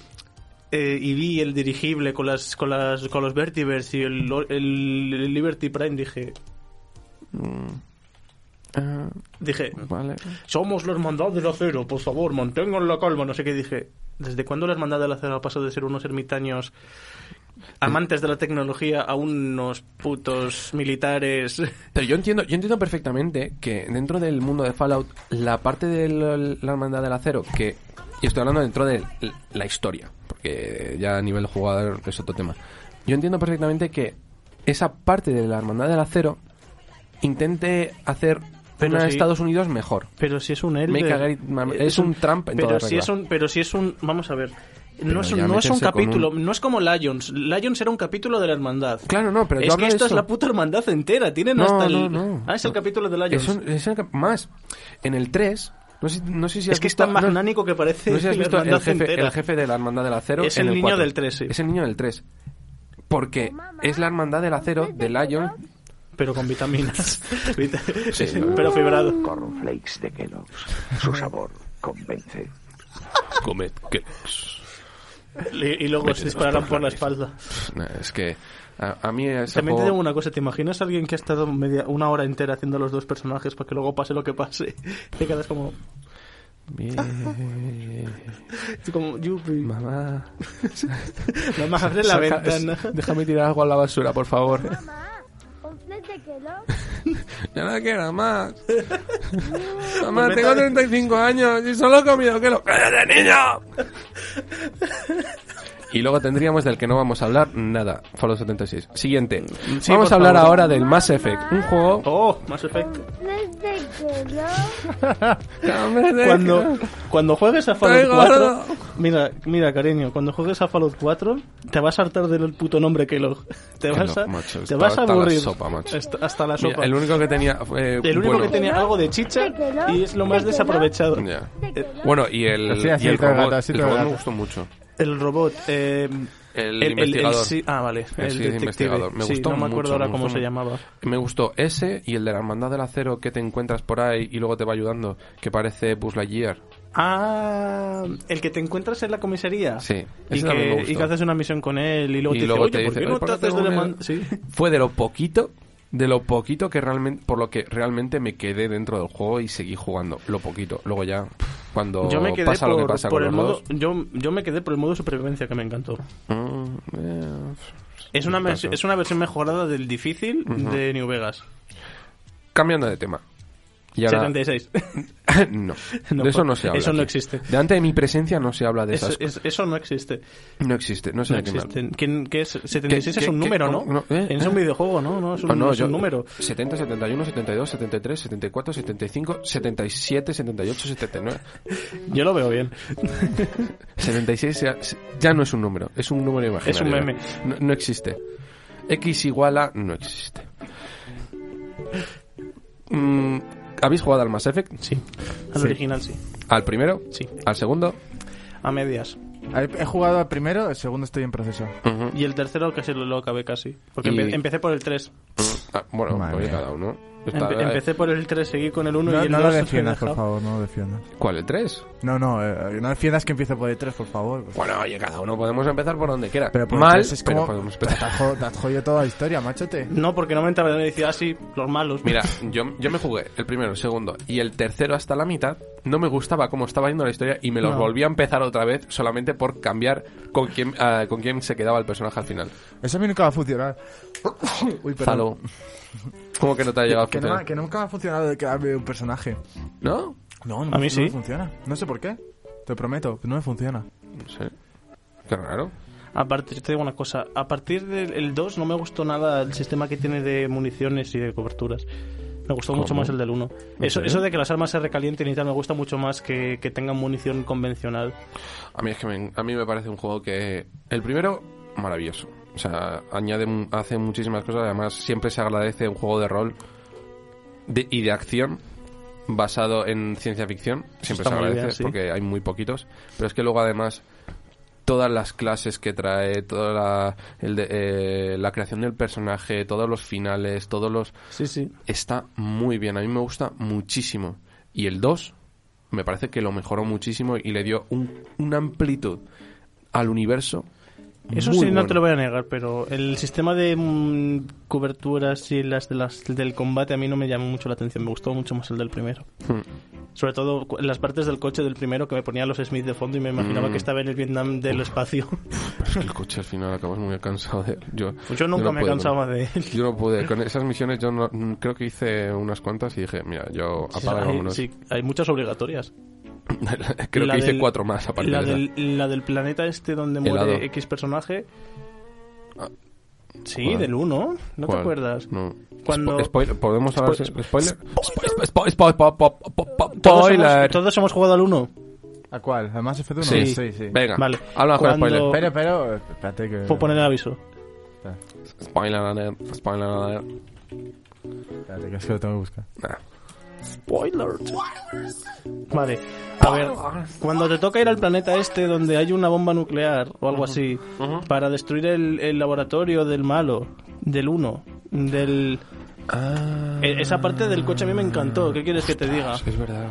[SPEAKER 2] eh, y vi el dirigible con las con las con los Vertibers y el, el- el Liberty Prime, dije,
[SPEAKER 3] Ah,
[SPEAKER 2] dije,
[SPEAKER 3] vale.
[SPEAKER 2] somos la hermandad del acero, por favor, mantengan la calma, no sé qué dije. ¿Desde cuándo la hermandad del acero ha pasado de ser unos ermitaños amantes de la tecnología a unos putos militares?
[SPEAKER 3] Pero yo entiendo, yo entiendo perfectamente que dentro del mundo de Fallout, la parte de lo- la hermandad del acero, que y estoy hablando dentro de l- la historia, porque ya a nivel jugador es otro tema. Yo entiendo perfectamente que esa parte de la hermandad del acero intente hacer
[SPEAKER 2] Pero
[SPEAKER 3] una
[SPEAKER 2] sí.
[SPEAKER 3] Estados Unidos mejor.
[SPEAKER 2] Pero si es un Elder.
[SPEAKER 3] Make a great man-
[SPEAKER 2] Eh,
[SPEAKER 3] es un Trump en
[SPEAKER 2] pero
[SPEAKER 3] toda
[SPEAKER 2] si
[SPEAKER 3] regla.
[SPEAKER 2] es un Pero si es un... Vamos a ver.
[SPEAKER 3] Pero
[SPEAKER 2] No es,
[SPEAKER 3] ya
[SPEAKER 2] un, no es un
[SPEAKER 3] métense con
[SPEAKER 2] capítulo,
[SPEAKER 3] un-
[SPEAKER 2] no es como Lions. Lions era un capítulo de la hermandad.
[SPEAKER 3] Claro, no, pero yo
[SPEAKER 2] es
[SPEAKER 3] hablo
[SPEAKER 2] que
[SPEAKER 3] de
[SPEAKER 2] esto es
[SPEAKER 3] eso.
[SPEAKER 2] la puta hermandad entera. Tienen
[SPEAKER 3] No,
[SPEAKER 2] hasta el...
[SPEAKER 3] no, no.
[SPEAKER 2] Ah, es el
[SPEAKER 3] No.
[SPEAKER 2] capítulo de Lions.
[SPEAKER 3] Es un- es el cap- más, en el 3, no sé, no sé si has
[SPEAKER 2] es que es
[SPEAKER 3] visto-
[SPEAKER 2] tan
[SPEAKER 3] no-
[SPEAKER 2] magnánico que parece
[SPEAKER 3] No sé si has
[SPEAKER 2] la
[SPEAKER 3] visto el
[SPEAKER 2] hermandad
[SPEAKER 3] jefe,
[SPEAKER 2] entera.
[SPEAKER 3] el jefe de la hermandad del acero.
[SPEAKER 2] Es
[SPEAKER 3] en
[SPEAKER 2] el niño
[SPEAKER 3] 4.
[SPEAKER 2] del 3, sí.
[SPEAKER 3] Es el niño del 3. Porque es la hermandad del acero de Lion.
[SPEAKER 2] Pero con
[SPEAKER 9] <laughs>
[SPEAKER 2] vitaminas. Vita-
[SPEAKER 3] Sí,
[SPEAKER 2] <laughs> pero fibrado.
[SPEAKER 9] Cornflakes de Kellogg's. Su sabor convence.
[SPEAKER 3] Comed
[SPEAKER 2] Y, y luego se dispararán por la espalda.
[SPEAKER 3] Es que a, a mí ese
[SPEAKER 2] También te digo
[SPEAKER 3] juego-
[SPEAKER 2] una cosa, ¿te imaginas a alguien que ha estado media, una hora entera haciendo los dos personajes para que luego pase lo que pase? <laughs> Te quedas como,
[SPEAKER 3] Bien,
[SPEAKER 2] como yupi,
[SPEAKER 3] mamá.
[SPEAKER 2] la más abre la
[SPEAKER 3] Saca-
[SPEAKER 2] ventana.
[SPEAKER 3] es- déjame tirar algo a la basura, por favor.
[SPEAKER 4] Mamá, un flet de Kellogg.
[SPEAKER 3] <laughs> Ya no
[SPEAKER 2] <laughs>
[SPEAKER 3] quiero más. Mamá, tengo 35 años y solo he comido que lo de niño. Y luego tendríamos del que no vamos a hablar nada, Fallout 76. Siguiente.
[SPEAKER 2] Mm, Sí,
[SPEAKER 3] vamos
[SPEAKER 2] por
[SPEAKER 3] a hablar
[SPEAKER 2] favor.
[SPEAKER 3] ahora del Mass Effect, un juego
[SPEAKER 2] Oh, Mass Effect.
[SPEAKER 4] Un flet de Kellogg.
[SPEAKER 2] Cuando, cuando juegues a Fallout
[SPEAKER 3] Estoy
[SPEAKER 2] 4,
[SPEAKER 3] gordo.
[SPEAKER 2] mira, mira, cariño, cuando juegues a Fallout 4, te vas a hartar del puto nombre Kellogg. Te
[SPEAKER 3] Kellogg,
[SPEAKER 2] vas a,
[SPEAKER 3] macho,
[SPEAKER 2] te
[SPEAKER 3] está-
[SPEAKER 2] vas a
[SPEAKER 3] hasta la
[SPEAKER 2] aburrir.
[SPEAKER 3] sopa, macho.
[SPEAKER 2] Hasta- hasta la
[SPEAKER 3] Mira,
[SPEAKER 2] sopa.
[SPEAKER 3] el único que tenía eh,
[SPEAKER 2] El único
[SPEAKER 3] bueno,
[SPEAKER 2] que tenía algo de chicha y es lo más desaprovechado.
[SPEAKER 3] ya.
[SPEAKER 4] De Kellogg.
[SPEAKER 3] Bueno, y el,
[SPEAKER 1] Sí, así
[SPEAKER 3] y el
[SPEAKER 1] todo el
[SPEAKER 3] robot,
[SPEAKER 1] rato, así
[SPEAKER 3] el
[SPEAKER 1] todo el
[SPEAKER 3] robot me
[SPEAKER 1] rato.
[SPEAKER 3] gustó mucho.
[SPEAKER 2] El robot. eh,
[SPEAKER 3] El investigador.
[SPEAKER 2] sí- ah, vale.
[SPEAKER 3] El
[SPEAKER 2] El,
[SPEAKER 3] sí,
[SPEAKER 2] detective.
[SPEAKER 3] investigador. Me
[SPEAKER 2] Sí,
[SPEAKER 3] gustó
[SPEAKER 2] no me
[SPEAKER 3] mucho,
[SPEAKER 2] acuerdo ahora
[SPEAKER 3] me
[SPEAKER 2] cómo
[SPEAKER 3] gustó
[SPEAKER 2] se
[SPEAKER 3] mucho.
[SPEAKER 2] llamaba.
[SPEAKER 3] Me gustó ese y el de la hermandad del acero que te encuentras por ahí y luego te va ayudando, que parece Buzz Lightyear.
[SPEAKER 2] Ah, el que te encuentras en la comisaría.
[SPEAKER 3] Sí,
[SPEAKER 2] Y
[SPEAKER 3] ese también me
[SPEAKER 2] que,
[SPEAKER 3] gustó.
[SPEAKER 2] y que haces una misión con él y luego
[SPEAKER 3] Y
[SPEAKER 2] te
[SPEAKER 3] luego
[SPEAKER 2] dice,
[SPEAKER 3] te
[SPEAKER 2] oye, ¿por
[SPEAKER 3] dice,
[SPEAKER 2] qué
[SPEAKER 3] "Oye,
[SPEAKER 2] no
[SPEAKER 3] ¿por qué
[SPEAKER 2] tratas de
[SPEAKER 3] tengo
[SPEAKER 2] la man-?"
[SPEAKER 3] miedo?"
[SPEAKER 2] Sí.
[SPEAKER 3] <laughs> fue de lo poquito de lo poquito que realmente por lo que realmente me quedé dentro del juego y seguí jugando lo poquito luego ya pff, cuando
[SPEAKER 2] yo me quedé
[SPEAKER 3] pasa
[SPEAKER 2] por,
[SPEAKER 3] lo que pasa
[SPEAKER 2] por
[SPEAKER 3] con
[SPEAKER 2] el
[SPEAKER 3] los
[SPEAKER 2] modo
[SPEAKER 3] dos.
[SPEAKER 2] yo, yo me quedé por el modo supervivencia que me encantó
[SPEAKER 3] Mm, eh,
[SPEAKER 2] es una mes-
[SPEAKER 3] Paso.
[SPEAKER 2] es una versión mejorada del difícil de New Vegas
[SPEAKER 3] Cambiando de tema. Y ahora-
[SPEAKER 2] 76
[SPEAKER 3] <laughs> no,
[SPEAKER 2] No,
[SPEAKER 3] de eso
[SPEAKER 2] por-
[SPEAKER 3] no se habla.
[SPEAKER 2] eso no
[SPEAKER 3] aquí.
[SPEAKER 2] existe.
[SPEAKER 3] Delante de mi presencia no se habla de
[SPEAKER 2] eso, <laughs>
[SPEAKER 3] esas
[SPEAKER 2] es- eso no existe
[SPEAKER 3] cosas. No existe, no sé
[SPEAKER 2] no
[SPEAKER 3] de qué me habla.
[SPEAKER 2] existe ¿Quién- qué es 76
[SPEAKER 3] ¿Qué-
[SPEAKER 2] es un
[SPEAKER 3] qué-
[SPEAKER 2] número
[SPEAKER 3] cómo-
[SPEAKER 2] no,
[SPEAKER 3] no, eh,
[SPEAKER 2] es un
[SPEAKER 3] eh.
[SPEAKER 2] videojuego no no es un,
[SPEAKER 3] No, no,
[SPEAKER 2] es
[SPEAKER 3] yo-
[SPEAKER 2] un número
[SPEAKER 3] 70, 71, 72, 73, 74, 75, 77,
[SPEAKER 2] <laughs>
[SPEAKER 3] 78, 79.
[SPEAKER 2] yo lo veo bien
[SPEAKER 3] 76 ya, ya no es un número, es un número imaginario.
[SPEAKER 2] Es un meme.
[SPEAKER 3] No, no existe. X igual a no existe. Mm, ¿Habéis jugado al Mass Effect?
[SPEAKER 2] sí al
[SPEAKER 1] Sí.
[SPEAKER 2] original sí
[SPEAKER 3] ¿Al primero?
[SPEAKER 2] Sí.
[SPEAKER 3] ¿Al segundo?
[SPEAKER 2] a medias
[SPEAKER 1] <laughs> He he jugado al primero, el segundo estoy en proceso.
[SPEAKER 3] Ujú.
[SPEAKER 2] y el tercero casi lo, lo acabé casi porque
[SPEAKER 3] Y-
[SPEAKER 2] empe- empecé por el 3
[SPEAKER 3] Ah, bueno,
[SPEAKER 1] Madre
[SPEAKER 3] oye,
[SPEAKER 1] mía.
[SPEAKER 3] cada uno. Está- eh,
[SPEAKER 2] Empe- empecé por el 3 seguí con el 1
[SPEAKER 1] No,
[SPEAKER 2] y el
[SPEAKER 1] no
[SPEAKER 2] 2
[SPEAKER 1] lo
[SPEAKER 2] lo he
[SPEAKER 1] defiendas, por
[SPEAKER 2] dejado.
[SPEAKER 1] favor, no lo defiendas.
[SPEAKER 3] ¿Cuál? ¿El 3?
[SPEAKER 1] No, no, eh, no defiendas que empieza por el 3, por favor.
[SPEAKER 3] Bueno, oye, cada uno podemos empezar por donde quiera.
[SPEAKER 1] Pero por el
[SPEAKER 3] Mal,
[SPEAKER 1] tres es
[SPEAKER 3] pero
[SPEAKER 1] como...
[SPEAKER 3] podemos
[SPEAKER 1] Te
[SPEAKER 3] empezar.
[SPEAKER 1] has jo- te has jodido toda la historia, machote.
[SPEAKER 2] No, porque no me entraba y decía, ah, sí, los malos.
[SPEAKER 3] <laughs> Mira, yo, yo me jugué el primero, el segundo y el tercero hasta la mitad. No me gustaba cómo estaba yendo la historia y me los
[SPEAKER 2] No.
[SPEAKER 3] volví a empezar otra vez solamente por cambiar con quién, ah, con quién se quedaba el personaje al final.
[SPEAKER 1] Eso a mí nunca va a funcionar. <coughs> Uy, perdón.
[SPEAKER 3] Zalo. ¿Cómo que no te ha llegado a
[SPEAKER 1] Que, no, me-
[SPEAKER 3] funcionar?
[SPEAKER 1] que nunca me ha funcionado de quedarme un personaje.
[SPEAKER 3] ¿No?
[SPEAKER 1] No, no,
[SPEAKER 2] A
[SPEAKER 1] me-
[SPEAKER 2] mí sí.
[SPEAKER 1] no me funciona. No sé por qué. Te prometo, no me funciona.
[SPEAKER 3] No sé. Qué raro.
[SPEAKER 2] A partir, te digo una cosa, a partir del el 2 no me gustó nada el sistema que tiene de municiones y de coberturas. Me gustó mucho
[SPEAKER 3] ¿Cómo?
[SPEAKER 2] más el del 1. Eso,
[SPEAKER 3] serio?
[SPEAKER 2] eso de que las armas se recalienten y tal me gusta mucho más que, que tengan munición convencional.
[SPEAKER 3] A mí es que me, a mí me parece un juego que el primero maravilloso. O sea, añade mu- hace muchísimas cosas, además siempre se agradece un juego de rol de- y de acción basado en ciencia ficción, siempre
[SPEAKER 2] está
[SPEAKER 3] se
[SPEAKER 2] muy
[SPEAKER 3] agradece
[SPEAKER 2] bien, sí.
[SPEAKER 3] porque hay muy poquitos, pero es que luego además todas las clases que trae, toda la, el de- eh, la creación del personaje, todos los finales, todos los
[SPEAKER 2] Sí, sí.
[SPEAKER 3] está muy bien. A mí me gusta muchísimo. Y el 2 me parece que lo mejoró muchísimo y le dio un- una amplitud al universo.
[SPEAKER 2] Eso
[SPEAKER 3] muy
[SPEAKER 2] sí, no te
[SPEAKER 3] buena.
[SPEAKER 2] lo voy a negar, pero el sistema de mm, coberturas y las, de las del combate a mí no me llamó mucho la atención. Me gustó mucho más el del primero.
[SPEAKER 3] Hmm.
[SPEAKER 2] Sobre todo cu- las partes del coche del primero que me ponían los Smith de fondo y me imaginaba
[SPEAKER 3] Mm.
[SPEAKER 2] que estaba en el Vietnam del espacio.
[SPEAKER 3] Pero es que <laughs> el coche al final acabas muy cansado de él. Yo,
[SPEAKER 2] <laughs> Pues Yo nunca
[SPEAKER 3] Pues no
[SPEAKER 2] me he
[SPEAKER 3] puedo con-
[SPEAKER 2] cansado más de él.
[SPEAKER 3] <laughs> Yo no pude. Con esas misiones yo no- mm, creo que hice unas cuantas y dije, mira, yo apaga y
[SPEAKER 2] hay,
[SPEAKER 3] vámonos.
[SPEAKER 2] sí, hay muchas obligatorias.
[SPEAKER 3] <laughs> creo
[SPEAKER 2] La
[SPEAKER 3] que hice
[SPEAKER 2] del-
[SPEAKER 3] cuatro más aparte
[SPEAKER 2] La
[SPEAKER 3] de esa.
[SPEAKER 2] del, la del planeta este donde muere
[SPEAKER 3] Helado.
[SPEAKER 2] X personaje.
[SPEAKER 3] Ah,
[SPEAKER 2] Sí,
[SPEAKER 3] ¿cuál?
[SPEAKER 2] del 1. ¿No te
[SPEAKER 3] ¿Cuál?
[SPEAKER 2] acuerdas?
[SPEAKER 3] No.
[SPEAKER 2] Cuando-
[SPEAKER 3] Spo- spoiler, ¿Podemos hablar?
[SPEAKER 2] Spo-
[SPEAKER 3] sin- ¿Spoiler? Spo- spo- spo- spo- spo- spo-
[SPEAKER 2] ¿Todos,
[SPEAKER 3] Spoiler. Eh.
[SPEAKER 2] hemos, todos hemos jugado al 1.
[SPEAKER 1] ¿A cuál? ¿Al Mass Effect 1?
[SPEAKER 3] Sí,
[SPEAKER 1] sí. sí.
[SPEAKER 3] Venga,
[SPEAKER 2] Vale.
[SPEAKER 3] habla con
[SPEAKER 2] Cuando-
[SPEAKER 3] spoiler.
[SPEAKER 1] Pero, pero, espérate que...
[SPEAKER 2] Puedo poner el aviso.
[SPEAKER 3] Spoiler alert, spoiler alert.
[SPEAKER 1] Espérate, que es que lo tengo que buscar.
[SPEAKER 3] Nah.
[SPEAKER 2] Spoiler. Vale. A ver,
[SPEAKER 3] Ah.
[SPEAKER 2] cuando te toca ir al planeta este donde hay una bomba nuclear o algo así para destruir el, el laboratorio del malo, del 1, del...
[SPEAKER 3] Ah.
[SPEAKER 2] E- Esa parte del coche a mí me encantó. ¿Qué quieres que te diga?
[SPEAKER 3] Es verdad.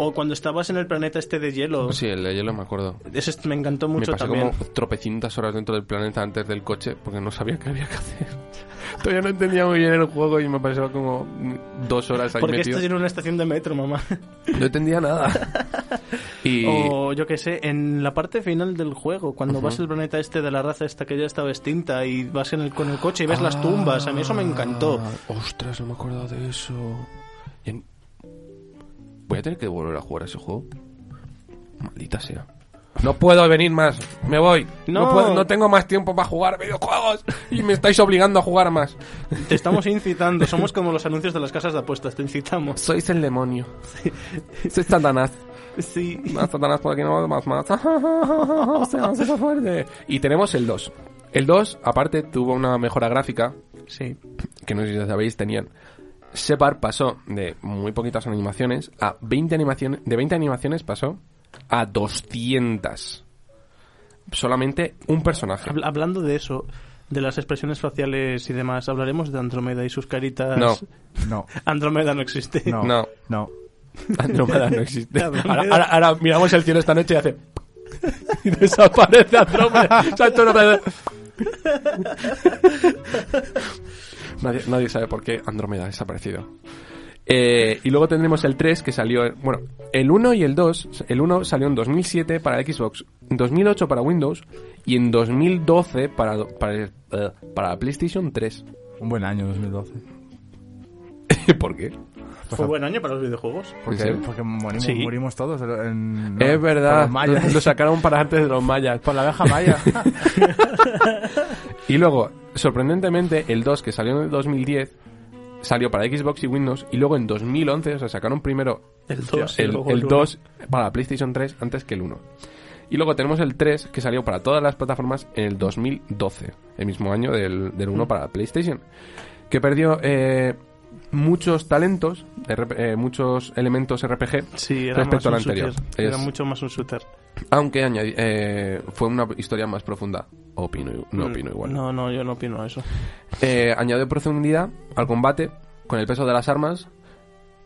[SPEAKER 2] O cuando estabas en el planeta este de hielo.
[SPEAKER 3] Sí, el de hielo me acuerdo.
[SPEAKER 2] Ese est- me encantó mucho
[SPEAKER 3] me pasé
[SPEAKER 2] también.
[SPEAKER 3] como tropecientas horas dentro del planeta antes del coche porque no sabía qué había que hacer. <laughs> Todavía no entendía muy bien el juego y me pasaba como dos horas ahí
[SPEAKER 2] Porque
[SPEAKER 3] metido.
[SPEAKER 2] estás en una estación de metro, mamá.
[SPEAKER 3] No
[SPEAKER 2] <laughs>
[SPEAKER 3] entendía nada. Y...
[SPEAKER 2] O yo qué sé, en la parte final del juego, cuando vas al planeta este de la raza esta que ya estaba extinta y vas en el, con el coche y ves las tumbas, a mí eso me encantó.
[SPEAKER 3] Ah, Ostras, no me acuerdo de eso. Y en- Voy a tener que volver a jugar a ese juego. Maldita sea. No puedo venir más. Me voy. No,
[SPEAKER 2] No.
[SPEAKER 3] puedo- no tengo más tiempo para jugar videojuegos. Y me estáis obligando a jugar más.
[SPEAKER 2] Te estamos incitando, somos como los anuncios de las casas de apuestas, te incitamos.
[SPEAKER 3] Sois
[SPEAKER 2] <laughs>
[SPEAKER 3] el demonio. Sois Satanás.
[SPEAKER 2] Sí.
[SPEAKER 3] Más Satanás por aquí, no más, más. <laughs> O sea, se hace fuerte. Y tenemos el 2. El 2, aparte, tuvo una mejora gráfica.
[SPEAKER 2] Sí.
[SPEAKER 3] que no sé si lo sabéis, tenían. Separ pasó de muy poquitas animaciones a 20 animaciones. De 20 animaciones pasó a 200. Solamente un personaje.
[SPEAKER 2] Habla- hablando de eso, de las expresiones faciales y demás, hablaremos de Andrómeda y sus caritas.
[SPEAKER 3] No. <laughs>
[SPEAKER 1] No,
[SPEAKER 2] Andrómeda no existe.
[SPEAKER 1] no,
[SPEAKER 3] No.
[SPEAKER 1] no.
[SPEAKER 3] Andrómeda
[SPEAKER 1] <laughs>
[SPEAKER 3] no existe.
[SPEAKER 2] Andrómeda.
[SPEAKER 3] Ahora, ahora- ahora miramos el cielo esta noche y hace. <laughs> Y desaparece Andrómeda. Salta una vez. nadie, nadie sabe por qué Andrómeda ha desaparecido. Eh, y luego tendremos el 3 que salió, en- bueno, el 1 y el 2, el 1 salió en 2007 para Xbox, en 2008 para Windows y en 2012 para, para, eh, para PlayStation 3.
[SPEAKER 1] Un buen año 2012.
[SPEAKER 3] <laughs> ¿Por qué?
[SPEAKER 2] Fue buen año para los videojuegos.
[SPEAKER 1] Porque,
[SPEAKER 3] serio?
[SPEAKER 1] porque morimos,
[SPEAKER 2] Sí.
[SPEAKER 1] morimos todos. en- no,
[SPEAKER 3] es
[SPEAKER 1] por
[SPEAKER 3] verdad,
[SPEAKER 1] los mayas.
[SPEAKER 3] lo, lo sacaron para antes de los mayas.
[SPEAKER 1] Por la abeja
[SPEAKER 3] <laughs>
[SPEAKER 1] maya.
[SPEAKER 3] Y luego, sorprendentemente, el 2 que salió en el 2010 salió para Xbox y Windows y luego en 2011, o sea, sacaron primero
[SPEAKER 2] El 2.
[SPEAKER 3] el, el 2 para PlayStation 3 antes que el 1. Y luego tenemos el 3 que salió para todas las plataformas en el 2012, el mismo año del, del 1 para PlayStation, que perdió eh, muchos talentos, RP, eh, muchos elementos RPG
[SPEAKER 2] Sí, era
[SPEAKER 3] respecto al
[SPEAKER 2] más un
[SPEAKER 3] anterior.
[SPEAKER 2] shooter. Era
[SPEAKER 3] Es-
[SPEAKER 2] mucho más un shooter.
[SPEAKER 3] Aunque añadi- eh, fue una historia más profunda, opino, i-
[SPEAKER 2] Mm,
[SPEAKER 3] no opino igual.
[SPEAKER 2] No, no, yo no opino eso.
[SPEAKER 3] Eh, añadió profundidad al combate con el peso de las armas.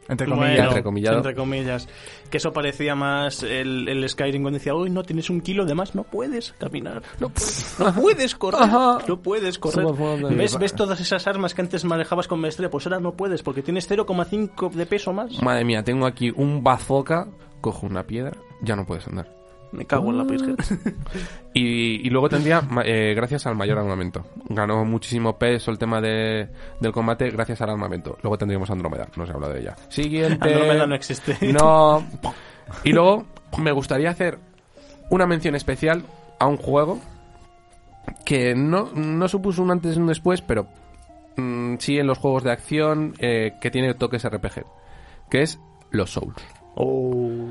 [SPEAKER 1] Entre
[SPEAKER 2] Bueno,
[SPEAKER 1] comillas.
[SPEAKER 3] entrecomillado.
[SPEAKER 2] entre comillas. Que eso parecía más el, el Skyrim cuando decía, uy, no, tienes un kilo de más, no puedes caminar. No, puedes-
[SPEAKER 3] <laughs>
[SPEAKER 2] no puedes correr.
[SPEAKER 3] Ajá.
[SPEAKER 2] No puedes correr.
[SPEAKER 3] Somos buenos de
[SPEAKER 2] ¿Ves,
[SPEAKER 3] mierda.
[SPEAKER 2] ¿Ves todas esas armas que antes manejabas con maestría? Pues ahora no puedes porque tienes 0,5 de peso más.
[SPEAKER 3] Madre mía, tengo aquí un bazooka, cojo una piedra, ya no puedes andar.
[SPEAKER 2] Me cago
[SPEAKER 3] Mm.
[SPEAKER 2] en la
[SPEAKER 3] <laughs>
[SPEAKER 2] virgen.
[SPEAKER 3] Y, y luego tendría, ma- eh, gracias al mayor armamento. Ganó muchísimo peso el tema de, del combate gracias al armamento. Luego tendríamos Andrómeda, no se habla de ella. Siguiente.
[SPEAKER 2] Andrómeda no existe.
[SPEAKER 3] Eh, No. Y luego me gustaría hacer una mención especial a un juego que no, no supuso un antes y un después, pero mm, sí en los juegos de acción eh, que tiene toques RPG, que es los Souls.
[SPEAKER 2] <laughs> Oh.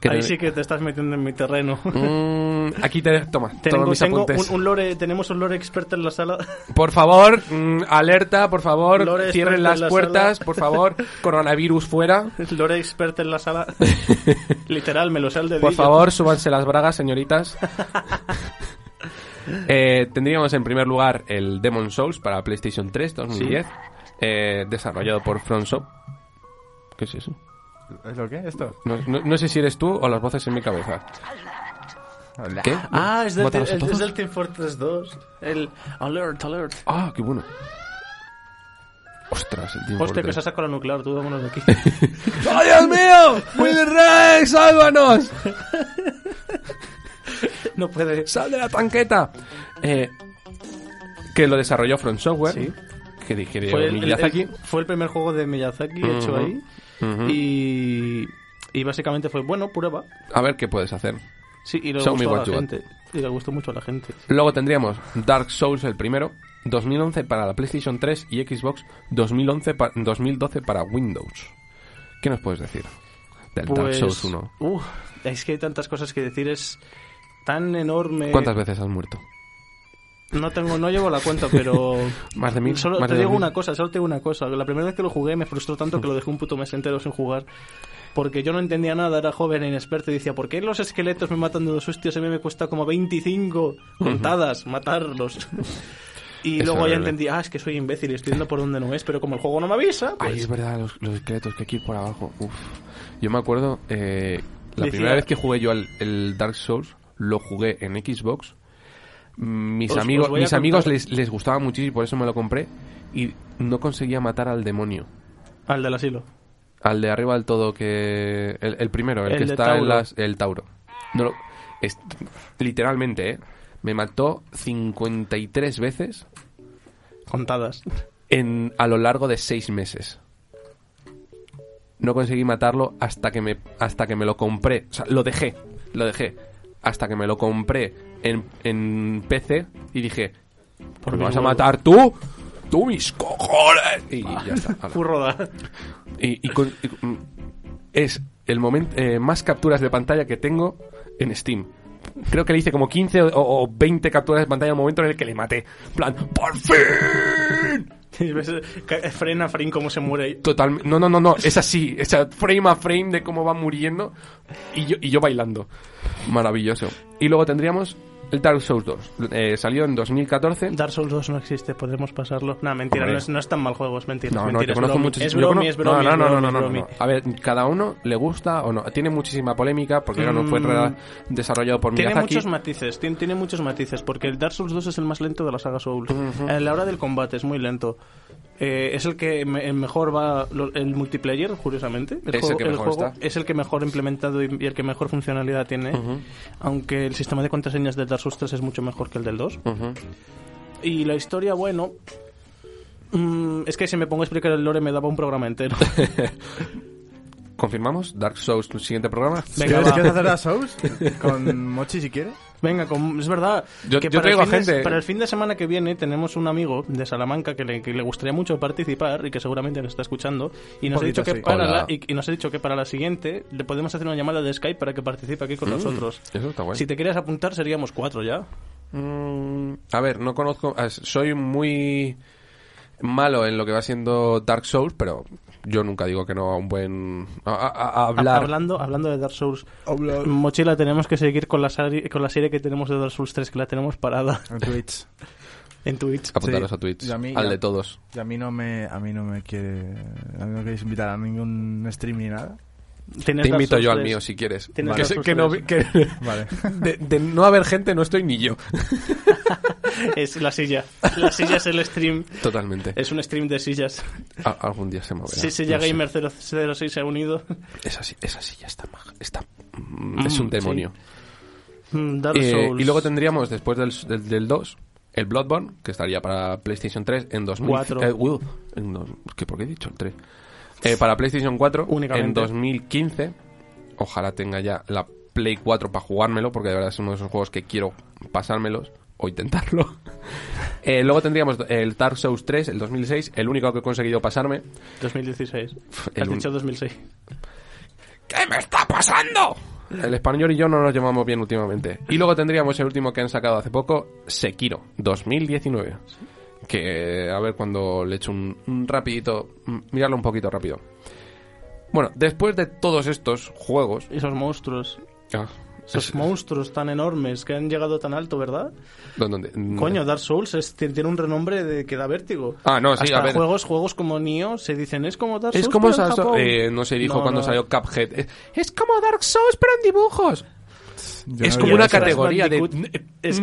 [SPEAKER 3] Que
[SPEAKER 2] Ahí
[SPEAKER 3] te-
[SPEAKER 2] sí que te estás metiendo en mi terreno.
[SPEAKER 3] Mm, aquí te toma, toma
[SPEAKER 2] <laughs> Tengo,
[SPEAKER 3] mis
[SPEAKER 2] tengo
[SPEAKER 3] apuntes.
[SPEAKER 2] un, un lore, tenemos un lore experto en la sala.
[SPEAKER 3] Por favor, mm, alerta, por favor,
[SPEAKER 2] Lores,
[SPEAKER 3] cierren
[SPEAKER 2] fuerte
[SPEAKER 3] las
[SPEAKER 2] en la
[SPEAKER 3] puertas,
[SPEAKER 2] sala. <laughs>
[SPEAKER 3] por favor, coronavirus fuera.
[SPEAKER 2] Lore experto en la
[SPEAKER 3] <laughs>
[SPEAKER 2] sala. Literal, me lo sé al dedillo.
[SPEAKER 3] Por favor, súbanse las bragas, señoritas. Eh, tendríamos en primer lugar el Demon Souls para PlayStation 3 2010, eh, desarrollado por FromSoft. ¿Qué es eso?
[SPEAKER 1] ¿Es lo que? ¿Esto?
[SPEAKER 3] No, no- no sé si eres tú o las voces en mi cabeza. ¿Qué?
[SPEAKER 2] Ah, es del,
[SPEAKER 3] ¿Mátalos a
[SPEAKER 2] es- es
[SPEAKER 3] todos?
[SPEAKER 2] del Team Fortress 2. El alert, alert.
[SPEAKER 3] Ah, qué bueno. Ostras, el tiempo.
[SPEAKER 2] Hostia, que
[SPEAKER 3] <laughs>
[SPEAKER 2] se ha sacado la nuclear, tú vámonos de aquí.
[SPEAKER 3] ¡Oh, Dios mío! ¡Will Rex, sálvanos!
[SPEAKER 2] no puede.
[SPEAKER 3] ¡Sal de la tanqueta! Eh, que lo desarrolló From Software.
[SPEAKER 2] Sí.
[SPEAKER 3] Que dije
[SPEAKER 2] Fue el, el-
[SPEAKER 3] Miyazaki.
[SPEAKER 2] el- fue el primer juego de Miyazaki hecho
[SPEAKER 3] Ujú.
[SPEAKER 2] ahí. y, y básicamente fue, bueno, prueba.
[SPEAKER 3] A ver qué puedes hacer.
[SPEAKER 2] Sí, y le
[SPEAKER 3] Show me
[SPEAKER 2] gustó a la
[SPEAKER 3] what you got.
[SPEAKER 2] gente. Y le gustó mucho a la gente.
[SPEAKER 3] Luego tendríamos Dark Souls el primero, 2011 para la PlayStation 3 y Xbox, 2011 pa- 2012 para Windows. ¿Qué nos puedes decir del Dark
[SPEAKER 2] Pues.
[SPEAKER 3] Souls 1?
[SPEAKER 2] uf, es que hay tantas cosas que decir, es tan enorme.
[SPEAKER 3] ¿Cuántas veces has muerto?
[SPEAKER 2] No tengo, no llevo la cuenta, pero.
[SPEAKER 3] <laughs> ¿Más de mil?
[SPEAKER 2] Solo
[SPEAKER 3] ¿Más
[SPEAKER 2] te
[SPEAKER 3] de
[SPEAKER 2] digo
[SPEAKER 3] dos mil?
[SPEAKER 2] una cosa, solo te digo una cosa. La primera vez que lo jugué me frustró
[SPEAKER 3] <laughs>
[SPEAKER 2] tanto que lo dejé un puto mes entero sin jugar. Porque yo no entendía nada, era joven e inexperto y decía, ¿por qué los esqueletos me matan de dos hostios? A mí me cuesta como 25 contadas
[SPEAKER 3] <laughs>
[SPEAKER 2] matarlos. Y
[SPEAKER 3] Es
[SPEAKER 2] luego
[SPEAKER 3] horrible.
[SPEAKER 2] ya entendí, ah, es que soy imbécil y estoy yendo por donde no es, pero como el juego no me avisa, pues,
[SPEAKER 3] Ay, es verdad, los, los esqueletos que hay que ir por abajo. Uf. Yo me acuerdo, eh, la
[SPEAKER 2] Decía-
[SPEAKER 3] primera vez que jugué yo al el Dark Souls, lo jugué en Xbox. Mm, Mis
[SPEAKER 2] Os- os
[SPEAKER 3] amigos,
[SPEAKER 2] voy a
[SPEAKER 3] mis amigos
[SPEAKER 2] contar.
[SPEAKER 3] les, les gustaba muchísimo y por eso me lo compré. Y no conseguía matar al demonio.
[SPEAKER 2] al del asilo.
[SPEAKER 3] Al de arriba del todo que... El, el primero, el,
[SPEAKER 2] El
[SPEAKER 3] que
[SPEAKER 2] de
[SPEAKER 3] está
[SPEAKER 2] Tauro.
[SPEAKER 3] en las... El Tauro. No lo- es- literalmente, ¿eh? Me mató 53 veces
[SPEAKER 2] Contadas.
[SPEAKER 3] en, a lo largo de seis meses. No conseguí matarlo hasta que me, hasta que me lo compré. O sea, lo dejé, lo dejé. Hasta que me lo compré en, en PC y dije, ¿por qué
[SPEAKER 2] mi
[SPEAKER 3] vas a
[SPEAKER 2] huevo".
[SPEAKER 3] matar tú? ¡Tú mis cojones! Y ya está. ala.
[SPEAKER 2] Furroda.
[SPEAKER 3] Y, y con- y con- es el momento eh, más capturas de pantalla que tengo en Steam. Creo que le hice como 15 o, o 20 capturas de pantalla al momento en el que le maté. En plan, ¡por fin!
[SPEAKER 2] Y <laughs> ves, ca- Frena a Frin cómo se muere ahí.
[SPEAKER 3] Total, no, no, no, no, es así, o sea, frame a frame de cómo va muriendo y yo, y yo bailando. Maravilloso. Y luego tendríamos el Dark Souls 2. Eh, salió en 2014.
[SPEAKER 2] Dark Souls 2 no existe, podemos pasarlo. No, mentira,
[SPEAKER 3] Hombre.
[SPEAKER 2] no es, no es tan mal juego, es mentira.
[SPEAKER 3] No,
[SPEAKER 2] es
[SPEAKER 3] no,
[SPEAKER 2] mentira,
[SPEAKER 3] yo
[SPEAKER 2] es
[SPEAKER 3] conozco
[SPEAKER 2] bromi,
[SPEAKER 3] muchos.
[SPEAKER 2] Es bromi, es bromi.
[SPEAKER 3] No,
[SPEAKER 2] es
[SPEAKER 3] no, no, no,
[SPEAKER 2] bromi,
[SPEAKER 3] no,
[SPEAKER 2] es
[SPEAKER 3] no,
[SPEAKER 2] bromi.
[SPEAKER 3] no. A ver, cada uno le gusta o no. Tiene muchísima polémica porque claro, no fue
[SPEAKER 2] Mm.
[SPEAKER 3] reda- desarrollado por
[SPEAKER 2] Tiene
[SPEAKER 3] Miyazaki.
[SPEAKER 2] muchos matices, tiene, tiene Eh, muchos matices, porque el Dark Souls 2 es el más lento de la saga Souls. A la hora del combate es muy lento. Eh, es el que me- el mejor va lo- el multiplayer, curiosamente.
[SPEAKER 3] Es el que mejor
[SPEAKER 2] juego
[SPEAKER 3] está.
[SPEAKER 2] es el que mejor implementado y, y el que mejor funcionalidad tiene. Aunque el sistema de contraseñas del Dark Souls 3 es mucho mejor que el del 2.
[SPEAKER 3] Ujú.
[SPEAKER 2] Y la historia, bueno. mm, es que si me pongo a explicar el lore me daba un programa entero.
[SPEAKER 3] ¿Confirmamos? Dark Souls, tu siguiente programa.
[SPEAKER 2] Venga,
[SPEAKER 1] ¿Quieres,
[SPEAKER 2] va.
[SPEAKER 1] quieres hacer Dark
[SPEAKER 3] <laughs>
[SPEAKER 1] Souls? Con Mochi si quieres.
[SPEAKER 2] Venga, como- es verdad.
[SPEAKER 3] Yo-
[SPEAKER 2] que
[SPEAKER 3] yo
[SPEAKER 2] para el
[SPEAKER 3] traigo a
[SPEAKER 2] fin de-
[SPEAKER 3] gente.
[SPEAKER 2] para el fin de semana que viene tenemos un amigo de Salamanca que le, que le gustaría mucho participar y que seguramente nos está escuchando. Y nos, ha
[SPEAKER 1] poquito,
[SPEAKER 2] dicho que
[SPEAKER 1] sí.
[SPEAKER 2] para
[SPEAKER 3] Hola.
[SPEAKER 2] la, y, y nos ha dicho que para la siguiente le podemos hacer una llamada de Skype para que participe aquí
[SPEAKER 3] Mm.
[SPEAKER 2] con nosotros.
[SPEAKER 3] Eso está bueno.
[SPEAKER 2] Si te quieres apuntar, seríamos cuatro ya.
[SPEAKER 3] Mm, a ver, no conozco. a ver, Soy muy malo en lo que va siendo Dark Souls, pero yo nunca digo que no a un buen. a, a- a hablar.
[SPEAKER 2] Ha- Hablando, hablando de Dark Souls, Mochila, tenemos que seguir con la, sari- con la serie que tenemos de Dark Souls 3, que la tenemos parada <laughs>
[SPEAKER 1] En Twitch.
[SPEAKER 2] en Twitch.
[SPEAKER 3] Apuntaros
[SPEAKER 1] Sí,
[SPEAKER 3] a Twitch.
[SPEAKER 1] y a mí,
[SPEAKER 3] al
[SPEAKER 1] y a-
[SPEAKER 3] de todos.
[SPEAKER 1] Y a mí no me, a mí no me quiere. A mí no queréis invitar a ningún stream ni nada.
[SPEAKER 2] Tienes
[SPEAKER 3] Te
[SPEAKER 2] Dark
[SPEAKER 3] invito
[SPEAKER 2] Souls
[SPEAKER 3] yo al
[SPEAKER 2] 3.
[SPEAKER 3] mío si quieres.
[SPEAKER 2] Tienes
[SPEAKER 3] Que
[SPEAKER 2] Dark
[SPEAKER 3] sé
[SPEAKER 2] Souls
[SPEAKER 3] que no,
[SPEAKER 2] 3.
[SPEAKER 3] que-
[SPEAKER 1] Vale.
[SPEAKER 3] <laughs> de, de no haber gente no estoy ni yo.
[SPEAKER 2] <laughs> Es la silla. La silla es el stream.
[SPEAKER 3] Totalmente.
[SPEAKER 2] Es un stream de sillas.
[SPEAKER 3] A- algún día se moverá.
[SPEAKER 2] Eh, Sí, sí, ya
[SPEAKER 3] No sé.
[SPEAKER 2] Gamer 006 se ha unido. <laughs>
[SPEAKER 3] Esa, sí- esa silla está maja. Está, mm, es un demonio.
[SPEAKER 2] Mm, Dark
[SPEAKER 3] Eh,
[SPEAKER 2] Souls.
[SPEAKER 3] y luego tendríamos, después del, del, del 2, el Bloodborne, que estaría para PlayStation 3 en 2000.
[SPEAKER 2] Cuatro.
[SPEAKER 3] eh, uy, en dos- ¿qué, ¿Por qué he dicho el 3? Eh, para PlayStation 4 en
[SPEAKER 2] Únicamente.
[SPEAKER 3] 2015. Ojalá tenga ya la Play 4 para jugármelo, porque de verdad es uno de esos juegos que quiero pasármelos o intentarlo. <laughs> Eh, luego tendríamos el Dark Souls 3, el 2006, el único que he conseguido pasarme.
[SPEAKER 2] 2016.
[SPEAKER 3] el
[SPEAKER 2] Has
[SPEAKER 3] un-
[SPEAKER 2] dicho 2006.
[SPEAKER 3] ¿Qué me está pasando? El español y yo no nos llevamos bien últimamente. Y luego tendríamos el último que han sacado hace poco, Sekiro, 2019. Que, a ver, cuando le echo un, un rapidito, mm, mirarlo un poquito rápido. Bueno, después de todos estos juegos...
[SPEAKER 2] Esos monstruos.
[SPEAKER 3] Ah,
[SPEAKER 2] Esos
[SPEAKER 3] es-
[SPEAKER 2] monstruos tan enormes que han llegado tan alto, ¿verdad?
[SPEAKER 3] ¿dónde- dónde?
[SPEAKER 2] Coño, Dark Souls es- ti- tiene un renombre de que da vértigo.
[SPEAKER 3] Ah, no, sí,
[SPEAKER 2] Hasta
[SPEAKER 3] a ver.
[SPEAKER 2] Juegos, juegos como Nio se dicen, es como Dark Souls.
[SPEAKER 3] Es como...
[SPEAKER 2] pero en
[SPEAKER 3] Sa-
[SPEAKER 2] Japón".
[SPEAKER 3] eh, no se dijo
[SPEAKER 2] No,
[SPEAKER 3] cuando
[SPEAKER 2] no.
[SPEAKER 3] salió Cuphead. Es, es como Dark Souls, pero en dibujos.
[SPEAKER 1] Yo
[SPEAKER 3] Es
[SPEAKER 1] no
[SPEAKER 3] como
[SPEAKER 1] diría
[SPEAKER 3] una
[SPEAKER 1] eso.
[SPEAKER 3] categoría. de-
[SPEAKER 2] Bandicoot.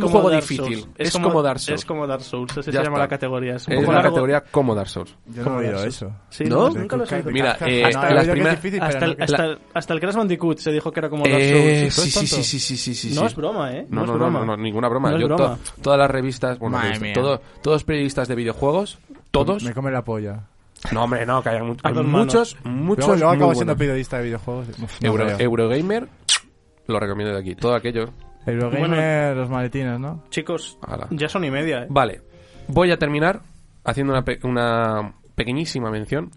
[SPEAKER 3] un juego difícil.
[SPEAKER 2] Souls.
[SPEAKER 3] Es como Dark Souls.
[SPEAKER 2] Es como Dark Souls. Así
[SPEAKER 3] Ya
[SPEAKER 2] se llama
[SPEAKER 3] está.
[SPEAKER 2] la categoría. Es, un
[SPEAKER 3] Es
[SPEAKER 2] poco
[SPEAKER 3] la
[SPEAKER 2] largo.
[SPEAKER 3] categoría como Dark Souls.
[SPEAKER 1] Yo no he oído
[SPEAKER 2] Dark
[SPEAKER 1] eso.
[SPEAKER 2] Sí,
[SPEAKER 3] ¿No?
[SPEAKER 2] nunca lo he oído.
[SPEAKER 3] Mira, eh,
[SPEAKER 1] Ah, he
[SPEAKER 3] las
[SPEAKER 1] oído que
[SPEAKER 3] primeras-
[SPEAKER 1] es difícil, pero
[SPEAKER 2] Hasta
[SPEAKER 1] no
[SPEAKER 2] el,
[SPEAKER 1] que-
[SPEAKER 2] hasta,
[SPEAKER 3] La-
[SPEAKER 2] el- hasta el Crash Bandicoot se dijo que era como Dark
[SPEAKER 3] Eh,
[SPEAKER 2] Souls.
[SPEAKER 3] sí, sí,
[SPEAKER 1] tonto?
[SPEAKER 3] sí, sí, sí, sí, sí,
[SPEAKER 2] No
[SPEAKER 3] sí.
[SPEAKER 2] es broma, ¿eh?
[SPEAKER 3] No,
[SPEAKER 2] es
[SPEAKER 3] no, no,
[SPEAKER 2] broma.
[SPEAKER 3] no, no, ninguna broma.
[SPEAKER 2] No es
[SPEAKER 3] Yo to-
[SPEAKER 2] broma.
[SPEAKER 3] todas las revistas, bueno,
[SPEAKER 1] Madre
[SPEAKER 3] revistas,
[SPEAKER 1] mía.
[SPEAKER 3] todo- todos periodistas de videojuegos, todos.
[SPEAKER 1] Me come la polla.
[SPEAKER 3] No, hombre, no, que hay, mu-
[SPEAKER 2] A
[SPEAKER 3] hay
[SPEAKER 2] dos manos.
[SPEAKER 3] muchos, muchos.
[SPEAKER 1] luego, luego
[SPEAKER 3] muy
[SPEAKER 1] acabo siendo
[SPEAKER 3] buenos.
[SPEAKER 1] periodista de videojuegos. Uf, no
[SPEAKER 3] Euro-
[SPEAKER 1] creo.
[SPEAKER 3] Eurogamer, lo recomiendo de aquí. Todo aquello.
[SPEAKER 1] Eurogamer, los maletines, ¿no?
[SPEAKER 2] Chicos,
[SPEAKER 3] Ala.
[SPEAKER 2] ya son y media, ¿eh?
[SPEAKER 3] Vale, voy a terminar haciendo una, pe- una pequeñísima mención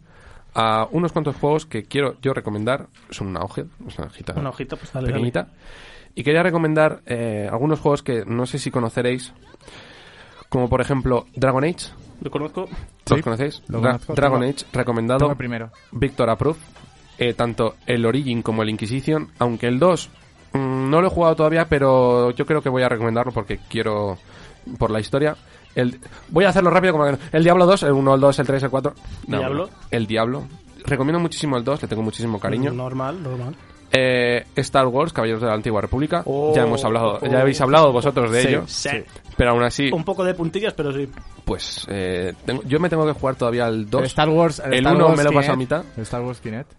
[SPEAKER 3] a unos cuantos juegos que quiero yo recomendar. Son una hoja, es una hojita.
[SPEAKER 2] Una hojita, pues dale, dale.
[SPEAKER 3] pequeñita. Y quería recomendar eh, algunos juegos que no sé si conoceréis, como por ejemplo Dragon Age.
[SPEAKER 2] Lo conozco.
[SPEAKER 3] ¿Los
[SPEAKER 1] Sí,
[SPEAKER 3] conocéis?
[SPEAKER 1] lo
[SPEAKER 3] Dra-
[SPEAKER 1] conozco.
[SPEAKER 3] Dragon
[SPEAKER 1] Tengo-
[SPEAKER 3] Age, recomendado.
[SPEAKER 1] Toma primero.
[SPEAKER 3] Victor Approved. Eh, tanto el Origin como el Inquisition. Aunque el 2 mm, no lo he jugado todavía, pero yo creo que voy a recomendarlo porque quiero. por la historia. El, voy a hacerlo rápido como que no. El Diablo 2, el 1, el 2, el 3, el 4.
[SPEAKER 2] ¿Diablo?
[SPEAKER 3] El Diablo. Recomiendo muchísimo el 2, le tengo muchísimo cariño.
[SPEAKER 2] Normal, normal.
[SPEAKER 3] Eh, Star Wars, Caballeros de la Antigua República.
[SPEAKER 2] Oh,
[SPEAKER 3] ya hemos hablado,
[SPEAKER 2] oh,
[SPEAKER 3] ya habéis hablado vosotros de
[SPEAKER 1] sí.
[SPEAKER 3] ello.
[SPEAKER 2] Sí. Oh.
[SPEAKER 3] Pero aún así,
[SPEAKER 2] Un poco de puntillas, pero sí.
[SPEAKER 3] pues eh, tengo- yo me tengo que jugar todavía al 2.
[SPEAKER 1] El Star Wars.
[SPEAKER 3] El
[SPEAKER 1] Star
[SPEAKER 3] uno
[SPEAKER 1] Wars
[SPEAKER 3] me lo paso a
[SPEAKER 1] Kinect.
[SPEAKER 3] mitad.
[SPEAKER 1] El Star Wars Kinect.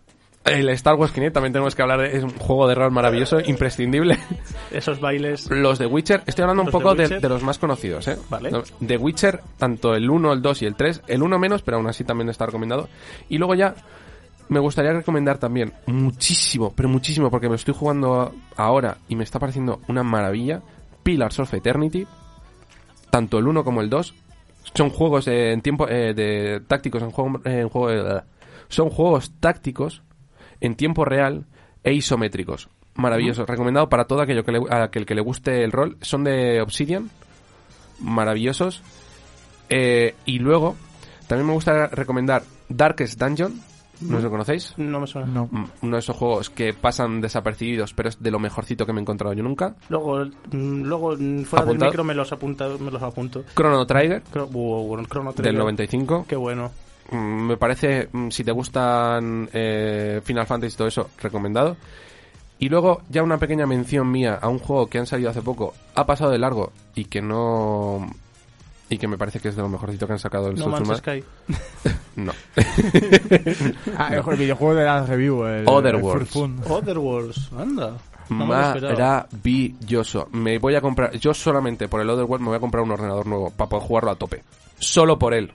[SPEAKER 3] El Star Wars Kinect también tenemos que hablar. de- Es un juego de rol maravilloso, imprescindible.
[SPEAKER 2] <laughs> Esos bailes.
[SPEAKER 3] Los de Witcher, estoy hablando un
[SPEAKER 2] Los de
[SPEAKER 3] poco de,
[SPEAKER 2] Witcher.
[SPEAKER 3] de los más conocidos, ¿eh?
[SPEAKER 2] Vale.
[SPEAKER 3] De Witcher, tanto el 1, el 2 y el 3. El 1 menos, pero aún así también está recomendado. Y luego ya, me gustaría recomendar también muchísimo, pero muchísimo, porque me lo estoy jugando ahora y me está pareciendo una maravilla. Pillars of Eternity, tanto el 1 como el 2, son juegos eh, en tiempo eh, de tácticos en juego, en juego eh, son juegos tácticos en tiempo real e isométricos. Maravilloso, recomendado para todo aquello que le, a aquel que le guste el rol. Son de Obsidian, maravillosos. Eh, y luego, también me gusta recomendar Darkest Dungeon, ¿no os lo conocéis?
[SPEAKER 2] No me suena.
[SPEAKER 1] No.
[SPEAKER 3] Mm, Uno de esos juegos que pasan desapercibidos, pero es de lo mejorcito que me he encontrado yo nunca.
[SPEAKER 2] Luego, mm, luego mm, fuera del
[SPEAKER 3] Apuntado.
[SPEAKER 2] micro me los, apunta, me los apunto.
[SPEAKER 3] Chrono Trigger,
[SPEAKER 2] Cro- wow, wow, Chrono Trigger.
[SPEAKER 3] del 95.
[SPEAKER 2] Qué bueno.
[SPEAKER 3] Mm, me parece, mm, si te gustan eh, Final Fantasy y todo eso, recomendado. Y luego, ya una pequeña mención mía a un juego que han salido hace poco, ha pasado de largo y que no y que me parece que es de lo mejorcito que han sacado el
[SPEAKER 2] No
[SPEAKER 3] Sozuma.
[SPEAKER 2] Man's Sky.
[SPEAKER 3] No.
[SPEAKER 1] <laughs> Ah, el videojuego de la review. El,
[SPEAKER 3] Otherworlds.
[SPEAKER 1] el Furfun.
[SPEAKER 2] Otherworlds, anda. <laughs> No me lo esperaba.
[SPEAKER 3] Maravilloso. Me voy a comprar, yo solamente por el Otherworld me voy a comprar un ordenador nuevo para poder jugarlo a tope. Solo por él.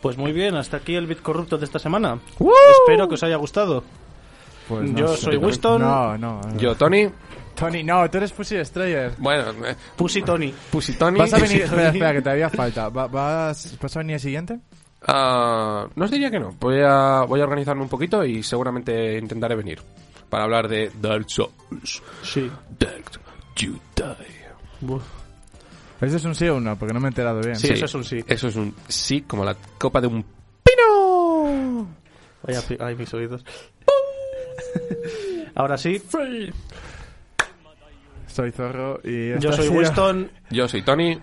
[SPEAKER 2] Pues muy bien, hasta aquí el bit corrupto de esta semana. Espero que os haya gustado.
[SPEAKER 1] Pues no
[SPEAKER 2] Yo
[SPEAKER 1] sé.
[SPEAKER 2] soy Winston,
[SPEAKER 1] No, no. no.
[SPEAKER 3] Yo, Tony.
[SPEAKER 1] Tony, no, tú eres Pussy Strayer.
[SPEAKER 3] Bueno, eh,
[SPEAKER 2] Pussy Tony.
[SPEAKER 3] Pussy
[SPEAKER 1] <laughs>
[SPEAKER 3] Tony.
[SPEAKER 1] Vas a venir.
[SPEAKER 2] sí,
[SPEAKER 1] Espera,
[SPEAKER 2] Tony.
[SPEAKER 1] espera, que te había falta. Va- vas, ¿Vas a venir el siguiente?
[SPEAKER 3] Ah, no os diría que no. Voy a, voy a organizarme un poquito y seguramente intentaré venir para hablar de Dark Souls.
[SPEAKER 2] Sí.
[SPEAKER 3] Dark You Die.
[SPEAKER 2] Buf.
[SPEAKER 1] ¿Eso es un sí o un no? Porque no me he enterado bien.
[SPEAKER 2] Sí, eso es un sí.
[SPEAKER 3] Eso es un sí, como la copa de un pino.
[SPEAKER 2] Vaya, pi- ay, mis oídos. <laughs> Ahora sí,
[SPEAKER 1] Soy Zorro y... esto
[SPEAKER 2] yo
[SPEAKER 1] ha
[SPEAKER 2] soy
[SPEAKER 1] sido-
[SPEAKER 2] Winston
[SPEAKER 3] Yo soy Tony.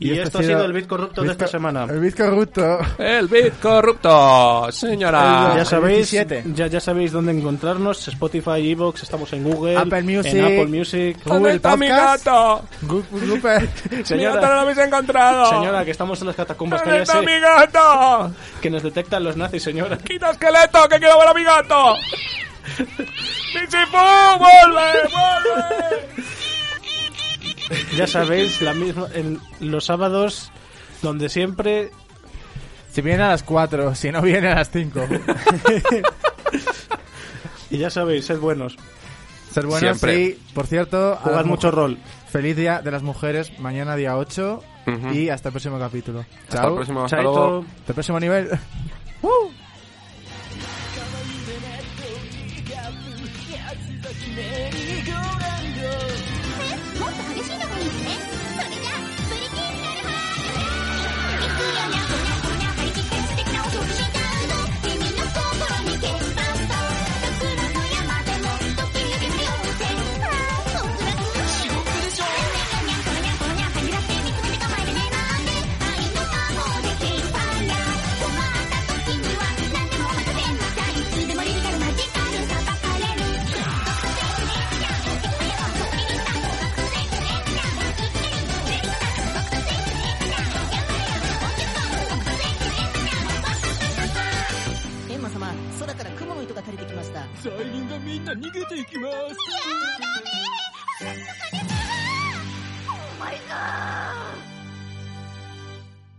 [SPEAKER 2] y, esto, ha sido el bit corrupto de
[SPEAKER 1] Bit
[SPEAKER 2] esta
[SPEAKER 1] cor-
[SPEAKER 2] semana.
[SPEAKER 1] El bit
[SPEAKER 2] <laughs>
[SPEAKER 1] corrupto.
[SPEAKER 3] El bit corrupto, señora.
[SPEAKER 2] Ya sabéis,
[SPEAKER 1] 17.
[SPEAKER 2] ya, ya sabéis dónde encontrarnos, Spotify, Evox, estamos en Google,
[SPEAKER 1] Apple Music. Oh,
[SPEAKER 2] en Apple Music,
[SPEAKER 3] ¿Dónde está mi
[SPEAKER 1] Podcast?
[SPEAKER 3] gato?
[SPEAKER 1] Gu- Gupe.
[SPEAKER 3] Mi
[SPEAKER 2] Señora.
[SPEAKER 3] gato no lo habéis encontrado.
[SPEAKER 2] Señora, que estamos en las catacumbas,
[SPEAKER 3] ¿Dónde está mi
[SPEAKER 2] cállese,
[SPEAKER 3] gato?
[SPEAKER 2] que nos detectan los nazis, señora.
[SPEAKER 3] ¡Quita esqueleto, que quiero ver a mi gato! ¡Pichifú! ¡Vuelve! ¡Vuelve!
[SPEAKER 2] <laughs> Ya sabéis, la misma, en los sábados, donde siempre,
[SPEAKER 1] Si viene a las 4, si no viene a las <laughs> 5.
[SPEAKER 2] y ya sabéis, sed buenos,
[SPEAKER 1] Ser bueno,
[SPEAKER 3] Siempre.
[SPEAKER 1] sí. Por cierto, a
[SPEAKER 2] jugad
[SPEAKER 1] las mu-
[SPEAKER 2] mucho rol.
[SPEAKER 1] Feliz Día de las Mujeres, mañana día 8. Y hasta el próximo capítulo.
[SPEAKER 3] Hasta el
[SPEAKER 1] Chao.
[SPEAKER 3] próximo, hasta luego.
[SPEAKER 2] Chaito.
[SPEAKER 1] Hasta el próximo nivel.
[SPEAKER 4] Oh my god!